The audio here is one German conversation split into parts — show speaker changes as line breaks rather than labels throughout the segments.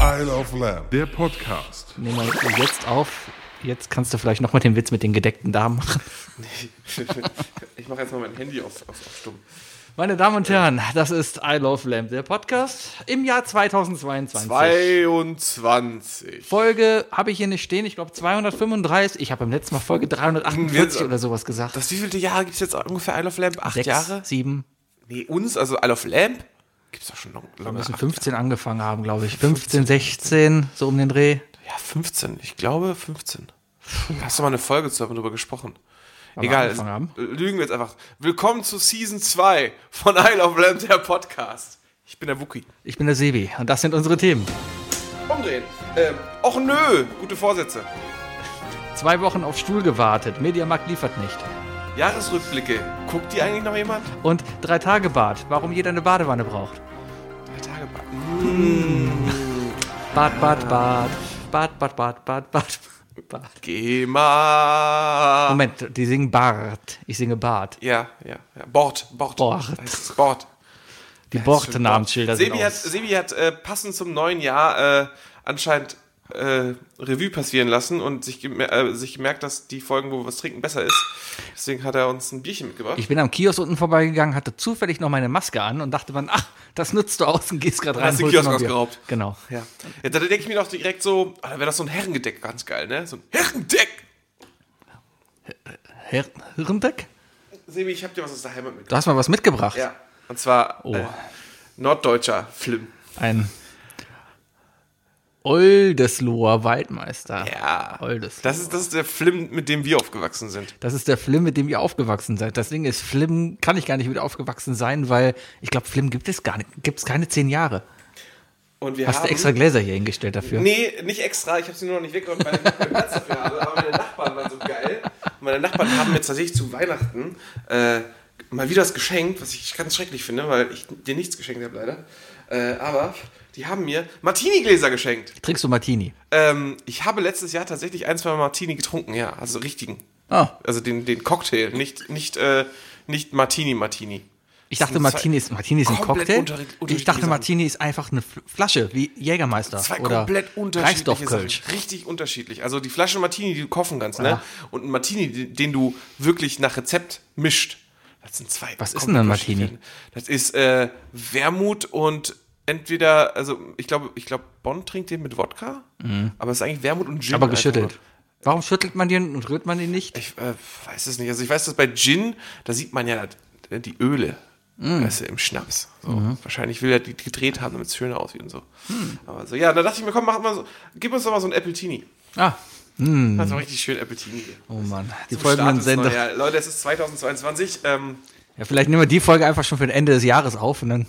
Kaufland.
Der Podcast.
Nehmen wir jetzt auf. Jetzt kannst du vielleicht nochmal den Witz mit den gedeckten Damen machen.
Ich mache jetzt mal mein Handy auf, auf, auf stumm.
Meine Damen und Herren, das ist I Love Lamp, der Podcast im Jahr 2022.
22.
Folge habe ich hier nicht stehen, ich glaube 235. Ich habe beim letzten Mal Folge 348
Wir-
oder sowas gesagt.
Das wievielte Jahre gibt es jetzt ungefähr Isle of Lamp? Acht
Sechs,
Jahre?
sieben.
Nee, uns, also Isle of Lamp, gibt es doch schon lange.
Wir
Lang,
müssen 15 angefangen haben, glaube ich. 15, 16, so um den Dreh.
ja, 15. Ich glaube 15. Da hast du mal eine Folge zu haben wir drüber gesprochen.
wir
Egal,
angefangen haben?
lügen wir jetzt einfach. Willkommen zu Season 2 von Isle of Lamp, der Podcast. Ich bin der Wookie.
Ich bin der Sebi und das sind unsere Themen.
Umdrehen. Ähm, och nö, gute Vorsätze.
Zwei Wochen auf Stuhl gewartet, Mediamarkt liefert nicht.
Jahresrückblicke. Guckt die eigentlich noch jemand?
Und drei Tage Bad, warum jeder eine Badewanne braucht.
Drei Tage Bad.
Bad, Bad, Bad. Bad, Bad, Bad, Bad, Bad. Bad.
Geh mal.
Moment, die singen Bart. Ich singe Bart.
Ja, ja, ja. Bord, Bord.
Bord.
Das ist Bord.
Die Bord-Namensschilder sind
Sebi hat,
aus.
Sebi hat äh, passend zum neuen Jahr äh, anscheinend äh, Revue passieren lassen und sich, gemer äh, sich gemerkt, dass die Folgen, wo wir was trinken, besser ist. Deswegen hat er uns ein Bierchen mitgebracht.
Ich bin am Kiosk unten vorbeigegangen, hatte zufällig noch meine Maske an und dachte dann, ach, das nutzt du aus und gehst gerade rein.
hast den
holst dir
Kiosk
noch ein Bier.
ausgeraubt.
Genau.
ja. ja, da denke ich mir doch direkt so, ah, da wäre das so ein Herrengedeck ganz geil, ne? So ein Herrengedeck!
Herr Hirnbeck?
Sebi, ich hab dir was aus der Heimat mitgebracht.
Du hast mal was mitgebracht.
Ja. Und zwar
Oh.
äh, norddeutscher Film.
Ein Oldesloher Waldmeister.
Ja.
Oldesloher.
Das ist, das ist der Film, mit dem wir aufgewachsen sind.
Das ist der Flim, mit dem ihr aufgewachsen seid. Das Ding ist, Flim kann ich gar nicht mit aufgewachsen sein, weil ich glaube, Flim gibt es gar nicht, gibt es keine zehn Jahre.
Und wir
Hast
haben
du extra Gläser hier hingestellt dafür?
Nee, nicht extra. Ich habe sie nur noch nicht weggeräumt, weil ich noch keinen Platz dafür habe. Aber meine Nachbarn waren so geil. Und meine Nachbarn haben jetzt tatsächlich zu Weihnachten äh, mal wieder was geschenkt, was ich ganz schrecklich finde, weil ich dir nichts geschenkt habe leider. Äh, aber die haben mir Martini-Gläser geschenkt.
Trinkst du Martini?
Ähm, ich habe letztes Jahr tatsächlich ein, zwei Mal Martini getrunken, ja. Also richtigen.
Ah.
Also den, den Cocktail, nicht, nicht, äh, nicht Martini-Martini.
Ich dachte,
sind
Martini ist, Martini ist ein
komplett
Cocktail.
unter-
ich
unterschiedliche
dachte,
Sachen.
Martini ist einfach eine Fl- Flasche, wie Jägermeister.
Zwei
oder
komplett unterschiedliche Sachen.
Reisdorfkölsch.
Richtig unterschiedlich. Also die Flasche Martini, die du kaufen kannst, ne? Und ein Martini, den- den du wirklich nach Rezept mischt. Das sind zwei.
Was ist
komplett
denn ein
unterschiedliche
Martini?
Sachen. Das ist äh, Wermut und entweder, also ich glaube, ich glaube, Bonn trinkt den mit Wodka, aber es ist eigentlich Wermut und Gin.
Mhm. Aber
einfach
geschüttelt.
nur.
Warum schüttelt man den und rührt man den nicht?
Ich äh, weiß es nicht. Also ich weiß, dass bei Gin, da sieht man ja das- die Öle.
Mm.
Weißt du, im Schnaps. So.
Mhm.
Wahrscheinlich will er die gedreht haben, damit es schöner aussieht und so. Aber so, ja, da dachte ich mir, komm, mach mal so, gib uns doch mal so ein Appletini.
Ah,
Das war richtig schön Appletini.
oh Mann. Die
Zum
folgenden
Start ins neue
Sender.
Jahr. Leute, es ist 2022. Ähm,
Ja, vielleicht nehmen wir die Folge einfach schon für Ende des Jahres auf. Und dann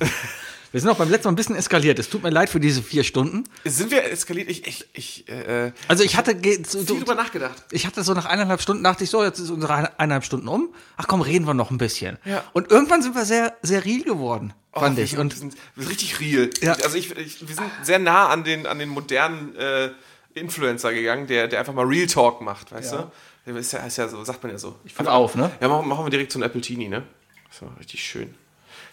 wir sind auch beim letzten Mal ein bisschen eskaliert. Es tut mir leid für diese vier Stunden.
sind wir eskaliert? Ich, ich, ich äh,
Also ich hatte ge- so,
viel
so,
drüber nachgedacht.
ich hatte so nach eineinhalb Stunden dachte ich so, jetzt ist unsere eine- eineinhalb Stunden um. Ach komm, reden wir noch ein bisschen.
Ja. Oh,
Und irgendwann sind wir sehr seril geworden, fand
wir
ich.
Sind,
Und
wir sind, wir sind richtig real.
Ja.
Also ich, ich, wir sind sehr nah an den, an den modernen äh, Influencer gegangen, der, der einfach mal Real Talk macht, weißt
Ja.
du? Der Ist ja, ist ja so, sagt man ja so.
ich fand auf, ne?
Ja, machen, machen wir direkt so ein Appletini, ne? Ist ja richtig schön.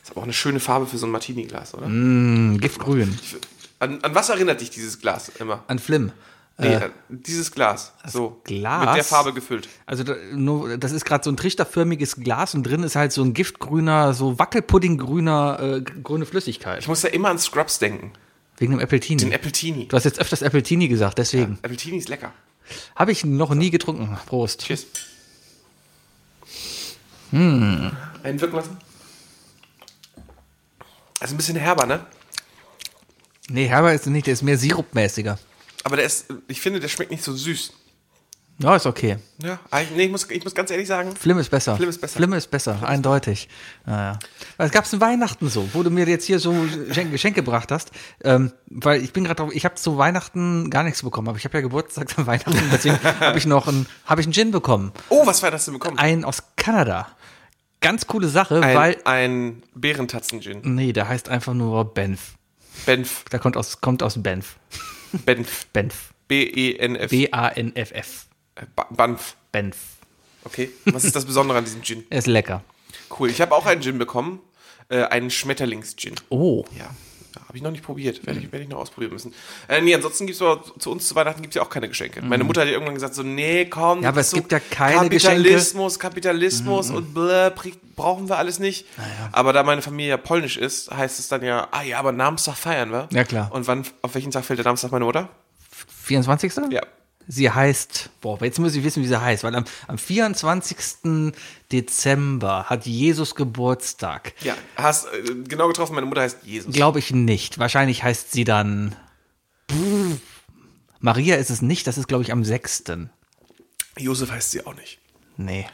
Ist aber auch eine schöne Farbe für so ein Martini-Glas, oder?
Hm, Giftgrün.
An, an was erinnert dich dieses Glas immer?
An Flim.
Nee,
Äh,
äh, dieses Glas. So.
Glas?
Mit der Farbe gefüllt.
Also da, nur, das ist gerade so ein trichterförmiges Glas und drin ist halt so ein giftgrüner, so wackelpuddinggrüner, äh, grüne Flüssigkeit.
Ich muss da immer an Scrubs denken.
Wegen dem Appletini.
Den Appletini.
du hast jetzt öfters Appletini gesagt, deswegen.
Appletini ist lecker.
Habe ich noch nie getrunken. Prost.
Cheers. Einwirken Hm. lassen. Also ein bisschen herber, ne?
Nee, Herber ist nicht, der ist mehr sirupmäßiger.
Aber der ist, ich finde, der schmeckt nicht so süß.
Ja, ist okay.
Ja, eigentlich- nee, ich muss, ich muss ganz ehrlich sagen,
Flim ist besser.
Flim ist besser.
Flim ist besser, eindeutig. Naja. Was gab's denn Weihnachten so, wo du mir jetzt hier so Geschenk, Geschenk gebracht hast? Ähm, weil ich bin gerade drauf, ich habe zu Weihnachten gar nichts bekommen, aber ich habe ja Geburtstag an Weihnachten, deswegen habe ich noch einen, habe ich einen Gin bekommen.
oh, was war das denn bekommen?
Einen aus Kanada. Ganz coole Sache, weil,
ein Bärentatzen-Gin.
nee, der heißt einfach nur Benf.
Benf.
Der kommt aus, kommt aus Benf.
Benf.
Benf.
B-E-N-F.
B-A-N-F-F.
Äh, Ba- Banff.
Benf.
Okay. Was ist das Besondere an diesem Gin?
Er ist lecker.
Cool. Ich habe auch einen Gin bekommen. Äh, einen Schmetterlings-Gin.
Oh.
Ja. ja Habe ich noch nicht probiert.
Mhm.
Werde ich, werde ich noch ausprobieren müssen. Äh, nee, ansonsten gibt es zu uns zu Weihnachten gibt's ja auch keine Geschenke. Meine Mutter hat ja irgendwann gesagt, so, nee, komm.
Mhm. Ja, aber
das
es
ist so
gibt ja keine Mhm,
Kapitalismus, Kapitalismus und blä, pri- brauchen wir alles nicht.
Ah,
Aber da meine Familie ja polnisch ist, heißt es dann ja, ah ja, aber Namenstag feiern wir.
Ja, klar.
Und wann, auf welchen Tag fällt der Namenstag meiner Mutter?
24.
Ja.
Sie heißt, boah, jetzt muss ich wissen, wie sie heißt, weil am, am 24. Dezember hat Jesus Geburtstag.
Ja, hast äh, genau getroffen, meine Mutter heißt Jesus.
Glaube ich nicht. Wahrscheinlich heißt sie dann. Pff. Maria ist es nicht, das ist, glaube ich, am 6.
Josef heißt sie auch nicht.
Nee.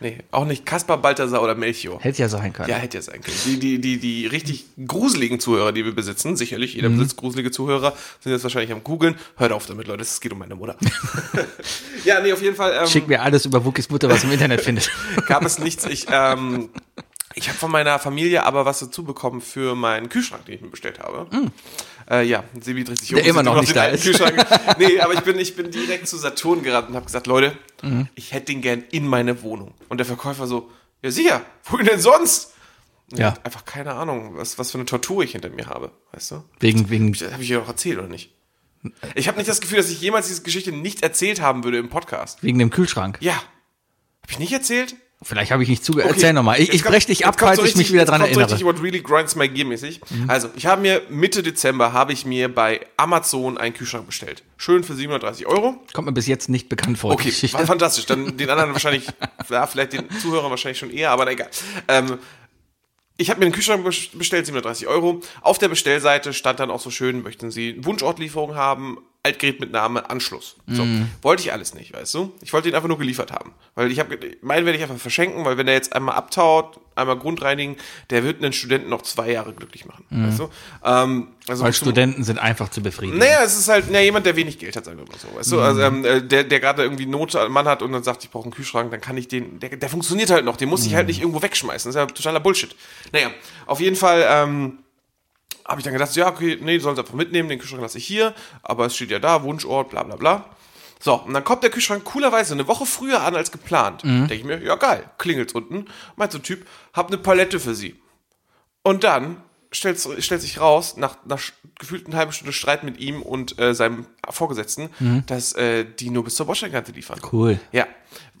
Nee, auch nicht Kaspar, Balthasar oder Melchior.
Hätte ja sein können.
Ja, hätte ja sein können. Die, die, die, die richtig gruseligen Zuhörer, die wir besitzen, sicherlich,
Mhm.
jeder besitzt gruselige Zuhörer, sind jetzt wahrscheinlich am Googeln. Hört auf damit, Leute, es geht um meine Mutter. ja, nee, auf jeden Fall. Ähm,
Schick mir alles über Wookies Mutter, was ihr im Internet findet.
gab es nichts. Ich, ähm, ich habe von meiner Familie aber was dazu bekommen für meinen Kühlschrank, den ich mir bestellt habe. Äh, ja, Sebi dreht sich um.
Mhm. Der immer
sieht
noch nicht
den
da
alten
ist.
Kühlschrank. nee, aber ich bin, ich bin direkt zu Saturn gerannt und habe gesagt, Leute,
Mhm.
ich hätte den gern in meine Wohnung. Und der Verkäufer so, ja sicher, wohin denn sonst? Und
Ja.
ich hab Einfach keine Ahnung, was, was für eine Tortur ich hinter mir habe, weißt du?
Wegen, wegen.
Das habe ich dir doch erzählt, oder nicht? Ich habe nicht das Gefühl, dass ich jemals diese Geschichte nicht erzählt haben würde im Podcast.
Wegen dem Kühlschrank.
Ja. Habe ich nicht erzählt?
Vielleicht habe ich nicht zuge.
Okay,
Erzähl nochmal. Ich,
jetzt
ich
kommt-
breche dich
jetzt
ab,
kommt
falls
so
ich mich
richtig-
wieder
jetzt
dran
kommt so
erinnere. Mhm.
Richtig, what really grinds my gear mäßig. Also, ich habe mir Mitte Dezember habe ich mir bei Amazon einen Kühlschrank bestellt. Schön für 730 Euro.
Kommt mir bis jetzt nicht bekannt vor. die
Okay,
Geschichte.
war fantastisch. Dann den anderen wahrscheinlich, ja, vielleicht den Zuhörern wahrscheinlich schon eher, aber na egal. Ähm, ich habe mir einen Kühlschrank bes- bestellt, 730 Euro. Auf der Bestellseite stand dann auch so schön, möchten Sie Wunschortlieferung haben, Altgerät mit Name, Anschluss. So,
Mhm.
wollte ich alles nicht, weißt du? Ich wollte ihn einfach nur geliefert haben. Weil ich habe, meinen werde ich einfach verschenken, weil wenn der jetzt einmal abtaut, einmal grundreinigen, der wird einen Studenten noch zwei Jahre glücklich machen, weißt du? Ähm, also
Mhm. Weil
bis zum-
Studenten sind einfach zu befriedigen.
naja, es ist halt na, jemand, der wenig Geld hat, sagen wir mal so. Weißt du? also, ähm, äh, der, der gerade irgendwie Not am Mann hat und dann sagt, ich brauche einen Kühlschrank, dann kann ich den, der, der funktioniert halt noch, den muss ich halt nicht irgendwo wegschmeißen. Das ist ja totaler Bullshit. Naja, auf jeden Fall ähm, habe ich dann gedacht, so, ja, okay, nee, sollen sie einfach mitnehmen, den Kühlschrank lasse ich hier, aber es steht ja da, Wunschort, bla bla bla. So, und dann kommt der Kühlschrank coolerweise eine Woche früher an als geplant. Denke ich mir, ja geil, klingelt's unten. Meint so ein Typ, hab eine Palette für sie. Und dann stellt, stellt sich raus, nach, nach sch- gefühlt einer halben Stunde Streit mit ihm und äh, seinem Vorgesetzten, dass äh, die nur bis zur Bordsteinkante liefern.
Cool.
Ja.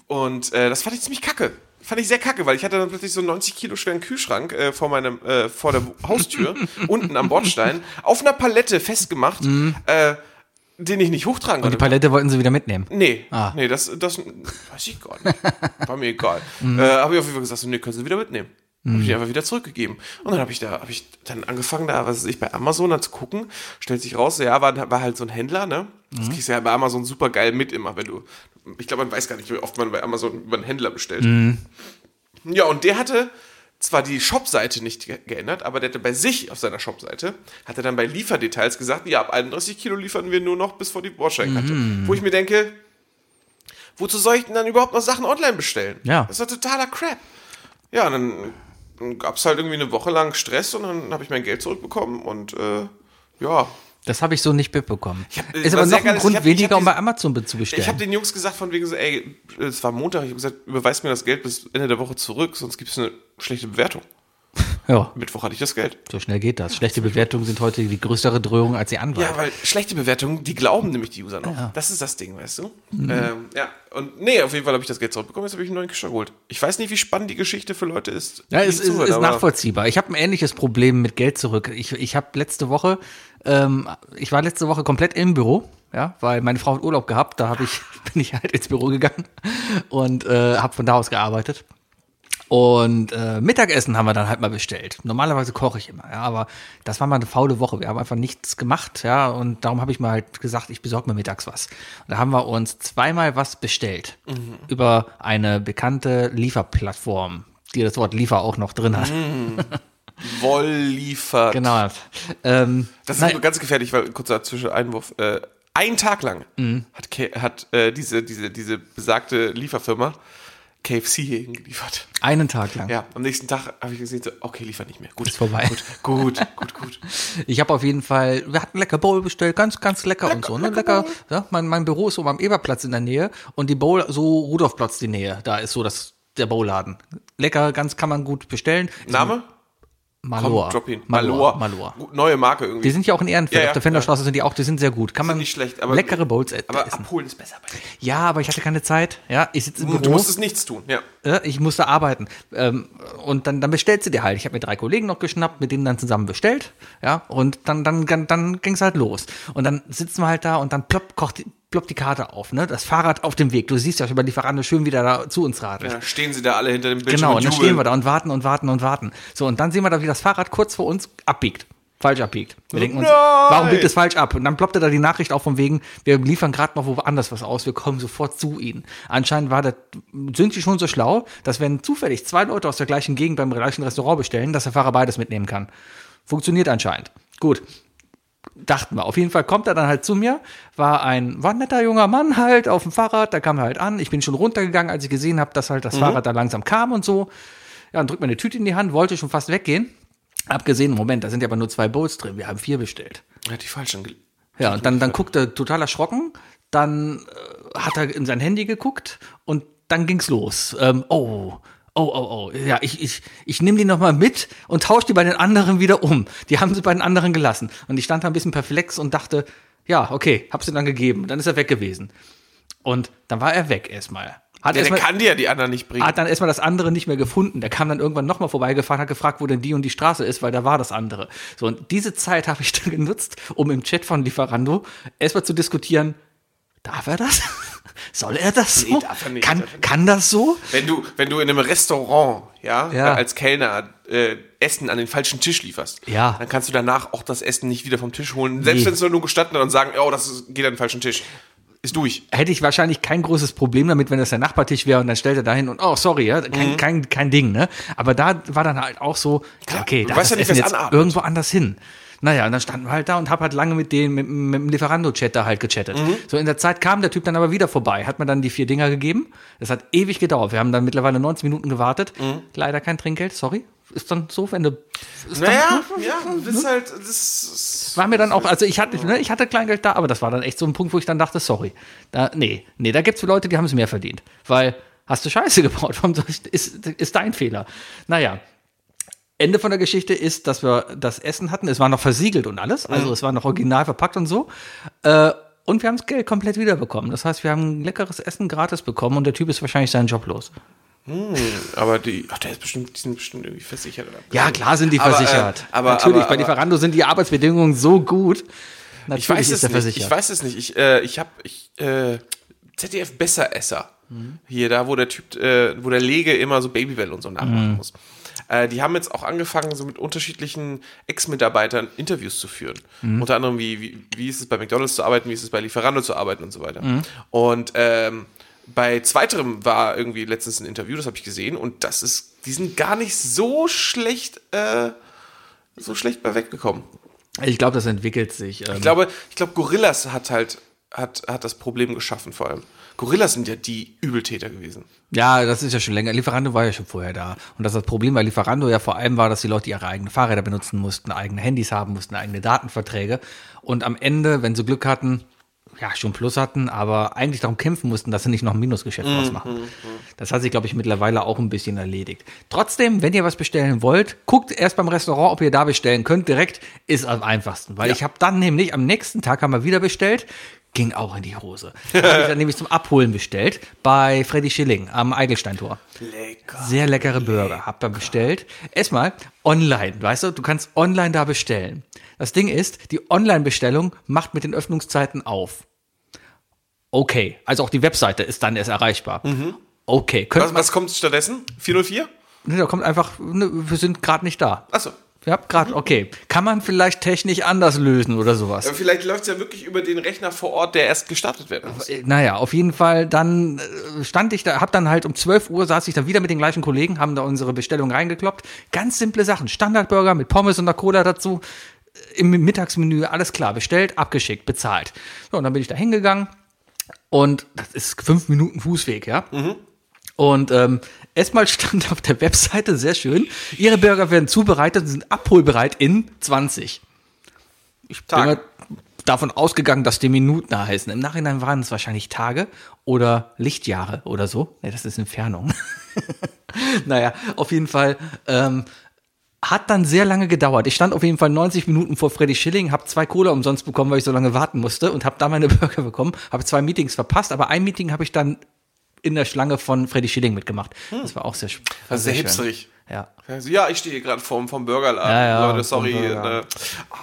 Und äh, das fand ich ziemlich kacke. Fand ich sehr kacke, weil ich hatte dann plötzlich so einen 90 Kilo schweren Kühlschrank äh, vor meinem, äh, vor der Haustür, unten am Bordstein, auf einer Palette festgemacht, äh, den ich nicht hochtragen
Die
konnte.
Palette wollten sie wieder mitnehmen.
Nee,
Ah.
nee, das, das weiß ich gar nicht. War mir egal. äh, habe ich auf jeden Fall gesagt, so, nee, können Sie wieder mitnehmen. Habe ich die einfach wieder zurückgegeben. Und dann habe ich da, habe ich dann angefangen, da, was weiß ich, bei Amazon da zu gucken, stellt sich raus, so, ja, war, war halt so ein Händler, ne? Das kriegst du ja bei Amazon super geil mit immer, wenn du. Ich glaube, man weiß gar nicht, wie oft man bei Amazon über einen Händler bestellt. Ja, und der hatte zwar die Shopseite nicht ge geändert, aber der hatte bei sich auf seiner Shopseite, hat er dann bei Lieferdetails gesagt, ja, ab 31 Kilo liefern wir nur noch bis vor die Bordsteinkante. Wo ich mir denke, wozu soll ich denn dann überhaupt noch Sachen online bestellen?
Ja.
Das ist doch totaler Crap. Ja, und dann, dann gab es halt irgendwie eine Woche lang Stress und dann habe ich mein Geld zurückbekommen und äh, ja.
Das habe ich so nicht mitbekommen.
hab-
ist
war
aber
sehr
noch ein
geil, ich
Grund
hab- ich
weniger,
hab
um bei Amazon zu
Ich habe
bestellen.
den Jungs gesagt, von wegen so, ey, es war Montag, ich habe gesagt, überweist mir das Geld bis Ende der Woche zurück, sonst gibt es eine schlechte Bewertung.
Ja,
Mittwoch hatte ich das Geld.
so schnell geht das. Schlechte Bewertungen sind heute die größere Dröhung als die Anwalt.
Ja, weil schlechte Bewertungen, die glauben nämlich die User noch. Das ist das Ding, weißt du?
Mhm.
Ähm, ja, und nee, auf jeden Fall habe ich das Geld zurückbekommen, jetzt habe ich einen neuen Kühlschrank geholt. Ich weiß nicht, wie spannend die Geschichte für Leute ist.
Ja,
die
es ist,
zuhören,
ist
aber-
nachvollziehbar. Ich habe ein ähnliches Problem mit Geld zurück. Ich, ich habe letzte Woche, ähm, ich war letzte Woche komplett im Büro, ja, weil meine Frau hat Urlaub gehabt. Da habe ich bin ich halt ins Büro gegangen und äh, habe von da aus gearbeitet. Und äh, Mittagessen haben wir dann halt mal bestellt. Normalerweise koche ich immer, ja, aber das war mal eine faule Woche. Wir haben einfach nichts gemacht, ja, und darum habe ich mal halt gesagt, ich besorge mir mittags was. Und da haben wir uns zweimal was bestellt
Mhm.
über eine bekannte Lieferplattform, die das Wort Liefer auch noch drin hat.
Mhm. Woll liefert.
Genau. Ähm,
Das ist
nein,
nur ganz gefährlich, weil kurzer zwischen Einwurf. Äh, einen Tag lang
Mhm.
hat, K hat äh, diese, diese, diese besagte Lieferfirma KFC hierhin geliefert.
einen Tag lang.
Ja, am nächsten Tag habe ich gesehen, so, okay, liefer nicht mehr. Gut,
Ist vorbei.
Gut, gut, gut, gut.
Ich habe auf jeden Fall, wir hatten lecker Bowl bestellt, ganz, ganz lecker, und
Lecker-
so. Ne?
lecker
Lecker, ja, mein, mein Büro ist oben am Eberplatz in der Nähe und die Bowl, so Rudolfplatz die Nähe, da ist so das, der Bowladen. Lecker, ganz kann man gut bestellen. Ist
Name?
Malor.
drop ihn.
Malor.
Malor.
Malor.
Gut, Neue Marke irgendwie.
Die sind ja auch in Ehrenfeld.
Ja, ja,
Auf der Fenderstraße sind die auch, die sind sehr gut. Kann man
nicht schlecht, aber-
leckere Bowls et-
aber
essen.
abholen ist besser bei dir.
Ja, aber ich hatte keine Zeit. Ja, ich sitze im
Du
Büro.
musstest nichts tun, ja.
äh, Ich musste arbeiten. Ähm, Und dann, dann bestellst du dir halt. Ich habe mir drei Kollegen noch geschnappt, mit denen dann zusammen bestellt. Ja, und dann, dann, dann, dann ging es halt los. Und dann sitzen wir halt da und dann plopp, kocht, die- ploppt die Karte auf. Ne? Das Fahrrad auf dem Weg. Du siehst ja schon bei Lieferando schön wieder da zu uns radelt.
ja. Stehen sie da alle hinter dem Bildschirm
Genau, und dann
jubeln.
stehen wir da und warten und warten und warten. So, und dann sehen wir da, wie das Fahrrad kurz vor uns abbiegt. Falsch abbiegt. Wir denken uns,
Nein!
warum biegt es falsch ab? Und dann ploppte da die Nachricht auf von wegen, wir liefern gerade noch woanders was aus, wir kommen sofort zu ihnen. Anscheinend war das, sind sie schon so schlau, dass wenn zufällig zwei Leute aus der gleichen Gegend beim gleichen Restaurant bestellen, dass der Fahrer beides mitnehmen kann. Funktioniert anscheinend. Gut, dachten wir. Auf jeden Fall kommt er dann halt zu mir, war ein, war ein netter junger Mann halt auf dem Fahrrad, da kam er halt an. Ich bin schon runtergegangen, als ich gesehen habe, dass halt das Fahrrad da langsam kam und so. Ja, und drückt mir eine Tüte in die Hand, wollte schon fast weggehen. Abgesehen, Moment, da sind ja aber nur zwei Bowls drin, wir haben vier bestellt.
Ja, die falschen. gel-
Ja, und dann, dann guckt er total erschrocken, dann äh, hat er in sein Handy geguckt und dann ging's los. Ähm, oh, oh, oh, oh, ja, ich, ich, ich nehme die nochmal mit und tausche die bei den anderen wieder um. Die haben sie bei den anderen gelassen. Und ich stand da ein bisschen perplex und dachte, ja, okay, hab's ihm dann gegeben. Dann ist er weg gewesen. Und dann war er weg erstmal. Hat
Ja, der
erstmal-
kann dir ja die anderen nicht bringen.
hat dann erstmal das andere nicht mehr gefunden. Der kam dann irgendwann nochmal vorbeigefahren, hat gefragt, wo denn die und die Straße ist, weil da war das andere. So, und diese Zeit habe ich dann genutzt, um im Chat von Lieferando erstmal zu diskutieren, darf er das? Soll er das so?
Nee, darf er nicht,
kann,
darf er nicht.
kann das so?
Wenn du, wenn du in einem Restaurant, ja,
Ja.
äh, als Kellner äh, Essen an den falschen Tisch lieferst,
Ja.
dann kannst du danach auch das Essen nicht wieder vom Tisch holen. Selbst wenn es nur gestatten hat und sagen, oh, das ist, geht an den falschen Tisch. Ist durch.
Hätte ich wahrscheinlich kein großes Problem damit, wenn das der Nachbartisch wäre und dann stellt er dahin und oh, sorry, ja, kein,
Mhm.
kein, kein Ding, ne? Aber da war dann halt auch so, okay,
du
da
weißt
das
ja nicht,
Essen
wer's
jetzt
anatmet.
irgendwo anders hin. Naja, und dann standen wir halt da und hab halt lange mit denen, mit, mit dem Lieferando-Chat da halt gechattet.
Mhm.
So, in der Zeit kam der Typ dann aber wieder vorbei, hat mir dann die vier Dinger gegeben. Das hat ewig gedauert. Wir haben dann mittlerweile 90 Minuten gewartet.
Mhm.
Leider kein Trinkgeld, sorry. Ist dann so, wenn du. Ist
Naja, ja, das ist halt, das ist,
war mir dann auch, also ich hatte, ne, ich hatte Kleingeld da, aber das war dann echt so ein Punkt, wo ich dann dachte, sorry, da, nee, nee, da gibt's Leute, die haben es mehr verdient, weil hast du Scheiße gebaut, warum soll ich, ist, ist dein Fehler. Naja, Ende von der Geschichte ist, dass wir das Essen hatten, es war noch versiegelt und alles, also es war noch original verpackt und so, äh, und wir haben das Geld komplett wiederbekommen. Das heißt, wir haben leckeres Essen gratis bekommen und der Typ ist wahrscheinlich seinen Job los.
aber die, ach, der ist bestimmt, die sind bestimmt irgendwie versichert. Oder?
Ja, klar sind die
Aber, äh,
versichert.
aber-
Natürlich,
aber-
bei
aber-
Lieferando sind die Arbeitsbedingungen so gut. Natürlich
Ich weiß
ist
es
er
nicht.
versichert.
Ich weiß es nicht. Ich, äh, ich habe ich, äh, ZDF Besseresser.
Mhm.
Hier, da, wo der Typ, äh, wo der Lege immer so Babybell und so nachmachen
Mhm.
muss. Äh, die haben jetzt auch angefangen, so mit unterschiedlichen Ex-Mitarbeitern Interviews zu führen.
Mhm.
Unter anderem, wie, wie, wie ist es bei McDonalds zu arbeiten, wie ist es bei Lieferando zu arbeiten und so weiter.
Mhm.
Und ähm, bei zweiterem war irgendwie letztens ein Interview, das habe ich gesehen, und das ist, die sind gar nicht so schlecht, äh, so schlecht bei weggekommen.
Ich glaube, das entwickelt sich. Ähm,
Ich glaube, ich glaube, Gorillas hat halt hat, hat das Problem geschaffen vor allem. Gorillas sind ja die Übeltäter gewesen.
Ja, das ist ja schon länger. Lieferando war ja schon vorher da. Und das, das Problem bei Lieferando ja vor allem war, dass die Leute ihre eigenen Fahrräder benutzen mussten, eigene Handys haben mussten, eigene Datenverträge. Und am Ende, wenn sie Glück hatten, ja, schon Plus hatten, aber eigentlich darum kämpfen mussten, dass sie nicht noch ein Minusgeschäft ausmachen. Das hat sich, glaube ich, mittlerweile auch ein bisschen erledigt. Trotzdem, wenn ihr was bestellen wollt, guckt erst beim Restaurant, ob ihr da bestellen könnt. Direkt ist am einfachsten. Weil ich habe dann nämlich am nächsten Tag haben wir wieder bestellt ging auch in die Hose. Da habe ich dann nämlich zum Abholen bestellt bei Freddy Schilling am Eigelsteintor.
Lecker.
Sehr leckere Burger, hab da bestellt. Erstmal online, weißt du, du kannst online da bestellen. Das Ding ist, die Online-Bestellung macht mit den Öffnungszeiten auf. Okay, also auch die Webseite ist dann erst erreichbar. Okay, könnte
Was,
man,
was kommt stattdessen? 404?
nee, da kommt einfach, ne, wir sind gerade nicht da.
Achso.
Ja, gerade, okay. Kann man vielleicht technisch anders lösen oder sowas?
Aber vielleicht läuft es ja wirklich über den Rechner vor Ort, der erst gestartet werden muss.
Äh, naja, auf jeden Fall, dann äh, stand ich da, hab dann halt um 12 Uhr saß ich da wieder mit den gleichen Kollegen, haben da unsere Bestellung reingekloppt. Ganz simple Sachen. Standardburger mit Pommes und einer Cola dazu. Äh, Im Mittagsmenü, alles klar, bestellt, abgeschickt, bezahlt. So, und dann bin ich da hingegangen und das ist fünf Minuten Fußweg, ja. Und ähm, erstmal stand auf der Webseite, sehr schön, ihre Burger werden zubereitet und sind abholbereit in 20 bin mal
Tag.
davon ausgegangen, dass die Minuten heißen. Im Nachhinein waren es wahrscheinlich Tage oder Lichtjahre oder so. Ne, das ist Entfernung. naja, auf jeden Fall ähm, Hat dann sehr lange gedauert. Ich stand auf jeden Fall 90 Minuten vor Freddy Schilling, habe zwei Cola umsonst bekommen, weil ich so lange warten musste und habe da meine Burger bekommen, habe zwei Meetings verpasst, aber ein Meeting habe ich dann in der Schlange von Freddy Schilling mitgemacht. Das war auch sehr, war
Hm. Also sehr
schön.
hipsterig.
Ja.
Also, ja, ich stehe hier gerade vom, vom Burgerladen.
Ja, ja,
Leute,
vom
sorry.
Burger.
Ne? Ah,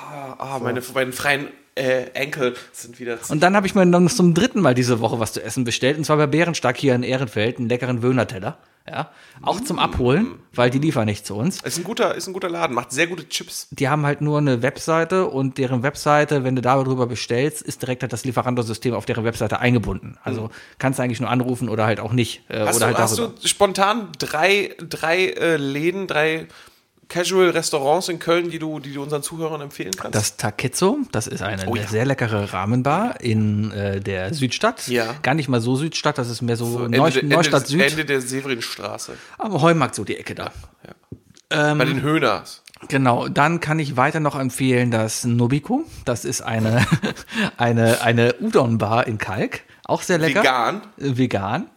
ah, meine, meine freien äh, Enkel sind wieder zu.
Und dann habe ich mir dann zum dritten Mal diese Woche was zu essen bestellt, und zwar bei Bärenstark hier in Ehrenfeld, einen leckeren Wöhnerteller. Ja. Auch zum
Hm.
Abholen, weil die liefern nicht zu uns.
Ist ein, guter, ist ein guter Laden, macht sehr gute Chips.
Die haben halt nur eine Webseite und deren Webseite, wenn du darüber bestellst, ist direkt halt das Lieferando-System auf deren Webseite eingebunden. Also kannst du eigentlich nur anrufen oder halt auch nicht. Äh,
Hm. Hast,
oder
du,
halt
hast
darüber.
du spontan drei, drei äh, Läden, drei Casual-Restaurants in Köln, die du, die du unseren Zuhörern empfehlen kannst?
Das Takezo, das ist eine
Oh ja.
sehr leckere Rahmenbar in äh, der Südstadt.
Ja.
Gar nicht mal so Südstadt, das ist mehr so,
Ende-
Neu
Ende,
Neustadt
des-
Süd,
Ende der Severinstraße.
aber Heumarkt so die Ecke da. Ähm.
Bei den Höhners.
Genau, dann kann ich weiter noch empfehlen das Nobiko. Das ist eine, eine, eine Udon-Bar in Kalk. Auch sehr lecker.
Vegan.
Äh, Vegan.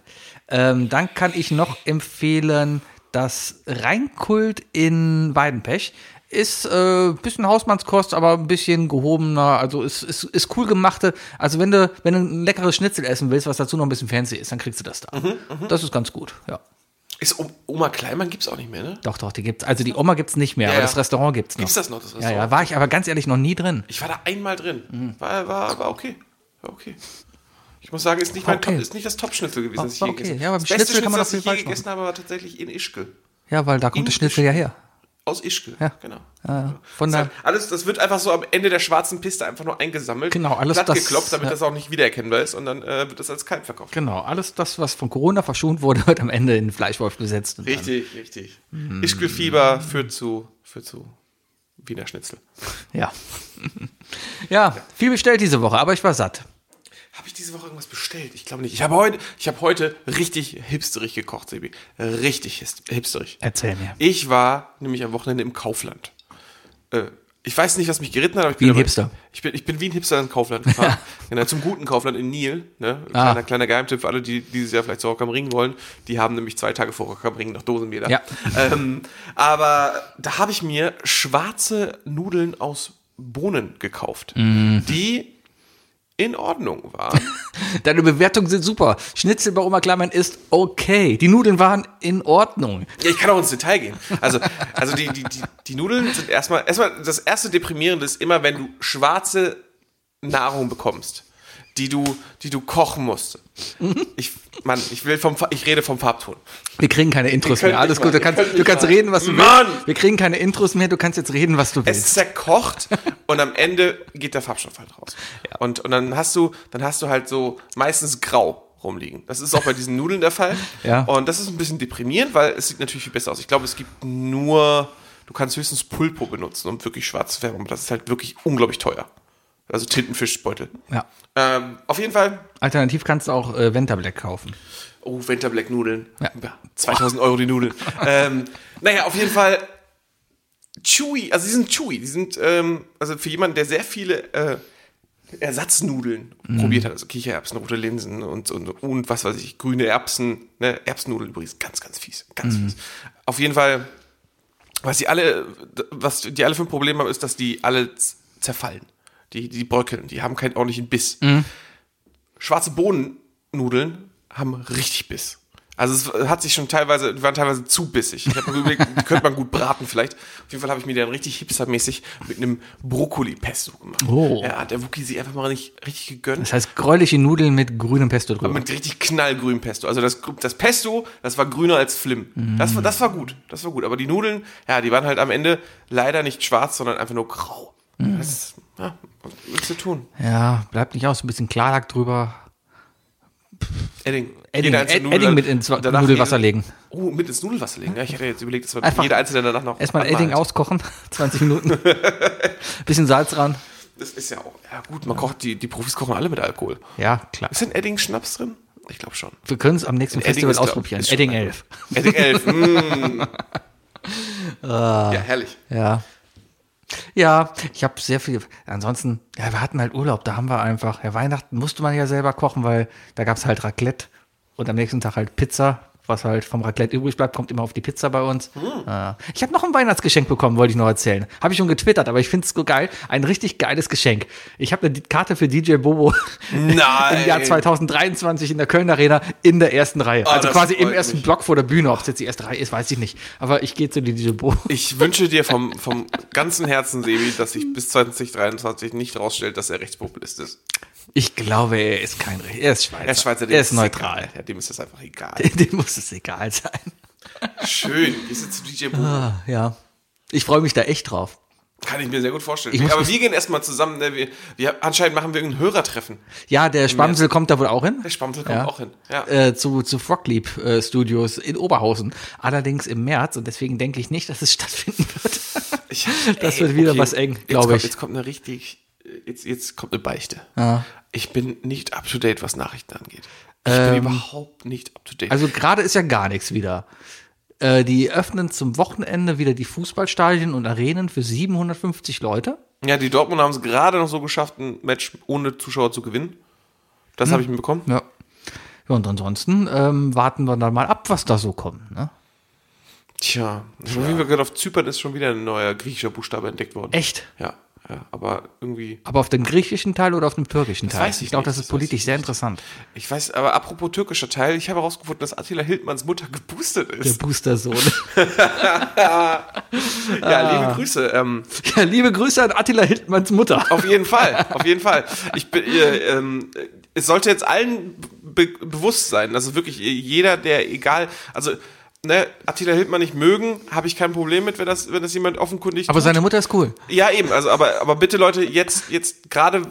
Ähm, dann kann ich noch empfehlen das Reinkult in Weidenpech. Ist äh, bisschen Hausmannskost, aber ein bisschen gehobener. Also ist, ist, ist cool gemachte. Also wenn du, wenn du ein leckeres Schnitzel essen willst, was dazu noch ein bisschen fancy ist, dann kriegst du das da. das ist ganz gut, ja.
Ist O- Oma Kleinmann gibt's auch nicht mehr, ne?
Doch, doch, die gibt's. Also die Oma gibt's nicht mehr,
Ja,
aber
ja.
das Restaurant gibt's noch.
Gibt's das noch, das
ja,
Restaurant?
ja, war ich aber ganz ehrlich noch nie drin.
Ich war da einmal
Mhm.
drin. War, war, war okay. War okay. Ich muss sagen, ist nicht, mein
Okay.
Top, ist nicht das Top-Schnitzel gewesen, das ich
War
je
okay.
gegessen habe.
Ja, beim
das beste
Schnitzel
Schnitzel,
kann man
das
doch
ich
viel
je
falsch
gegessen habe, war tatsächlich in Ischgl.
Ja, weil da kommt das
Indisch.
Schnitzel ja her.
Aus Ischgl,
Ja.
genau.
Von
Das,
der,
hat alles, das wird einfach so am Ende der schwarzen Piste einfach nur eingesammelt,
Genau, alles
platt
das-
geklopft, damit
ja.
das auch nicht wiedererkennbar ist und dann äh, wird das als Kalb verkauft.
genau, alles das, was von Corona verschont wurde, wird am Ende in Fleischwolf gesetzt. Und
Richtig, richtig. Hm. Ischgl-Fieber führt zu, führt zu Wiener Schnitzel.
Dann, ja. ja, viel bestellt diese Woche, aber ich war satt.
Habe ich diese Woche irgendwas bestellt? Ich glaube nicht. Ich habe heute, ich habe heute richtig hipsterig gekocht, Sebi. Richtig his- hipsterig.
Erzähl mir.
Ich war nämlich am Wochenende im Kaufland. Äh, ich weiß nicht, was mich geritten hat, aber ich
Wie
bin
ein
aber-
Hipster.
Ich bin, ich bin wie ein Hipster ins Kaufland gefahren. genau, zum guten Kaufland in Nil. Ne?
Ah.
Kleiner, kleiner Geheimtipp für alle, die dieses Jahr vielleicht zu Rock am Ring wollen. Die haben nämlich zwei Tage vor Rock am Ring noch Dosenbier da.
Ja.
Ähm, aber da habe ich mir schwarze Nudeln aus Bohnen gekauft,
Mhm.
die in Ordnung waren.
Deine Bewertungen sind super. Schnitzel bei Oma Kleimann ist okay. Die Nudeln waren in Ordnung.
Ja, ich kann auch ins Detail gehen. Also, also die, die, die, die Nudeln sind erstmal, erstmal, das erste Deprimierende ist immer, wenn du schwarze Nahrung bekommst, die du, die du kochen musst. Ich, Mann, ich will vom, Fa- ich rede vom Farbton.
Wir kriegen keine Intros
könnt
mehr. Alles
nicht
gut,
mal,
du kannst,
ihr könnt
du
nicht
kannst
mal.
reden, was du
Mann!
willst. Wir kriegen keine Intros mehr, du kannst jetzt reden, was du willst.
Es zerkocht und am Ende geht der Farbstoff halt raus. Und, und dann hast du, dann hast du halt so meistens grau rumliegen. Das ist auch bei diesen Nudeln der Fall.
Ja.
Und das ist ein bisschen deprimierend, weil es sieht natürlich viel besser aus. Ich glaube, es gibt nur, du kannst höchstens Pulpo benutzen, um wirklich schwarz zu färben. Aber das ist halt wirklich unglaublich teuer. Also Tintenfischbeutel.
Ja.
Ähm, auf jeden Fall,
Alternativ kannst du auch äh, Ventablack kaufen.
oh, Winterblack Nudeln.
Ja.
Ja. 2000 Euro die Nudeln. ähm, naja, auf jeden Fall chewy, also die sind chewy, die sind, ähm, also für jemanden, der sehr viele äh, Ersatznudeln probiert hat, also Kichererbsen, rote Linsen und, und, und was weiß ich, grüne Erbsen, ne, Erbsennudeln übrigens, ganz, ganz fies, ganz fies. Auf jeden Fall, was die alle, was die alle für ein Problem haben, ist, dass die alle z- zerfallen. Die, die bröckeln, die haben keinen ordentlichen Biss. Schwarze Bohnennudeln haben richtig Biss. Also es hat sich schon teilweise, die waren teilweise zu bissig. Ich habe mir überlegt, die könnte man gut braten vielleicht. Auf jeden Fall habe ich mir die dann richtig hipstermäßig mit einem Brokkoli-Pesto gemacht.
Oh.
Ja, hat der Wookie sich einfach mal nicht richtig gegönnt.
Das heißt gräuliche Nudeln mit grünem Pesto drüber.
Mit richtig knallgrünem Pesto. Also das, das Pesto, das war grüner als Flim. Das, war, das war gut. Das war gut. Aber die Nudeln, ja, die waren halt am Ende leider nicht schwarz, sondern einfach nur grau.
Mhm.
Das ist, ja, was willst du tun?
Ja, bleibt nicht aus, ein bisschen Klarlack drüber.
Edding.
Edding,
Jede einzelne
Ed-
Nudel
Edding
dann-
mit ins Wa-
danach
Nudelwasser
jede-
legen.
Oh, mit ins Nudelwasser legen. Ja, ich hätte jetzt überlegt, dass man
Einfach
jede einzelne danach noch
Erstmal
anmalt.
Edding auskochen, 20 Minuten. Bisschen Salz ran.
Das ist ja auch, ja gut, man kocht, die, die Profis kochen alle mit Alkohol.
Ja, klar.
Ist denn Edding Schnaps drin? Ich glaube schon.
Wir können es am nächsten
Edding
Festival
ist, glaub-
ausprobieren.
ist schon
Edding
ein-
11.
Edding 11. mm.
Ah.
Ja, herrlich.
Ja. Ja, ich habe sehr viel. Ansonsten, ja, wir hatten halt Urlaub, da haben wir einfach. Ja, Weihnachten musste man ja selber kochen, weil da gab es halt Raclette und am nächsten Tag halt Pizza. was halt vom Raclette übrig bleibt, kommt immer auf die Pizza bei uns.
Hm.
Äh, ich habe noch ein Weihnachtsgeschenk bekommen, wollte ich noch erzählen. Habe ich schon getwittert, aber ich finde es so geil. Ein richtig geiles Geschenk. Ich habe eine Karte für DJ Bobo
Nein.
im Jahr 2023 in der Köln Arena in der ersten Reihe.
Ah,
also
das
quasi im
freut
ersten
mich.
Block vor der Bühne. Ob es jetzt die erste Reihe ist, weiß ich nicht. Aber ich gehe zu DJ Bobo.
Ich wünsche dir vom, vom ganzen Herzen, Sebi, dass sich bis 2023 nicht rausstellt, dass er Rechtspopulist ist.
Ich glaube, er ist kein Recht. Er ist Schweizer.
Er ist Schweizer, dem
Er ist
es
neutral.
Egal. Ja, dem ist das einfach egal.
Dem muss es egal sein.
Schön. Gehst du zu DJ Bobo?
Ah, ja. Ich freue mich da echt drauf.
Kann ich mir sehr gut vorstellen.
Ich muss-
Aber wir gehen erstmal zusammen. Ne? Wir, wir, anscheinend machen wir irgendein Hörertreffen.
Ja, der Spamsel kommt da wohl auch hin.
Der Spamsel kommt auch hin. Ja.
Äh, zu zu Froglieb äh, Studios in Oberhausen. Allerdings im März und deswegen denke ich nicht, dass es stattfinden wird.
Ich,
Das wird wieder was eng,
jetzt
glaube
kommt-
ich.
Jetzt kommt eine richtig, jetzt, jetzt kommt eine Beichte. Ich bin nicht up to date, was Nachrichten angeht. Ich bin überhaupt nicht up to date.
Ähm, Also gerade ist ja gar nichts wieder. Äh, die öffnen zum Wochenende wieder die Fußballstadien und Arenen für 750 Leute.
ja, die Dortmund haben es gerade noch so geschafft, ein Match ohne Zuschauer zu gewinnen. Das
Hm.
habe ich mitbekommen.
Ja. Ja, und ansonsten ähm, warten wir dann mal ab, was da so kommt. Ne?
Tja, schon wie wir gerade auf Zypern ist schon wieder ein neuer griechischer Buchstabe entdeckt worden.
Echt?
Ja, ja, aber irgendwie.
Aber auf dem griechischen Teil oder auf dem türkischen Teil?
weiß ich
glaube,
nicht,
das ist
das weiß ich
politisch sehr interessant.
Ich weiß, aber apropos türkischer Teil, ich habe herausgefunden, dass Attila Hildmanns Mutter geboostet
Der
ist.
Booster-Sohn.
Ja, liebe Grüße. Ähm,
ja, liebe Grüße an Attila Hildmanns Mutter.
Auf jeden Fall, auf jeden Fall. Ich bin, äh, ähm, äh, es sollte jetzt allen be bewusst sein, also wirklich äh, jeder, der egal, also ne, Attila Hildmann nicht mögen, habe ich kein Problem mit, wenn das, wenn das jemand offenkundig.
Aber seine Mutter ist cool.
ja, eben, also aber, aber bitte Leute, jetzt, jetzt gerade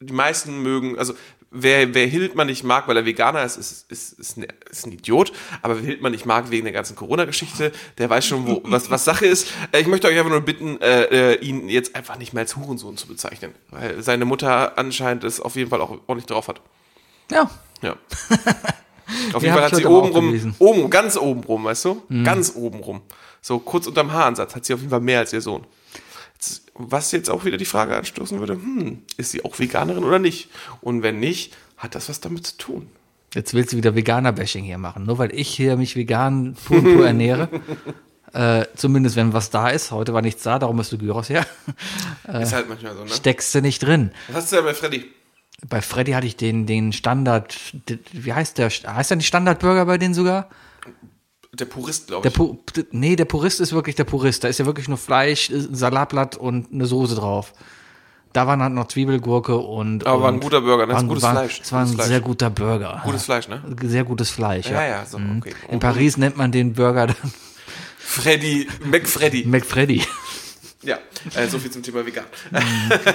die meisten mögen, also wer, wer Hildmann nicht mag, weil er Veganer ist, ist, ist, ist, ein, ist ein Idiot, aber wer Hildmann nicht mag wegen der ganzen Corona-Geschichte, der weiß schon, wo, was, was Sache ist. Äh, Ich möchte euch einfach nur bitten, äh, äh, ihn jetzt einfach nicht mehr als Hurensohn zu bezeichnen, weil seine Mutter anscheinend es auf jeden Fall auch ordentlich drauf hat.
Ja.
Ja.
ich
Auf jeden Fall hat
heute
sie
aber auch
oben rum,
gelesen. Mhm.
oben, ganz oben rum, weißt du? Ganz oben rum. So kurz unterm Haaransatz hat sie auf jeden Fall mehr als ihr Sohn. Jetzt, was jetzt auch wieder die Frage anstoßen würde, hm, ist sie auch Veganerin oder nicht? Und wenn nicht, hat das was damit zu tun?
Jetzt willst du wieder Veganer-Bashing hier machen. Nur weil ich hier mich vegan pur, und pur ernähre. äh, zumindest wenn was da ist. Heute war nichts da, darum bist du Gyros her. Äh,
Ist halt manchmal so, ne?
Steckst du nicht drin.
Was hast du denn bei Freddy?
Bei Freddy hatte ich den, den Standard, wie heißt der? Heißt der nicht Standardburger bei denen sogar?
Der Purist, glaube
Der
ich.
Pu nee, der Purist ist wirklich der Purist. Da ist ja wirklich nur Fleisch, äh, Salatblatt und eine Soße drauf. Da waren halt noch Zwiebelgurke und.
Aber war ein
und-
guter Burger, ne?
war
Ist
ein-
gutes
war-
Fleisch.
Es war ein
Gutes Fleisch.
sehr guter Burger.
Gutes Fleisch, ne?
Sehr gutes Fleisch, ja. Mhm.
Ja, ja, so, okay.
In Paris nennt man den Burger dann
Freddy, McFreddy.
McFreddy.
Ja, äh, so viel zum Thema vegan.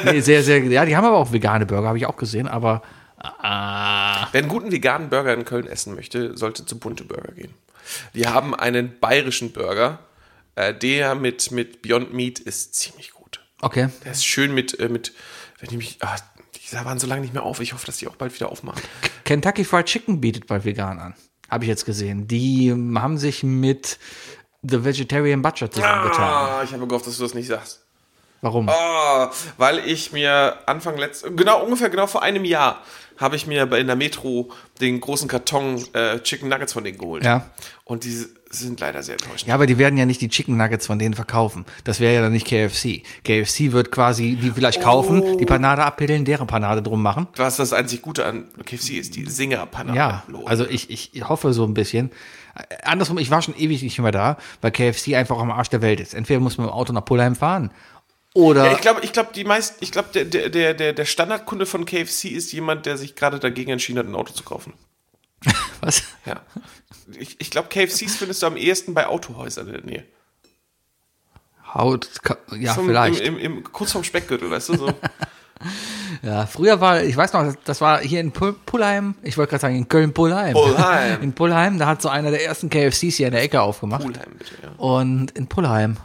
nee, sehr, sehr. Ja, die haben aber auch vegane Burger, habe ich auch gesehen, aber. ah,
Wer einen guten veganen Burger in Köln essen möchte, sollte zu Bunte Burger gehen. Die haben einen bayerischen Burger. Äh, der mit, mit Beyond Meat ist ziemlich gut.
okay.
Der ist schön mit, äh, mit wenn ich mich, ah, die waren so lange nicht mehr auf. Ich hoffe, dass die auch bald wieder aufmachen.
Kentucky Fried Chicken bietet bald vegan an. Habe ich jetzt gesehen. Die ähm, haben sich mit The Vegetarian Butcher zusammengetan.
Ah, ich habe gehofft, dass du das nicht sagst.
Warum?
Ah, weil ich mir Anfang letzten, genau ungefähr genau vor einem Jahr, habe ich mir bei- in der Metro den großen Karton äh, Chicken Nuggets von denen geholt.
Ja.
Und die sind leider sehr enttäuschend.
Ja, aber die werden ja nicht die Chicken Nuggets von denen verkaufen. Das wäre ja dann nicht KFC. KFC wird quasi die vielleicht kaufen, die Panade abpillen, deren Panade drum machen.
was das einzig Gute an KFC ist, die Singerpanade.
Ja,
Hallo.
also ich, ich hoffe so ein bisschen. Äh, Andersrum, ich war schon ewig nicht mehr da, weil KFC einfach am Arsch der Welt ist. Entweder muss man mit dem Auto nach Pullheim fahren oder
Ja, ich glaube, ich glaube, die meisten, ich glaube, der, der- der, der, der Standardkunde von KFC ist jemand, der sich gerade dagegen entschieden hat, ein Auto zu kaufen.
was?
Ja. Ich, ich glaube, KFCs findest du am ehesten bei Autohäusern in der Nähe.
Haut, ka- ja,
Zum-
vielleicht.
Im, im, im, kurz vorm Speckgürtel, weißt du? So.
Ja, früher war, ich weiß noch, das- das war hier in Pul- Pullheim, ich wollte gerade sagen, in Köln-Pullheim.
Pullheim.
In Pullheim, da hat so einer der ersten KFCs hier in der Ecke aufgemacht.
Poolheim, bitte, ja.
Und in Pullheim.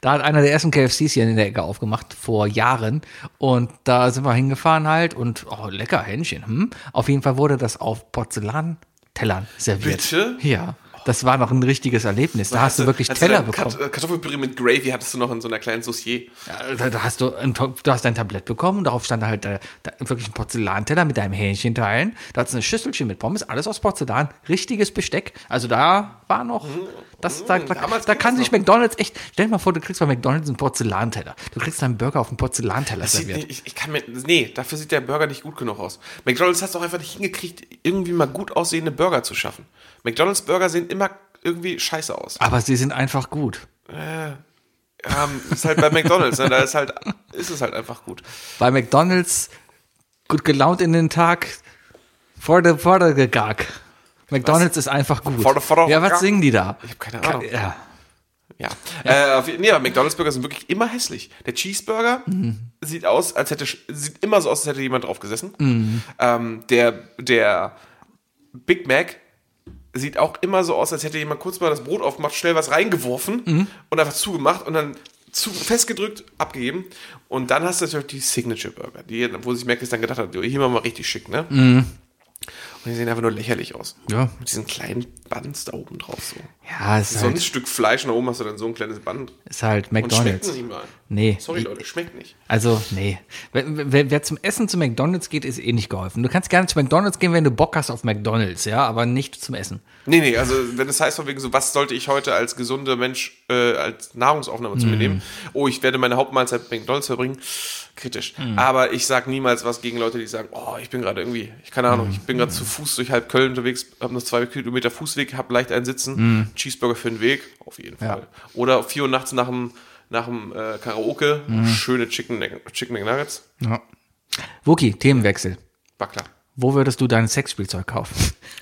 Da hat einer der ersten KFCs hier in der Ecke aufgemacht, vor Jahren. Und da sind wir hingefahren halt und, oh, lecker Hähnchen, hm? Auf jeden Fall wurde das auf Porzellan-Tellern serviert.
Bitte?
Ja. Das war noch ein richtiges Erlebnis. Da hast du wirklich
Hast du
Teller
dann Kat-
bekommen.
äh, Kartoffelpüree mit Gravy hattest du noch in so einer kleinen Saucier.
Ja, Äh, Da, da hast du, ein, To- du hast ein Tablett bekommen und darauf stand halt äh, da, wirklich ein Porzellanteller mit deinem Hähnchenteilen. Da hattest du ein Schüsselchen mit Pommes, alles aus Porzellan, richtiges Besteck. Also da war noch, das, da, da,
Mhm. damals
da
ging
kann
das
sich
noch.
McDonalds echt, stell dir mal vor, du kriegst bei McDonalds einen Porzellanteller. Du kriegst deinen Burger auf einen Porzellanteller
Das sieht,
serviert.
ich, ich kann mir, nee, dafür sieht der Burger nicht gut genug aus. McDonalds hat es auch einfach nicht hingekriegt, irgendwie mal gut aussehende Burger zu schaffen. McDonalds Burger sehen immer irgendwie scheiße aus.
Aber sie sind einfach gut.
Ähm, ist halt bei McDonalds, ne? da ist halt, ist es halt einfach gut.
Bei McDonalds gut gelaunt in den Tag, vor der, vor der Gag. McDonalds ist einfach gut.
Vor der- vor der
ja, was
Gag.
singen die da?
Ich habe keine
Ka-
Ahnung.
Ja.
Ja. Äh, auf, nee, aber McDonalds Burger sind wirklich immer hässlich. Der Cheeseburger sieht aus, als hätte, sieht immer so aus, als hätte jemand drauf gesessen. Ähm, der, der Big Mac sieht auch immer so aus, als hätte jemand kurz mal das Brot aufgemacht, schnell was reingeworfen und einfach zugemacht und dann zu, festgedrückt, abgegeben. Und dann hast du natürlich die Signature Burger, die, wo sich Mac dann gedacht hat, hier machen wir mal richtig schick, ne? Und die sehen einfach nur lächerlich aus.
Ja.
Mit diesen kleinen Buns da oben drauf so.
Ja, es ist
So ein
halt,
Stück Fleisch nach oben hast du dann so ein kleines Band.
ist halt
Und schmeckt
McDonalds.
nicht mal.
Nee.
Sorry, Leute, schmeckt nicht.
Also, nee. Wer, wer, wer zum Essen zu McDonalds geht, ist eh nicht geholfen. Du kannst gerne zu McDonalds gehen, wenn du Bock hast auf McDonalds, ja, aber nicht zum Essen.
Nee, nee, also wenn es heißt von wegen so, was sollte ich heute als gesunder Mensch äh, als Nahrungsaufnahme
Mm.
zu mir nehmen? Oh, ich werde meine Hauptmahlzeit mit McDonalds verbringen. Kritisch.
Mm.
Aber ich sage niemals was gegen Leute, die sagen, oh, ich bin gerade irgendwie, ich keine
Mm.
Ahnung, ich bin gerade zu Fuß durch halb Köln unterwegs, habe noch zwei Kilometer Fußweg, habe leicht einen Sitzen, Cheeseburger für den Weg, auf jeden
Mm. Ja.
Fall. Oder 4 Uhr nachts nach dem, nach dem äh, Karaoke,
Mm.
schöne Chicken, Chicken McNuggets.
Ja. Wookie, Themenwechsel.
War klar.
Wo würdest du dein Sexspielzeug kaufen?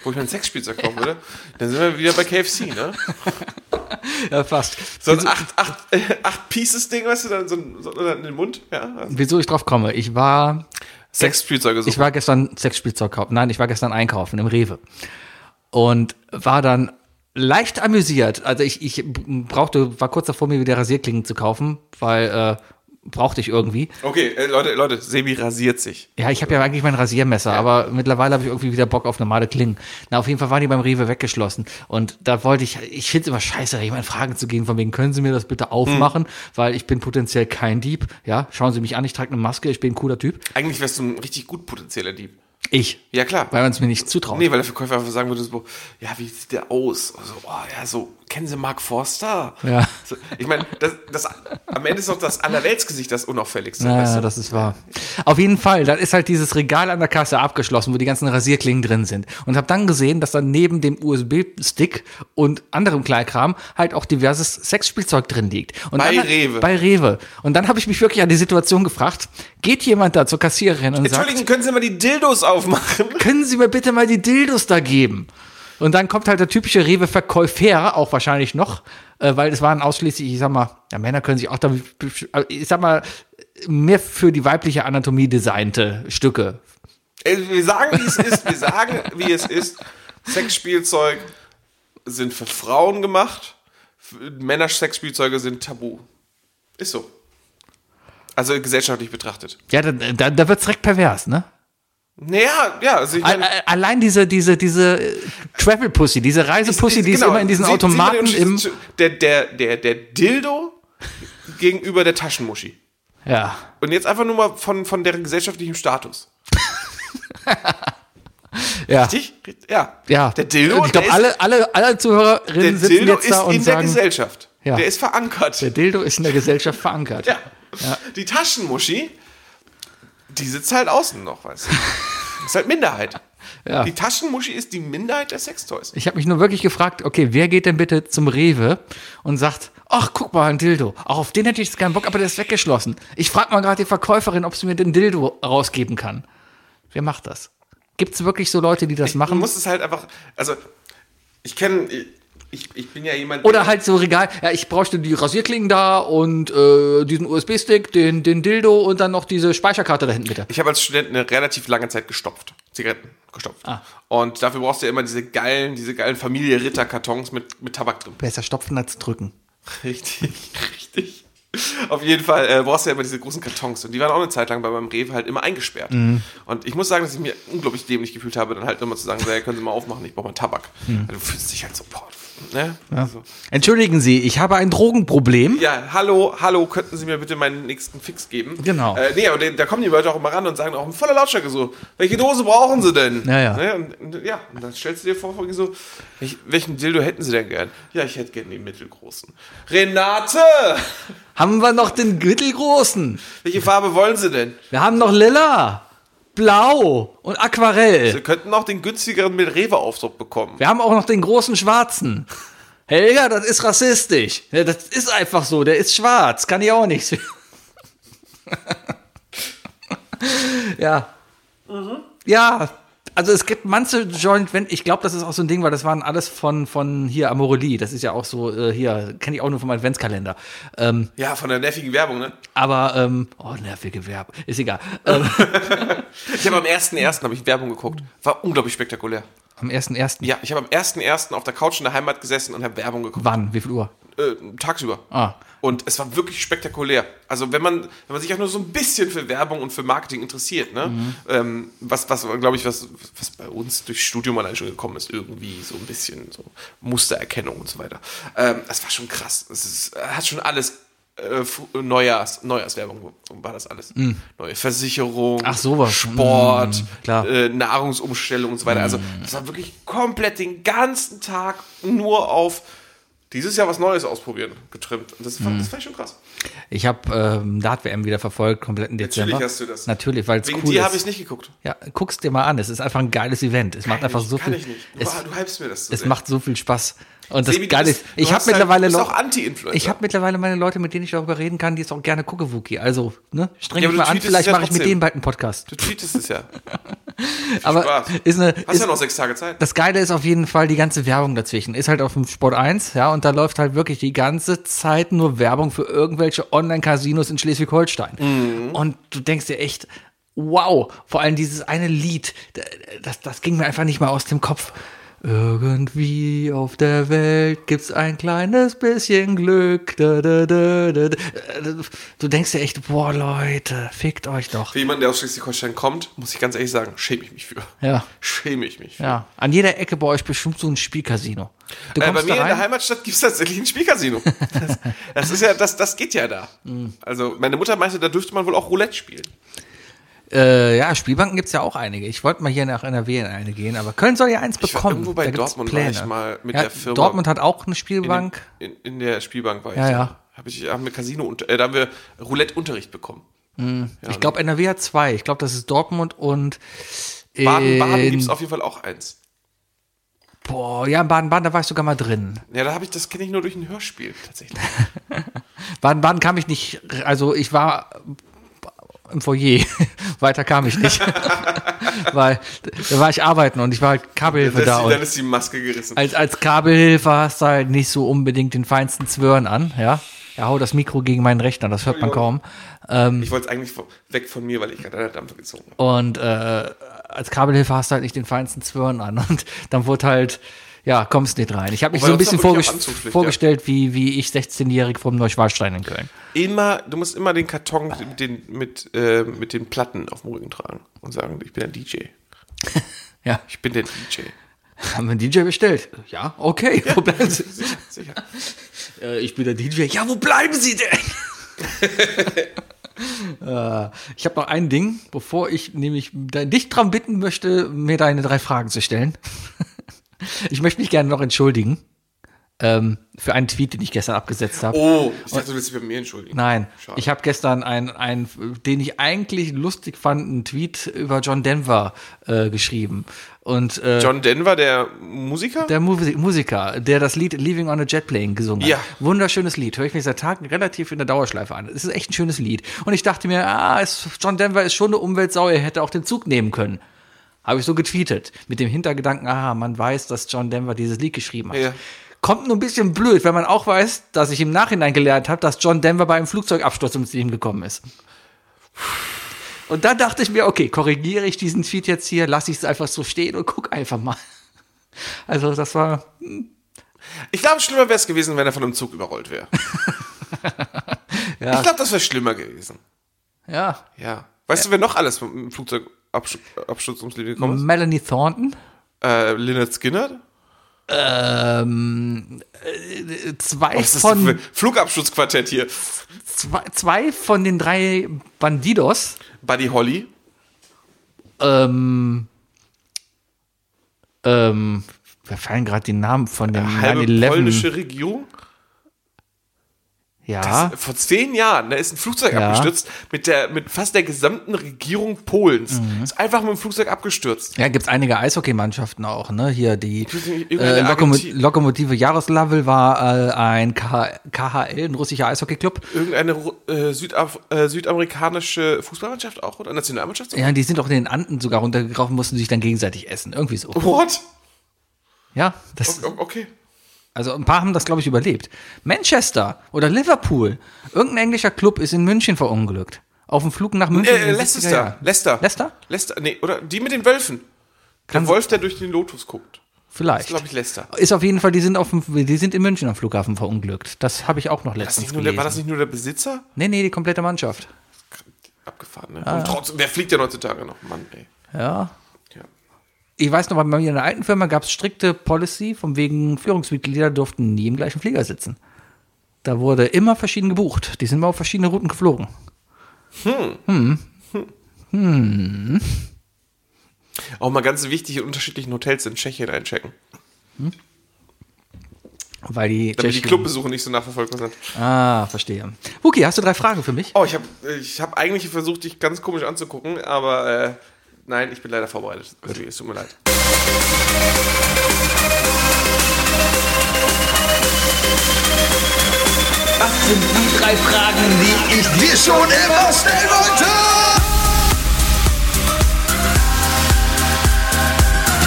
wo ich mein Sexspielzeug kaufen würde, dann sind wir wieder bei KFC, ne?
ja, fast.
So
Also-
ein äh, 8-Pieces-Ding, weißt du, dann so, ein- so in den Mund, ja? Also
Wieso ich drauf komme? Ich war
Sexspielzeuge so.
Ich war gestern Sexspielzeug kaufen. Nein, ich war gestern einkaufen im Rewe. Und war dann leicht amüsiert. Also ich, ich brauchte, war kurz davor, mir wieder Rasierklingen zu kaufen, weil äh, brauchte ich irgendwie.
Okay, äh, Leute, Leute, Sebi rasiert sich.
Ja, ich habe ja eigentlich mein Rasiermesser, aber mittlerweile habe ich irgendwie wieder Bock auf normale Klingen. Na, auf jeden Fall waren die beim Rewe weggeschlossen. Und da wollte ich, ich finde es immer scheiße, jemanden fragen zu gehen, von wegen, können Sie mir das bitte aufmachen? Weil ich bin potenziell kein Dieb. Ja, schauen Sie mich an, ich trage eine Maske, ich bin ein cooler Typ.
Eigentlich wärst du ein richtig gut potenzieller Dieb.
Ich,
Ja, klar.
weil man es mir nicht zutraut.
Nee, weil der Verkäufer einfach sagen würde, so, ja, wie sieht der aus? Also, oh, ja, so, kennen Sie Mark Forster?
Ja.
So, ich meine, das, das, am Ende ist doch das Allerweltsgesicht das Unauffälligste.
Ja,
weißt
ja,
du?
das ist wahr. Auf jeden Fall, da ist halt dieses Regal an der Kasse abgeschlossen, wo die ganzen Rasierklingen drin sind. Und habe dann gesehen, dass da neben dem USB-Stick und anderem Kleinkram halt auch diverses Sexspielzeug drin liegt. Und
Bei
dann,
Rewe.
Bei Rewe. Und dann habe ich mich wirklich an die Situation gefragt, geht jemand da zur Kassiererin und sagt,
Entschuldigen, können Sie mal die Dildos aufmachen?
können Sie mir bitte mal die Dildos da geben? Und dann kommt halt der typische Rewe-Verkäufer, auch wahrscheinlich noch, äh, weil es waren ausschließlich, ich sag mal, ja, Männer können sich auch damit, ich sag mal, mehr für die weibliche Anatomie designte Stücke.
Ey, Wir sagen, wie es ist. Wir sagen, wie es ist. Sexspielzeug sind für Frauen gemacht. Für Männer Sexspielzeuge sind tabu. Ist so. Also gesellschaftlich betrachtet.
Ja, da, da, da wird's direkt pervers, ne?
Naja, ja, also ich
Al-
meine,
al- Allein diese, diese, diese äh, Travel-Pussy, diese Reise-Pussy, die ist immer in diesen
Sie-
Automaten
genau, sieht man den
im,
Unterschied zu- der, der, der, der Dildo gegenüber der Taschenmuschi.
ja.
Und jetzt einfach nur mal von, von deren gesellschaftlichem Status.
Ja,
Richtig? Ja.
ja.
Der Dildo,
Und Ich glaube,
der ist-
alle, alle, alle
Der
Zuhörerinnen sitzen
Dildo
jetzt da
ist in
und
der
sagen,
Gesellschaft.
Ja.
Der ist verankert.
der Dildo ist in der Gesellschaft verankert.
Ja. Die Taschenmuschi, die sitzt halt außen noch, weißt du. Ist halt Minderheit.
Ja.
Die Taschenmuschi ist die Minderheit der Sextoys.
Ich habe mich nur wirklich gefragt, okay, wer geht denn bitte zum Rewe und sagt, ach, guck mal, ein Dildo. Auch auf den hätte ich jetzt keinen Bock, aber der ist weggeschlossen. Ich frage mal gerade die Verkäuferin, ob sie mir den Dildo rausgeben kann. Wer macht das? Gibt es wirklich so Leute, die das
Du
machen?
musst es halt einfach, also ich kenne, ich, ich bin ja jemand,
Oder
der-
halt so Regal, ja, ich bräuchte die Rasierklingen da und äh, diesen USB-Stick, den, den Dildo und dann noch diese Speicherkarte da hinten bitte.
ich habe als Student eine relativ lange Zeit gestopft, Zigaretten gestopft.
Ah.
Und dafür brauchst du ja immer diese geilen, diese geilen Familie Ritter Kartons mit, mit Tabak drin.
Besser stopfen als drücken.
Richtig, richtig. Auf jeden Fall äh, brauchst du ja immer diese großen Kartons. Und die waren auch eine Zeit lang bei meinem Rewe halt immer eingesperrt.
Mhm.
Und ich muss sagen, dass ich mir unglaublich dämlich gefühlt habe, dann halt immer zu sagen, so, ja, können Sie mal aufmachen, ich brauche mal Tabak. Also, du fühlst dich halt so, boah, Ne?
Mhm. Ja. Entschuldigen Sie, ich habe ein Drogenproblem.
Ja, hallo, hallo, könnten Sie mir bitte meinen nächsten Fix geben?
Genau.
Äh, nee, aber den- da kommen die Leute auch immer ran und sagen auch in voller Lautstärke so, welche Dose brauchen Sie denn?
Ja, ja.
Ne? Und, und, ja, und dann stellst du dir vor, irgendwie so, welch, welchen Dildo hätten Sie denn gern? Ja, ich hätte gern den mittelgroßen. Renate!
Haben wir noch den mittelgroßen?
Welche Farbe wollen Sie denn?
Wir haben noch lila, blau und
Sie
Aquarell.
könnten auch den günstigeren mit Rewe-Aufdruck bekommen.
Wir haben auch noch den großen schwarzen. Helga, das ist rassistisch. Ja, das ist einfach so. Der ist schwarz. Kann ich auch nichts. für. ja. Ja. Also es gibt manche Joint, wenn ich glaube, das ist auch so ein Ding, weil das waren alles von von hier Amorelli. Das ist ja auch so äh, hier kenne ich auch nur vom Adventskalender. Ähm,
Ja, von der nervigen Werbung, ne?
Aber, ähm, oh, nervige Werbung. Ist egal. Ähm,
Ich habe am 1.1. habe ich Werbung geguckt. War unglaublich spektakulär.
am 1.1.
Ja, ich habe am 1.1. auf der Couch in der Heimat gesessen und habe Werbung geguckt.
Wann? Wie viel Uhr?
Äh, tagsüber.
Ah.
Und es war wirklich spektakulär. Also wenn man, wenn man sich auch nur so ein bisschen für Werbung und für Marketing interessiert, ne?
Mhm.
Ähm, was, was glaube ich, was, was bei uns durchs Studium allein schon gekommen ist, irgendwie so ein bisschen so Mustererkennung und so weiter. Ähm, das war schon krass. Es ist, hat schon alles äh, Fu- Neujahrs, Neujahrswerbung war das alles. Neue Versicherung,
Mhm. Ach, sowas.
Sport,
Mm, klar. Mhm.
Äh, Nahrungsumstellung und so weiter. Also das war wirklich komplett den ganzen Tag nur auf dieses Jahr was Neues ausprobieren getrimmt. Und das, fand,
Mhm.
das fand ich schon krass.
Ich habe ähm, Dart-WM wieder verfolgt, kompletten Dezember.
hast du das.
Natürlich, weil es
Wegen
cool
dir habe ich
ist.
nicht geguckt.
Ja, guck's dir mal an. Es ist einfach ein geiles Event. Es macht einfach
ich,
so
kann
viel.
ich nicht. Du,
Es,
du hypst mir das zu
es
sehr.
macht so viel Spaß. Und das
Sebi, du
Geile
bist-
ist, ich
du
habe
hast halt-
mittlerweile
Du bist auch
Leute.
Anti-Influencer.
Ich habe mittlerweile meine Leute, mit denen ich darüber reden kann, die es auch gerne gucke, Wookie. Also, ne, streng
Ja,
dich mal
aber du
an,
tweetest es
vielleicht
ja
mache ich mit
trotzdem.
den beiden Podcast.
Du tweetest es ja.
Aber
Spaß.
ist eine,
Hast
ist,
ja noch sechs Tage Zeit.
das Geile ist auf jeden Fall die ganze Werbung dazwischen. Ist halt auf dem Sport 1, ja, und da läuft halt wirklich die ganze Zeit nur Werbung für irgendwelche Online-Casinos in Schleswig-Holstein.
Mhm.
Und du denkst dir echt, wow, vor allem dieses eine Lied, d- das, das ging mir einfach nicht mal aus dem Kopf. Irgendwie auf der Welt gibt's ein kleines bisschen Glück. Da, da, da, da, da. Du denkst dir echt, boah, Leute, fickt euch doch.
Für jemanden, der aus Schleswig-Holstein kommt, muss ich ganz ehrlich sagen, schäme ich mich für.
Ja.
Schäme ich mich. Für.
Ja, an jeder Ecke bei euch bestimmt so ein Spielcasino. Du
Äh, bei
kommst
mir
da
in der
rein,
Heimatstadt gibt es tatsächlich ein Spielcasino. Das, das ist ja, das, das geht ja da.
Mhm.
Also meine Mutter meinte, da dürfte man wohl auch Roulette spielen.
Äh, ja, Spielbanken gibt's ja auch einige. Ich wollte mal hier nach NRW in eine gehen, aber Köln soll ja eins
Ich war
bekommen.
irgendwo bei
Da gibt's
Dortmund, war
Pläne.
ich mal mit
ja,
der Firma.
Dortmund hat auch eine
In dem-
Spielbank.
In, in der Spielbank war ich.
Ja, ja.
Hab ich, haben wir Casino, unter- äh, da haben wir Roulette-Unterricht bekommen.
Ich glaube, NRW hat zwei. Ich glaube, das ist Dortmund und Äh,
Baden, Baden
in-
gibt es auf jeden Fall auch eins.
Boah, ja, in Baden-Baden, da war ich sogar mal drin.
Ja, da habe ich, das kenne ich nur durch ein Hörspiel tatsächlich.
Baden-Baden kam ich nicht, also ich war im Foyer. Weiter kam ich nicht. Weil da war ich arbeiten und ich war halt Kabelhilfe
Dann
da.
ist, die-
und
dann ist die Maske gerissen.
als, als Kabelhilfe hast du halt nicht so unbedingt den feinsten Zwirn an, ja. Ja, hau das Mikro gegen meinen Rechner, das hört man kaum.
Ich wollte es eigentlich von- weg von mir, weil ich gerade an der Dampfe gezogen habe.
Und äh, als Kabelhilfe hast du halt nicht den feinsten Zwirn an. Und dann wurde halt, ja, kommst nicht rein. Ich habe mich
Wobei
so ein
das ist
bisschen
doch wirklich
vorges
auch Anzugspflicht,
vorgestellt, wie, wie ich 16-Jährig vom Neuschwarstein in Köln.
Immer, du musst immer den Karton mit den, mit, äh, mit den Platten auf dem Rücken tragen und sagen, ich bin ein DJ.
Ja,
Ich bin der DJ.
haben wir einen DJ bestellt. Ja, okay, wo bleiben Sie?
Sicher, sicher.
Äh, ich bin der DJ. Ja, wo bleiben Sie denn? äh, ich habe noch ein Ding, bevor ich nämlich de- dich dran bitten möchte, mir deine drei Fragen zu stellen. ich möchte mich gerne noch entschuldigen ähm, für einen Tweet, den ich gestern abgesetzt habe.
Oh, ich dachte, du willst dich bei mir entschuldigen.
Nein,
Schade.
ich habe gestern einen, einen, den ich eigentlich lustig fand, einen Tweet über John Denver äh, geschrieben. Und äh,
John Denver, der Musiker?
der Musi- Musiker, der das Lied Leaving on a Jet Plane gesungen hat.
Ja.
Wunderschönes Lied. Höre ich mir seit Tagen relativ in der Dauerschleife an. Es ist echt ein schönes Lied. Und ich dachte mir, ah, es, John Denver ist schon eine Umweltsau, er hätte auch den Zug nehmen können. Habe ich so getweetet. Mit dem Hintergedanken, aha, man weiß, dass John Denver dieses Lied geschrieben hat.
Ja.
Kommt nur ein bisschen blöd, wenn man auch weiß, dass ich im Nachhinein gelernt habe, dass John Denver bei einem Flugzeugabsturz ums Leben gekommen ist. Und dann dachte ich mir, okay, korrigiere ich diesen Tweet jetzt hier, lasse ich es einfach so stehen und guck einfach mal. Also das war
Ich glaube, schlimmer wäre es gewesen, wenn er von einem Zug überrollt wäre. Ich glaube, das wäre schlimmer gewesen.
Ja.
Ja. Weißt du, wer noch alles mit dem Flugzeugabsturz ums Leben gekommen ist?
Mm. Melanie Thornton.
Äh, Lynyrd Skynyrd?
Ähm, äh, zwei,
Was ist das
von,
für Flugabschutzquartett hier?
zwei, zwei von den drei Bandidos
Buddy Holly.
ähm, ähm, wir fallen gerade die Namen von dem
halbe
9-11.
polnische Regierung.
Ja,
Vor zehn Jahren, da ist ein Flugzeug
Ja.
abgestürzt mit, der, mit fast der gesamten Regierung Polens.
Mhm.
Ist einfach mit dem Flugzeug abgestürzt.
ja gibt es einige Eishockey-Mannschaften auch, ne? Hier die
weiß nicht,
äh,
irgendeine
Lokomo
Argentin-
Lokomotive Jaroslawl war äh, ein K KHL, ein russischer Eishockey-Club.
Irgendeine Ru- äh, Südaf äh, südamerikanische Fußballmannschaft auch oder Nationalmannschaft?
Ja, die sind auch in den Anden sogar runtergegraben, mussten sich dann gegenseitig essen. Irgendwie so.
What?
Ja, das,
O- Okay.
Also ein paar haben das, glaube ich, überlebt. Manchester oder Liverpool. Irgendein englischer Club ist in München verunglückt. Auf dem Flug nach München. in
Äh,
den
Leicester.
70er Jahren.
Leicester.
Leicester?
Leicester. Nee, oder die mit den Wölfen.
Kann
der Wolf, der durch den Lotus guckt.
Vielleicht.
Glaube ich, Leicester.
Ist auf jeden Fall, die sind, auf dem, die sind in München am Flughafen verunglückt. Das habe ich auch noch
Das
letztens
nicht nur der,
gelesen.
war das nicht nur der Besitzer?
nee, nee, die komplette Mannschaft.
Abgefahren, ne? Und trotzdem, wer fliegt denn heutzutage noch? Mann, ey.
Ah. Ja.
Ja.
Ich weiß noch, bei mir in der alten Firma gab es strikte Policy, von wegen Führungsmitglieder durften nie im gleichen Flieger sitzen. Da wurde immer verschieden gebucht. Die sind immer auf verschiedene Routen geflogen.
Auch mal ganz wichtig, in unterschiedlichen Hotels in Tschechien einchecken.
Weil die.
Damit die
Tschechen-
Clubbesuche nicht so nachverfolgbar sind.
Ah, verstehe. Wookie, hast du drei Fragen für mich?
Oh, ich habe ich hab eigentlich versucht, dich ganz komisch anzugucken, aber äh, nein, ich bin leider vorbereitet. Also, es tut mir leid.
Das sind die drei Fragen, die ich dir
schon immer stellen wollte.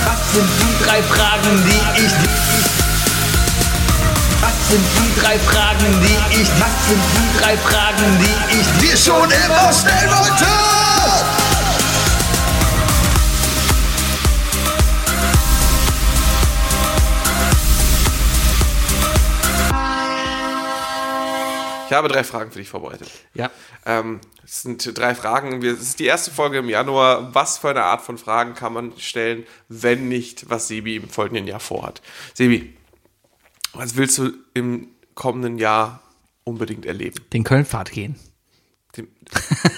Was sind die drei Fragen, die ich Was sind die drei Fragen, die ich Was sind die drei Fragen, die ich
Dir schon immer stellen wollte.
Ich habe drei Fragen für dich vorbereitet.
Ja.
Ähm, es sind drei Fragen. Wir- Es ist die erste Folge im Januar. Was für eine Art von Fragen kann man stellen, wenn nicht, was Sebi im folgenden Jahr vorhat? Sebi, was willst du im kommenden Jahr unbedingt erleben?
Den Köln-Pfad gehen.
Den,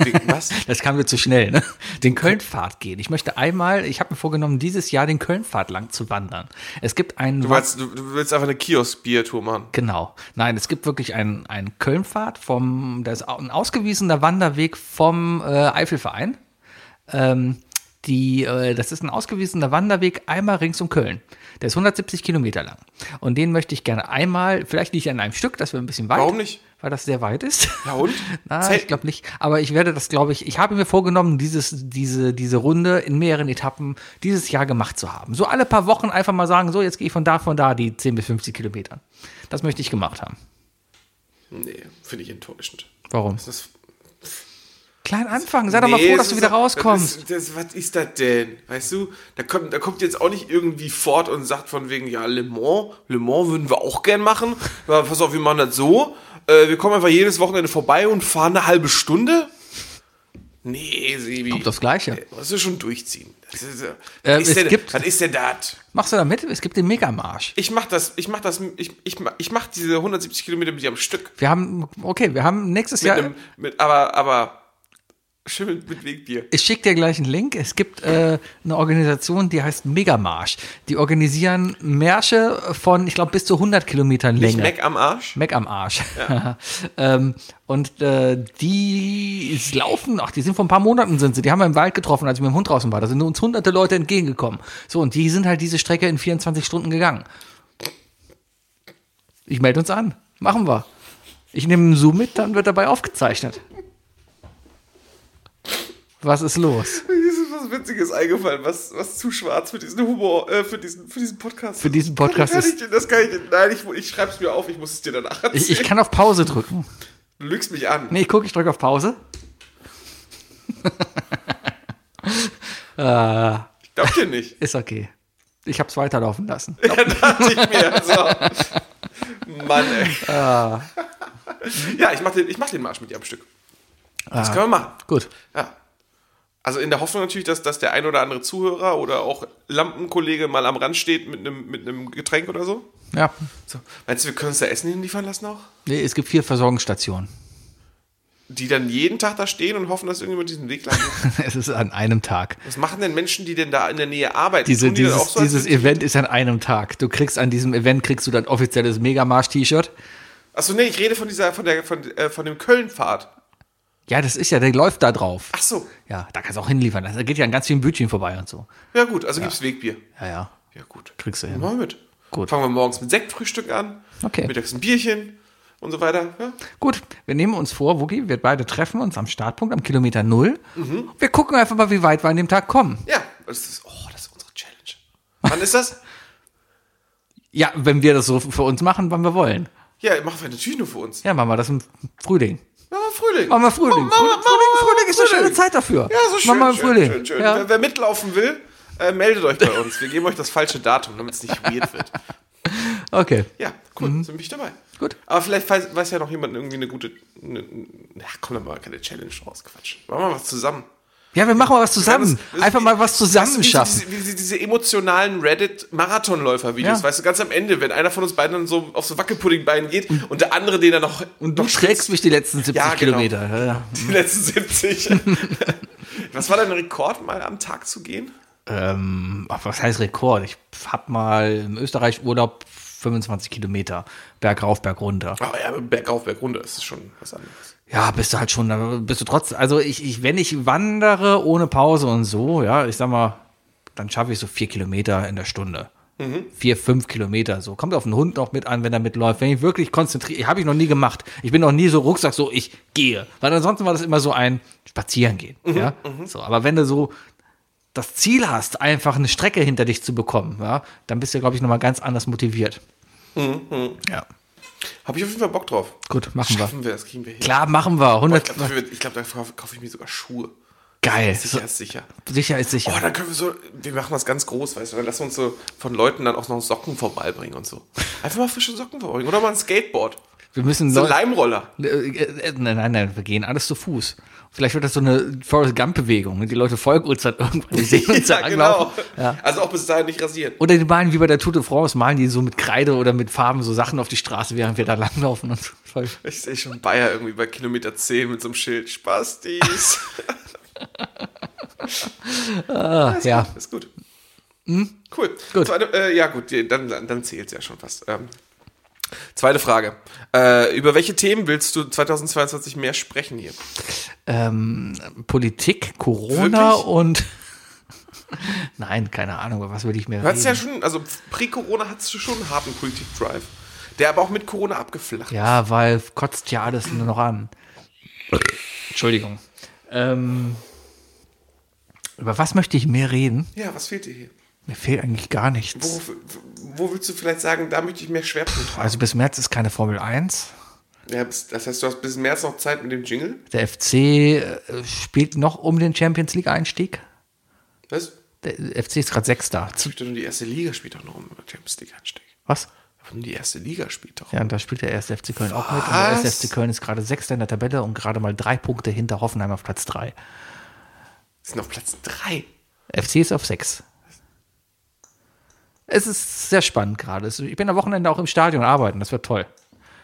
den, was?
Das kam mir zu schnell, ne? Den Köln-Pfad gehen. Ich möchte einmal, ich habe mir vorgenommen, dieses Jahr den Köln-Pfad lang zu wandern. Es gibt einen
Du, meinst, du, du willst einfach eine Kiosk-Biertour machen.
Genau. Nein, es gibt wirklich einen, einen Kölnpfad vom, da ist au- ein ausgewiesener Wanderweg vom äh, Eifelverein. Ähm, die, äh, das ist ein ausgewiesener Wanderweg einmal rings um Köln. Der ist 170 Kilometer lang. Und den möchte ich gerne einmal, vielleicht nicht an einem Stück, das wäre ein bisschen weit.
Warum nicht?
Weil das sehr weit ist.
Ja und?
Na,
Zelt-
ich glaube nicht. Aber ich werde das, glaube ich, ich habe mir vorgenommen, dieses, diese, diese Runde in mehreren Etappen dieses Jahr gemacht zu haben. So alle paar Wochen einfach mal sagen, so, jetzt gehe ich von da, von da, die 10 bis 50 Kilometern. Das möchte ich gemacht haben.
Nee, finde ich enttäuschend.
Warum?
Das ist
Klein anfangen, sei doch mal froh, dass du wieder rauskommst.
Das ist, das, was ist das denn? Weißt du, da kommt, da kommt jetzt auch nicht irgendwie Ford und sagt von wegen, ja, Le Mans, Le Mans würden wir auch gern machen. Aber pass auf, wir machen das so. Äh, wir kommen einfach jedes Wochenende vorbei und fahren eine halbe Stunde. Nee, Sebi.
Kommt aufs Gleiche.
musst du schon durchziehen. Das ist, äh,
Ähm,
was ist
es
denn,
gibt-
was ist denn das?
Machst du da mit? Es gibt den Megamarsch.
Ich mach das, ich mach das, ich, ich, mach- ich mach diese 170 Kilometer mit dir am Stück.
Wir haben, okay, wir haben nächstes
Mit
Jahr.
einem, mit, aber, aber, schön mit, mit Wegbier.
Ich schicke dir gleich einen Link. Es gibt äh, eine Organisation, die heißt Megamarsch. Die organisieren Märsche von, ich glaube, bis zu 100 Kilometern
Ich
Länge.
Mac am Arsch.
Mac am Arsch. ähm, und äh, die laufen, ach, die sind vor ein paar Monaten sind sie, die haben wir im Wald getroffen, als ich mit dem Hund draußen war. Da sind uns hunderte Leute entgegengekommen. So, und die sind halt diese Strecke in 24 Stunden gegangen. Ich melde uns an. Machen wir. Ich nehme einen Zoom mit, dann wird dabei aufgezeichnet. Was ist los?
Mir ist was Witziges eingefallen, was, was zu schwarz für diesen Humor, äh, für, diesen, für diesen Podcast.
Für diesen Podcast
kann, kann
ist-
ich, dir- Das kann ich dir, nein, ich, ich schreib's mir auf, ich muss es dir danach erzählen.
Ich, ich kann auf Pause drücken.
du lügst mich an.
Nee, ich guck, ich drücke auf Pause.
Ich glaub dir nicht.
Ist okay. Ich hab's weiterlaufen lassen.
Ja, dachte ich mir. So. Mann, ey.
Ah. Ah.
Ja, ich mach, den, ich mach den Marsch mit dir am Stück. Das können wir machen.
Gut.
Ja. Also in der Hoffnung natürlich, dass, dass der ein oder andere Zuhörer oder auch Lampenkollege mal am Rand steht mit einem, mit einem Getränk oder so.
Ja.
so. Meinst du, wir können uns da Essen hinliefern lassen auch?
Nee, es gibt vier Versorgungsstationen.
Die dann jeden Tag da stehen und hoffen, dass irgendjemand diesen Weg lang geht.
es ist an einem Tag.
Was machen denn Menschen, die denn da in der Nähe arbeiten?
Diese,
Tun die dann
dieses
auch so, als
dieses Event ist an einem Tag. Du kriegst an diesem Event kriegst du dein offizielles Megamarsch-T-Shirt.
Achso, nee, ich rede von dieser, von der, von, äh, von dem Köln-Fahrt.
Ja, das ist ja, der läuft da drauf.
Achso.
Ja, da kannst du auch hinliefern. Da geht ja an ganz vielen Bütchen vorbei und so.
Ja, gut, also gibt's Wegbier.
Ja, ja.
Ja, gut. Mhm.
Kriegst du hin.
Machen wir mit.
Gut.
Fangen wir morgens mit Sektfrühstück an.
Okay.
Mittags ein Bierchen und so weiter. Ja.
Gut, wir nehmen uns vor, Wookie, wir beide treffen uns am Startpunkt, am Kilometer Null.
Mhm.
Wir gucken einfach mal, wie weit wir an dem Tag kommen.
Ja, das ist, oh, das ist unsere Challenge. Wann ist das?
Ja, wenn wir das so für uns machen, wann wir wollen.
Ja, machen wir natürlich nur für uns.
Ja, machen wir das im Frühling.
Machen wir Frühling.
Machen wir Frühling.
Machen wir-
Frühling,
machen
Frühling,
wir-
Frühling ist eine schöne Zeit dafür.
Ja, so schön.
Machen wir im
schön,
Frühling.
Schön, schön.
Ja.
Wer, wer mitlaufen will, äh, meldet euch bei uns. Wir geben euch das falsche Datum, damit es nicht weird wird.
Okay,
Ja, cool, sind bin ich dabei.
Mhm. Gut.
Aber vielleicht weiß, weiß ja noch jemand irgendwie eine gute. Eine, ja, komm, dann mal keine Challenge raus, Quatsch. Machen wir was zusammen.
Ja, wir machen mal was
Das
zusammen.
ist- das ist
Einfach
wie-
mal was
das
zusammen
ist wie
schaffen.
Diese, wie diese, diese emotionalen Reddit-Marathonläufer-Videos,
Ja.
weißt du, ganz am Ende, wenn einer von uns beiden dann so auf so Wackelpuddingbeinen geht und der andere den dann noch
Und du schrägst mich die letzten 70
Ja, genau.
Kilometer. Ja, ja.
die letzten 70. was war dein Rekord, mal am Tag zu gehen?
Ähm, ach, was heißt Rekord? Ich hab mal im Österreich Urlaub 25 Kilometer bergauf, bergunter.
Aber Ah, ja, bergauf, bergunter ist es schon was anderes.
Ja, bist du halt schon, da bist du trotzdem. Also ich, ich, wenn ich wandere ohne Pause und so, ja, ich sag mal, dann schaffe ich so vier Kilometer in der Stunde. Vier, fünf Kilometer so. Kommt auf den Hund noch mit an, wenn er mitläuft. Wenn ich wirklich konzentriere, habe ich noch nie gemacht. Ich bin noch nie so Rucksack, so ich gehe. Weil ansonsten war das immer so ein Spazierengehen. ja? So, aber wenn du so das Ziel hast, einfach eine Strecke hinter dich zu bekommen, ja, dann bist du, glaube ich, nochmal ganz anders motiviert. Ja.
Habe ich auf jeden Fall Bock drauf.
Gut, machen wir.
Schaffen wir, das kriegen wir hin.
Klar, machen wir.
Ich
100.
glaube, dafür- ich glaub, da kaufe kaufe ich mir sogar Schuhe.
Geil. So,
Sicher ist sicher.
sicher ist sicher.
Oh, dann können wir so, wir machen das ganz groß, weißt du, dann lassen wir uns so von Leuten dann auch noch Socken vorbeibringen und so. Einfach mal frische Socken vorbeibringen oder mal ein Skateboard.
Wir müssen
So ein
Leu-
Leimroller.
Äh, äh, Nein, nein, nein, wir gehen alles zu Fuß. Vielleicht wird das so eine Forrest Gump-Bewegung. ne? Die Leute folgen uns dann irgendwann. Die sehen uns dann anlaufen. Ja.
Also auch bis dahin nicht rasieren.
Oder die malen wie bei der Tour de France, malen die so mit Kreide oder mit Farben so Sachen auf die Straße, während wir da langlaufen. Und so. Voll.
Ich sehe schon Bayer irgendwie bei Kilometer 10 mit so einem Schild. Spastis.
Ah, ja, Hm?
Ist gut. Cool. Zweite, äh, ja, gut, die- dann, dann zählt es ja schon fast. Ähm, zweite Frage. Äh, über welche Themen willst du 2022 mehr sprechen hier?
ähm, Politik, Corona
Wirklich?
und... nein, keine Ahnung, über was will ich mehr
Du hattest ja
reden?
schon, also pre-Corona hattest du schon einen harten Politik-Drive, der aber auch mit Corona abgeflacht ist.
Ja, weil kotzt ja alles nur noch an. Entschuldigung. Ähm, über was möchte ich mehr reden?
Ja, was fehlt dir hier?
Mir fehlt eigentlich gar nichts.
Wo, wo willst du vielleicht sagen, da möchte ich mehr Schwerpunkt haben?
Also bis März ist keine Formel 1.
Ja, bis- das heißt, du hast bis März noch Zeit mit dem Jingle?
Der FC äh, spielt noch um den Champions League Einstieg.
Was?
Der FC ist gerade Sechster.
Ich
Zu-
möchte nur die erste Liga spielt doch noch um Champions League Anstieg.
Was?
Aber nur die erste Liga spielt doch.
Ja, und da spielt der erste FC Köln auch mit. Und der
Was?
erste FC Köln ist gerade Sechster in der Tabelle und gerade mal drei Punkte hinter Hoffenheim auf Platz 3.
Sind auf Platz 3.
FC ist auf 6. Es ist sehr spannend gerade. Es- Ich bin am Wochenende auch im Stadion arbeiten. Das wird toll.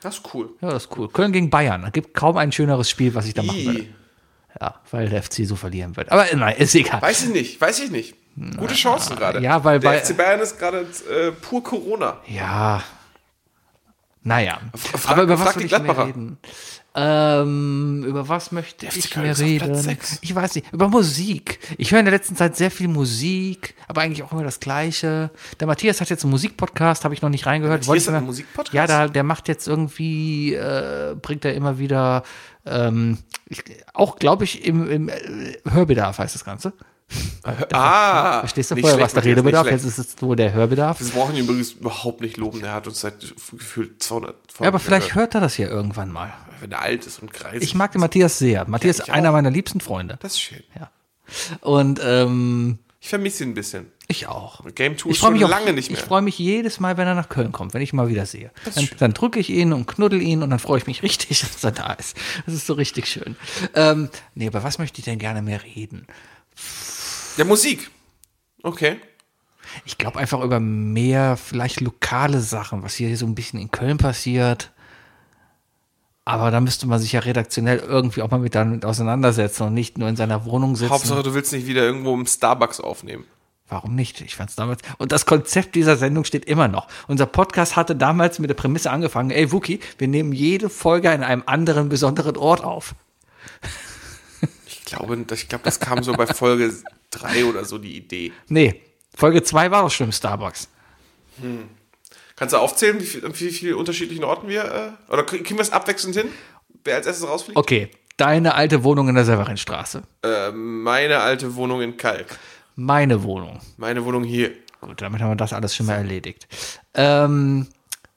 Das ist cool.
Ja, das ist cool. Köln gegen Bayern. Es gibt kaum ein schöneres Spiel, was ich da machen würde.
Ih,
Ja, weil der FC so verlieren wird. Aber äh, nein, ist egal.
Weiß ich nicht, weiß ich nicht. Gute Chancen gerade.
Ja, weil
der
bei-
FC Bayern ist gerade äh, pur Corona.
Ja. Naja.
frag- frag die
will ich mehr
Gladbacher.
reden? Ähm, über was möchte
FC
ich
Köln
mehr
ist auf Platz
reden?
sechs.
Ich weiß nicht. Über Musik. Ich höre in der letzten Zeit sehr viel Musik, aber eigentlich auch immer das Gleiche. Der Matthias hat jetzt einen Musikpodcast, habe ich noch nicht reingehört.
Matthias
Wollte ich
hat
mal-
einen Musikpodcast?
Ja, da, der macht jetzt irgendwie, äh, bringt er immer wieder, ähm, ich, auch glaube ich im, im äh, Hörbedarf heißt das Ganze.
Ah,
Verstehst du
nicht
vorher,
schlecht,
was der
Matthias,
Redebedarf?
nicht
Jetzt ist es wohl der Hörbedarf.
Das brauchen wir übrigens überhaupt nicht loben. Der hat uns seit gefühlt 200 Folgen
Ja, aber vielleicht
gehört.
hört er das ja irgendwann mal.
Wenn er alt ist und kreisig.
Ich mag den Matthias sehr. Matthias
Ja,
ist
ich
einer
auch.
meiner liebsten Freunde.
Das ist schön.
Und ähm,
Ich vermisse ihn ein bisschen.
ich auch.
Game 2
Ich
ist
freue
schon
mich auch,
lange nicht
Ich
mehr.
freue mich jedes Mal, wenn er nach Köln kommt, wenn ich ihn mal wieder sehe.
Das ist
Dann,
schön.
dann drücke ich ihn und knuddel ihn und dann freue ich mich richtig, dass er da ist. Das ist so richtig schön. Ähm, nee, aber was möchte ich denn gerne mehr reden?
Der Musik. Okay.
Ich glaube einfach über mehr, vielleicht lokale Sachen, was hier so ein bisschen in Köln passiert. Aber da müsste man sich ja redaktionell irgendwie auch mal mit damit auseinandersetzen und nicht nur in seiner Wohnung sitzen.
Hauptsache, du willst nicht wieder irgendwo im Starbucks aufnehmen.
Warum nicht? Ich fand's damals. Und das Konzept dieser Sendung steht immer noch. Unser Podcast hatte damals mit der Prämisse angefangen, ey Wookie, wir nehmen jede Folge an einem anderen besonderen Ort auf.
Ich glaube, ich glaube, das kam so bei Folge 3 oder so die Idee.
Nee, Folge 2 war auch schon im Starbucks.
Kannst du aufzählen, wie viel, an wie viele unterschiedlichen Orten wir. Äh, oder kriegen wir es abwechselnd hin? Wer als erstes rausfliegt?
Okay, deine alte Wohnung in der Severinstraße.
Äh, meine alte Wohnung in Kalk.
Meine Wohnung.
Meine Wohnung hier.
Gut, damit haben wir das alles schon mal erledigt. Ähm,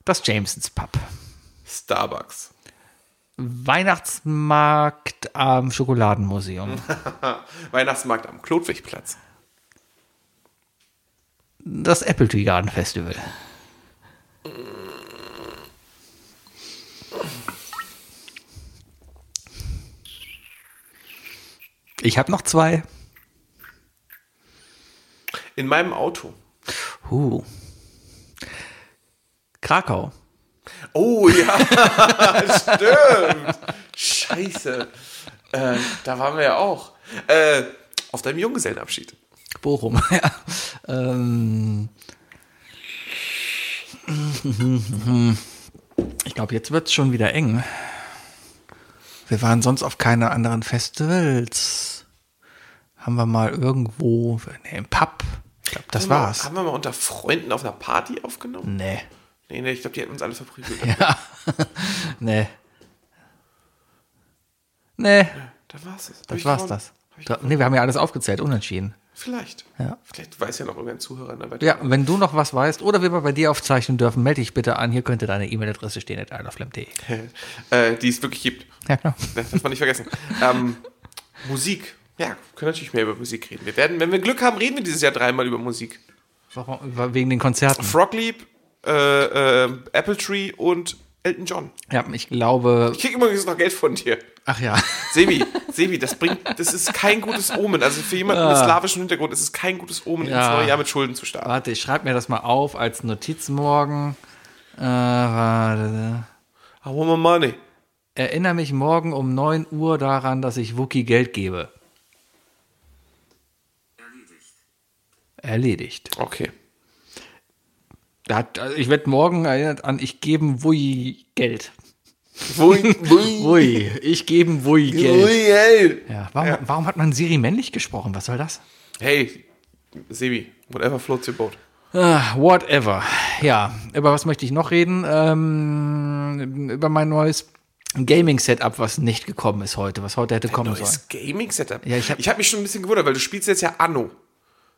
das Jamesons Pub.
Starbucks.
Weihnachtsmarkt am Schokoladenmuseum.
Weihnachtsmarkt am Klotwigplatz.
Das Apple Tree Garden Festival. Ich habe noch zwei.
In meinem Auto.
Huh. Krakau.
Oh ja, stimmt. Scheiße. Äh, da waren wir ja auch. Äh, auf deinem Junggesellenabschied.
Bochum, ja. Ähm. Ich glaube, jetzt wird es schon wieder eng. Wir waren sonst auf keine anderen Festivals. Haben wir mal irgendwo, nee, im Pub. Ich glaube, das
Haben wir-
war's.
Haben wir mal unter Freunden auf einer Party aufgenommen?
Nee.
Nee, nee, ich glaube, die hätten uns alle verprügelt.
Ja. nee. Nee,
Da war's es. Hab
das
ich
war's
gewonnen?
das.
Hab ich
Da, nee, wir haben ja alles aufgezählt, unentschieden.
Vielleicht.
Ja.
Vielleicht weiß ja noch irgendein Zuhörer. Dann weiter.
Ja, wenn du noch was weißt oder wir mal bei dir aufzeichnen dürfen, melde dich bitte an. Hier könnte deine E-Mail-Adresse stehen, at isleofflam.de.
Äh, die es wirklich gibt.
Ja, genau.
Das darf man nicht vergessen. ähm, Musik. Ja, wir können natürlich mehr über Musik reden. Wir werden, wenn wir Glück haben, reden wir dieses Jahr dreimal über Musik.
Warum? Wegen den Konzerten.
Froglieb, äh, äh, Apple Tree und Elton John.
Ja, ich glaube.
Ich krieg übrigens noch Geld von dir.
Ach ja.
Sebi, Sebi, das bringt, das ist kein gutes Omen. Also für jemanden mit slawischem Hintergrund ist es kein gutes Omen, ins
Ah. Ja.
neue Jahr mit Schulden zu starten.
Warte, ich schreibe mir das mal auf als Notiz morgen. Äh, warte.
I want my money.
Erinnere mich morgen um 9 Uhr daran, dass ich Wookie Geld gebe. Erledigt.
Okay.
Da hat- also Ich werde morgen erinnert an, ich gebe Wui Geld.
Wui, wui,
Wui, ich gebe Wui Geld.
wui, ey.
Ja, warum, warum hat man Siri männlich gesprochen? Was soll das?
Hey, Sebi, whatever floats your boat.
Ah, Whatever. Ja, über was möchte ich noch reden? Ähm, über mein neues Gaming-Setup, was nicht gekommen ist heute, was heute hätte kommen sollen.
Neues Gaming-Setup.
Ja, ich hab-
mich schon ein bisschen gewundert, weil du spielst jetzt ja Anno.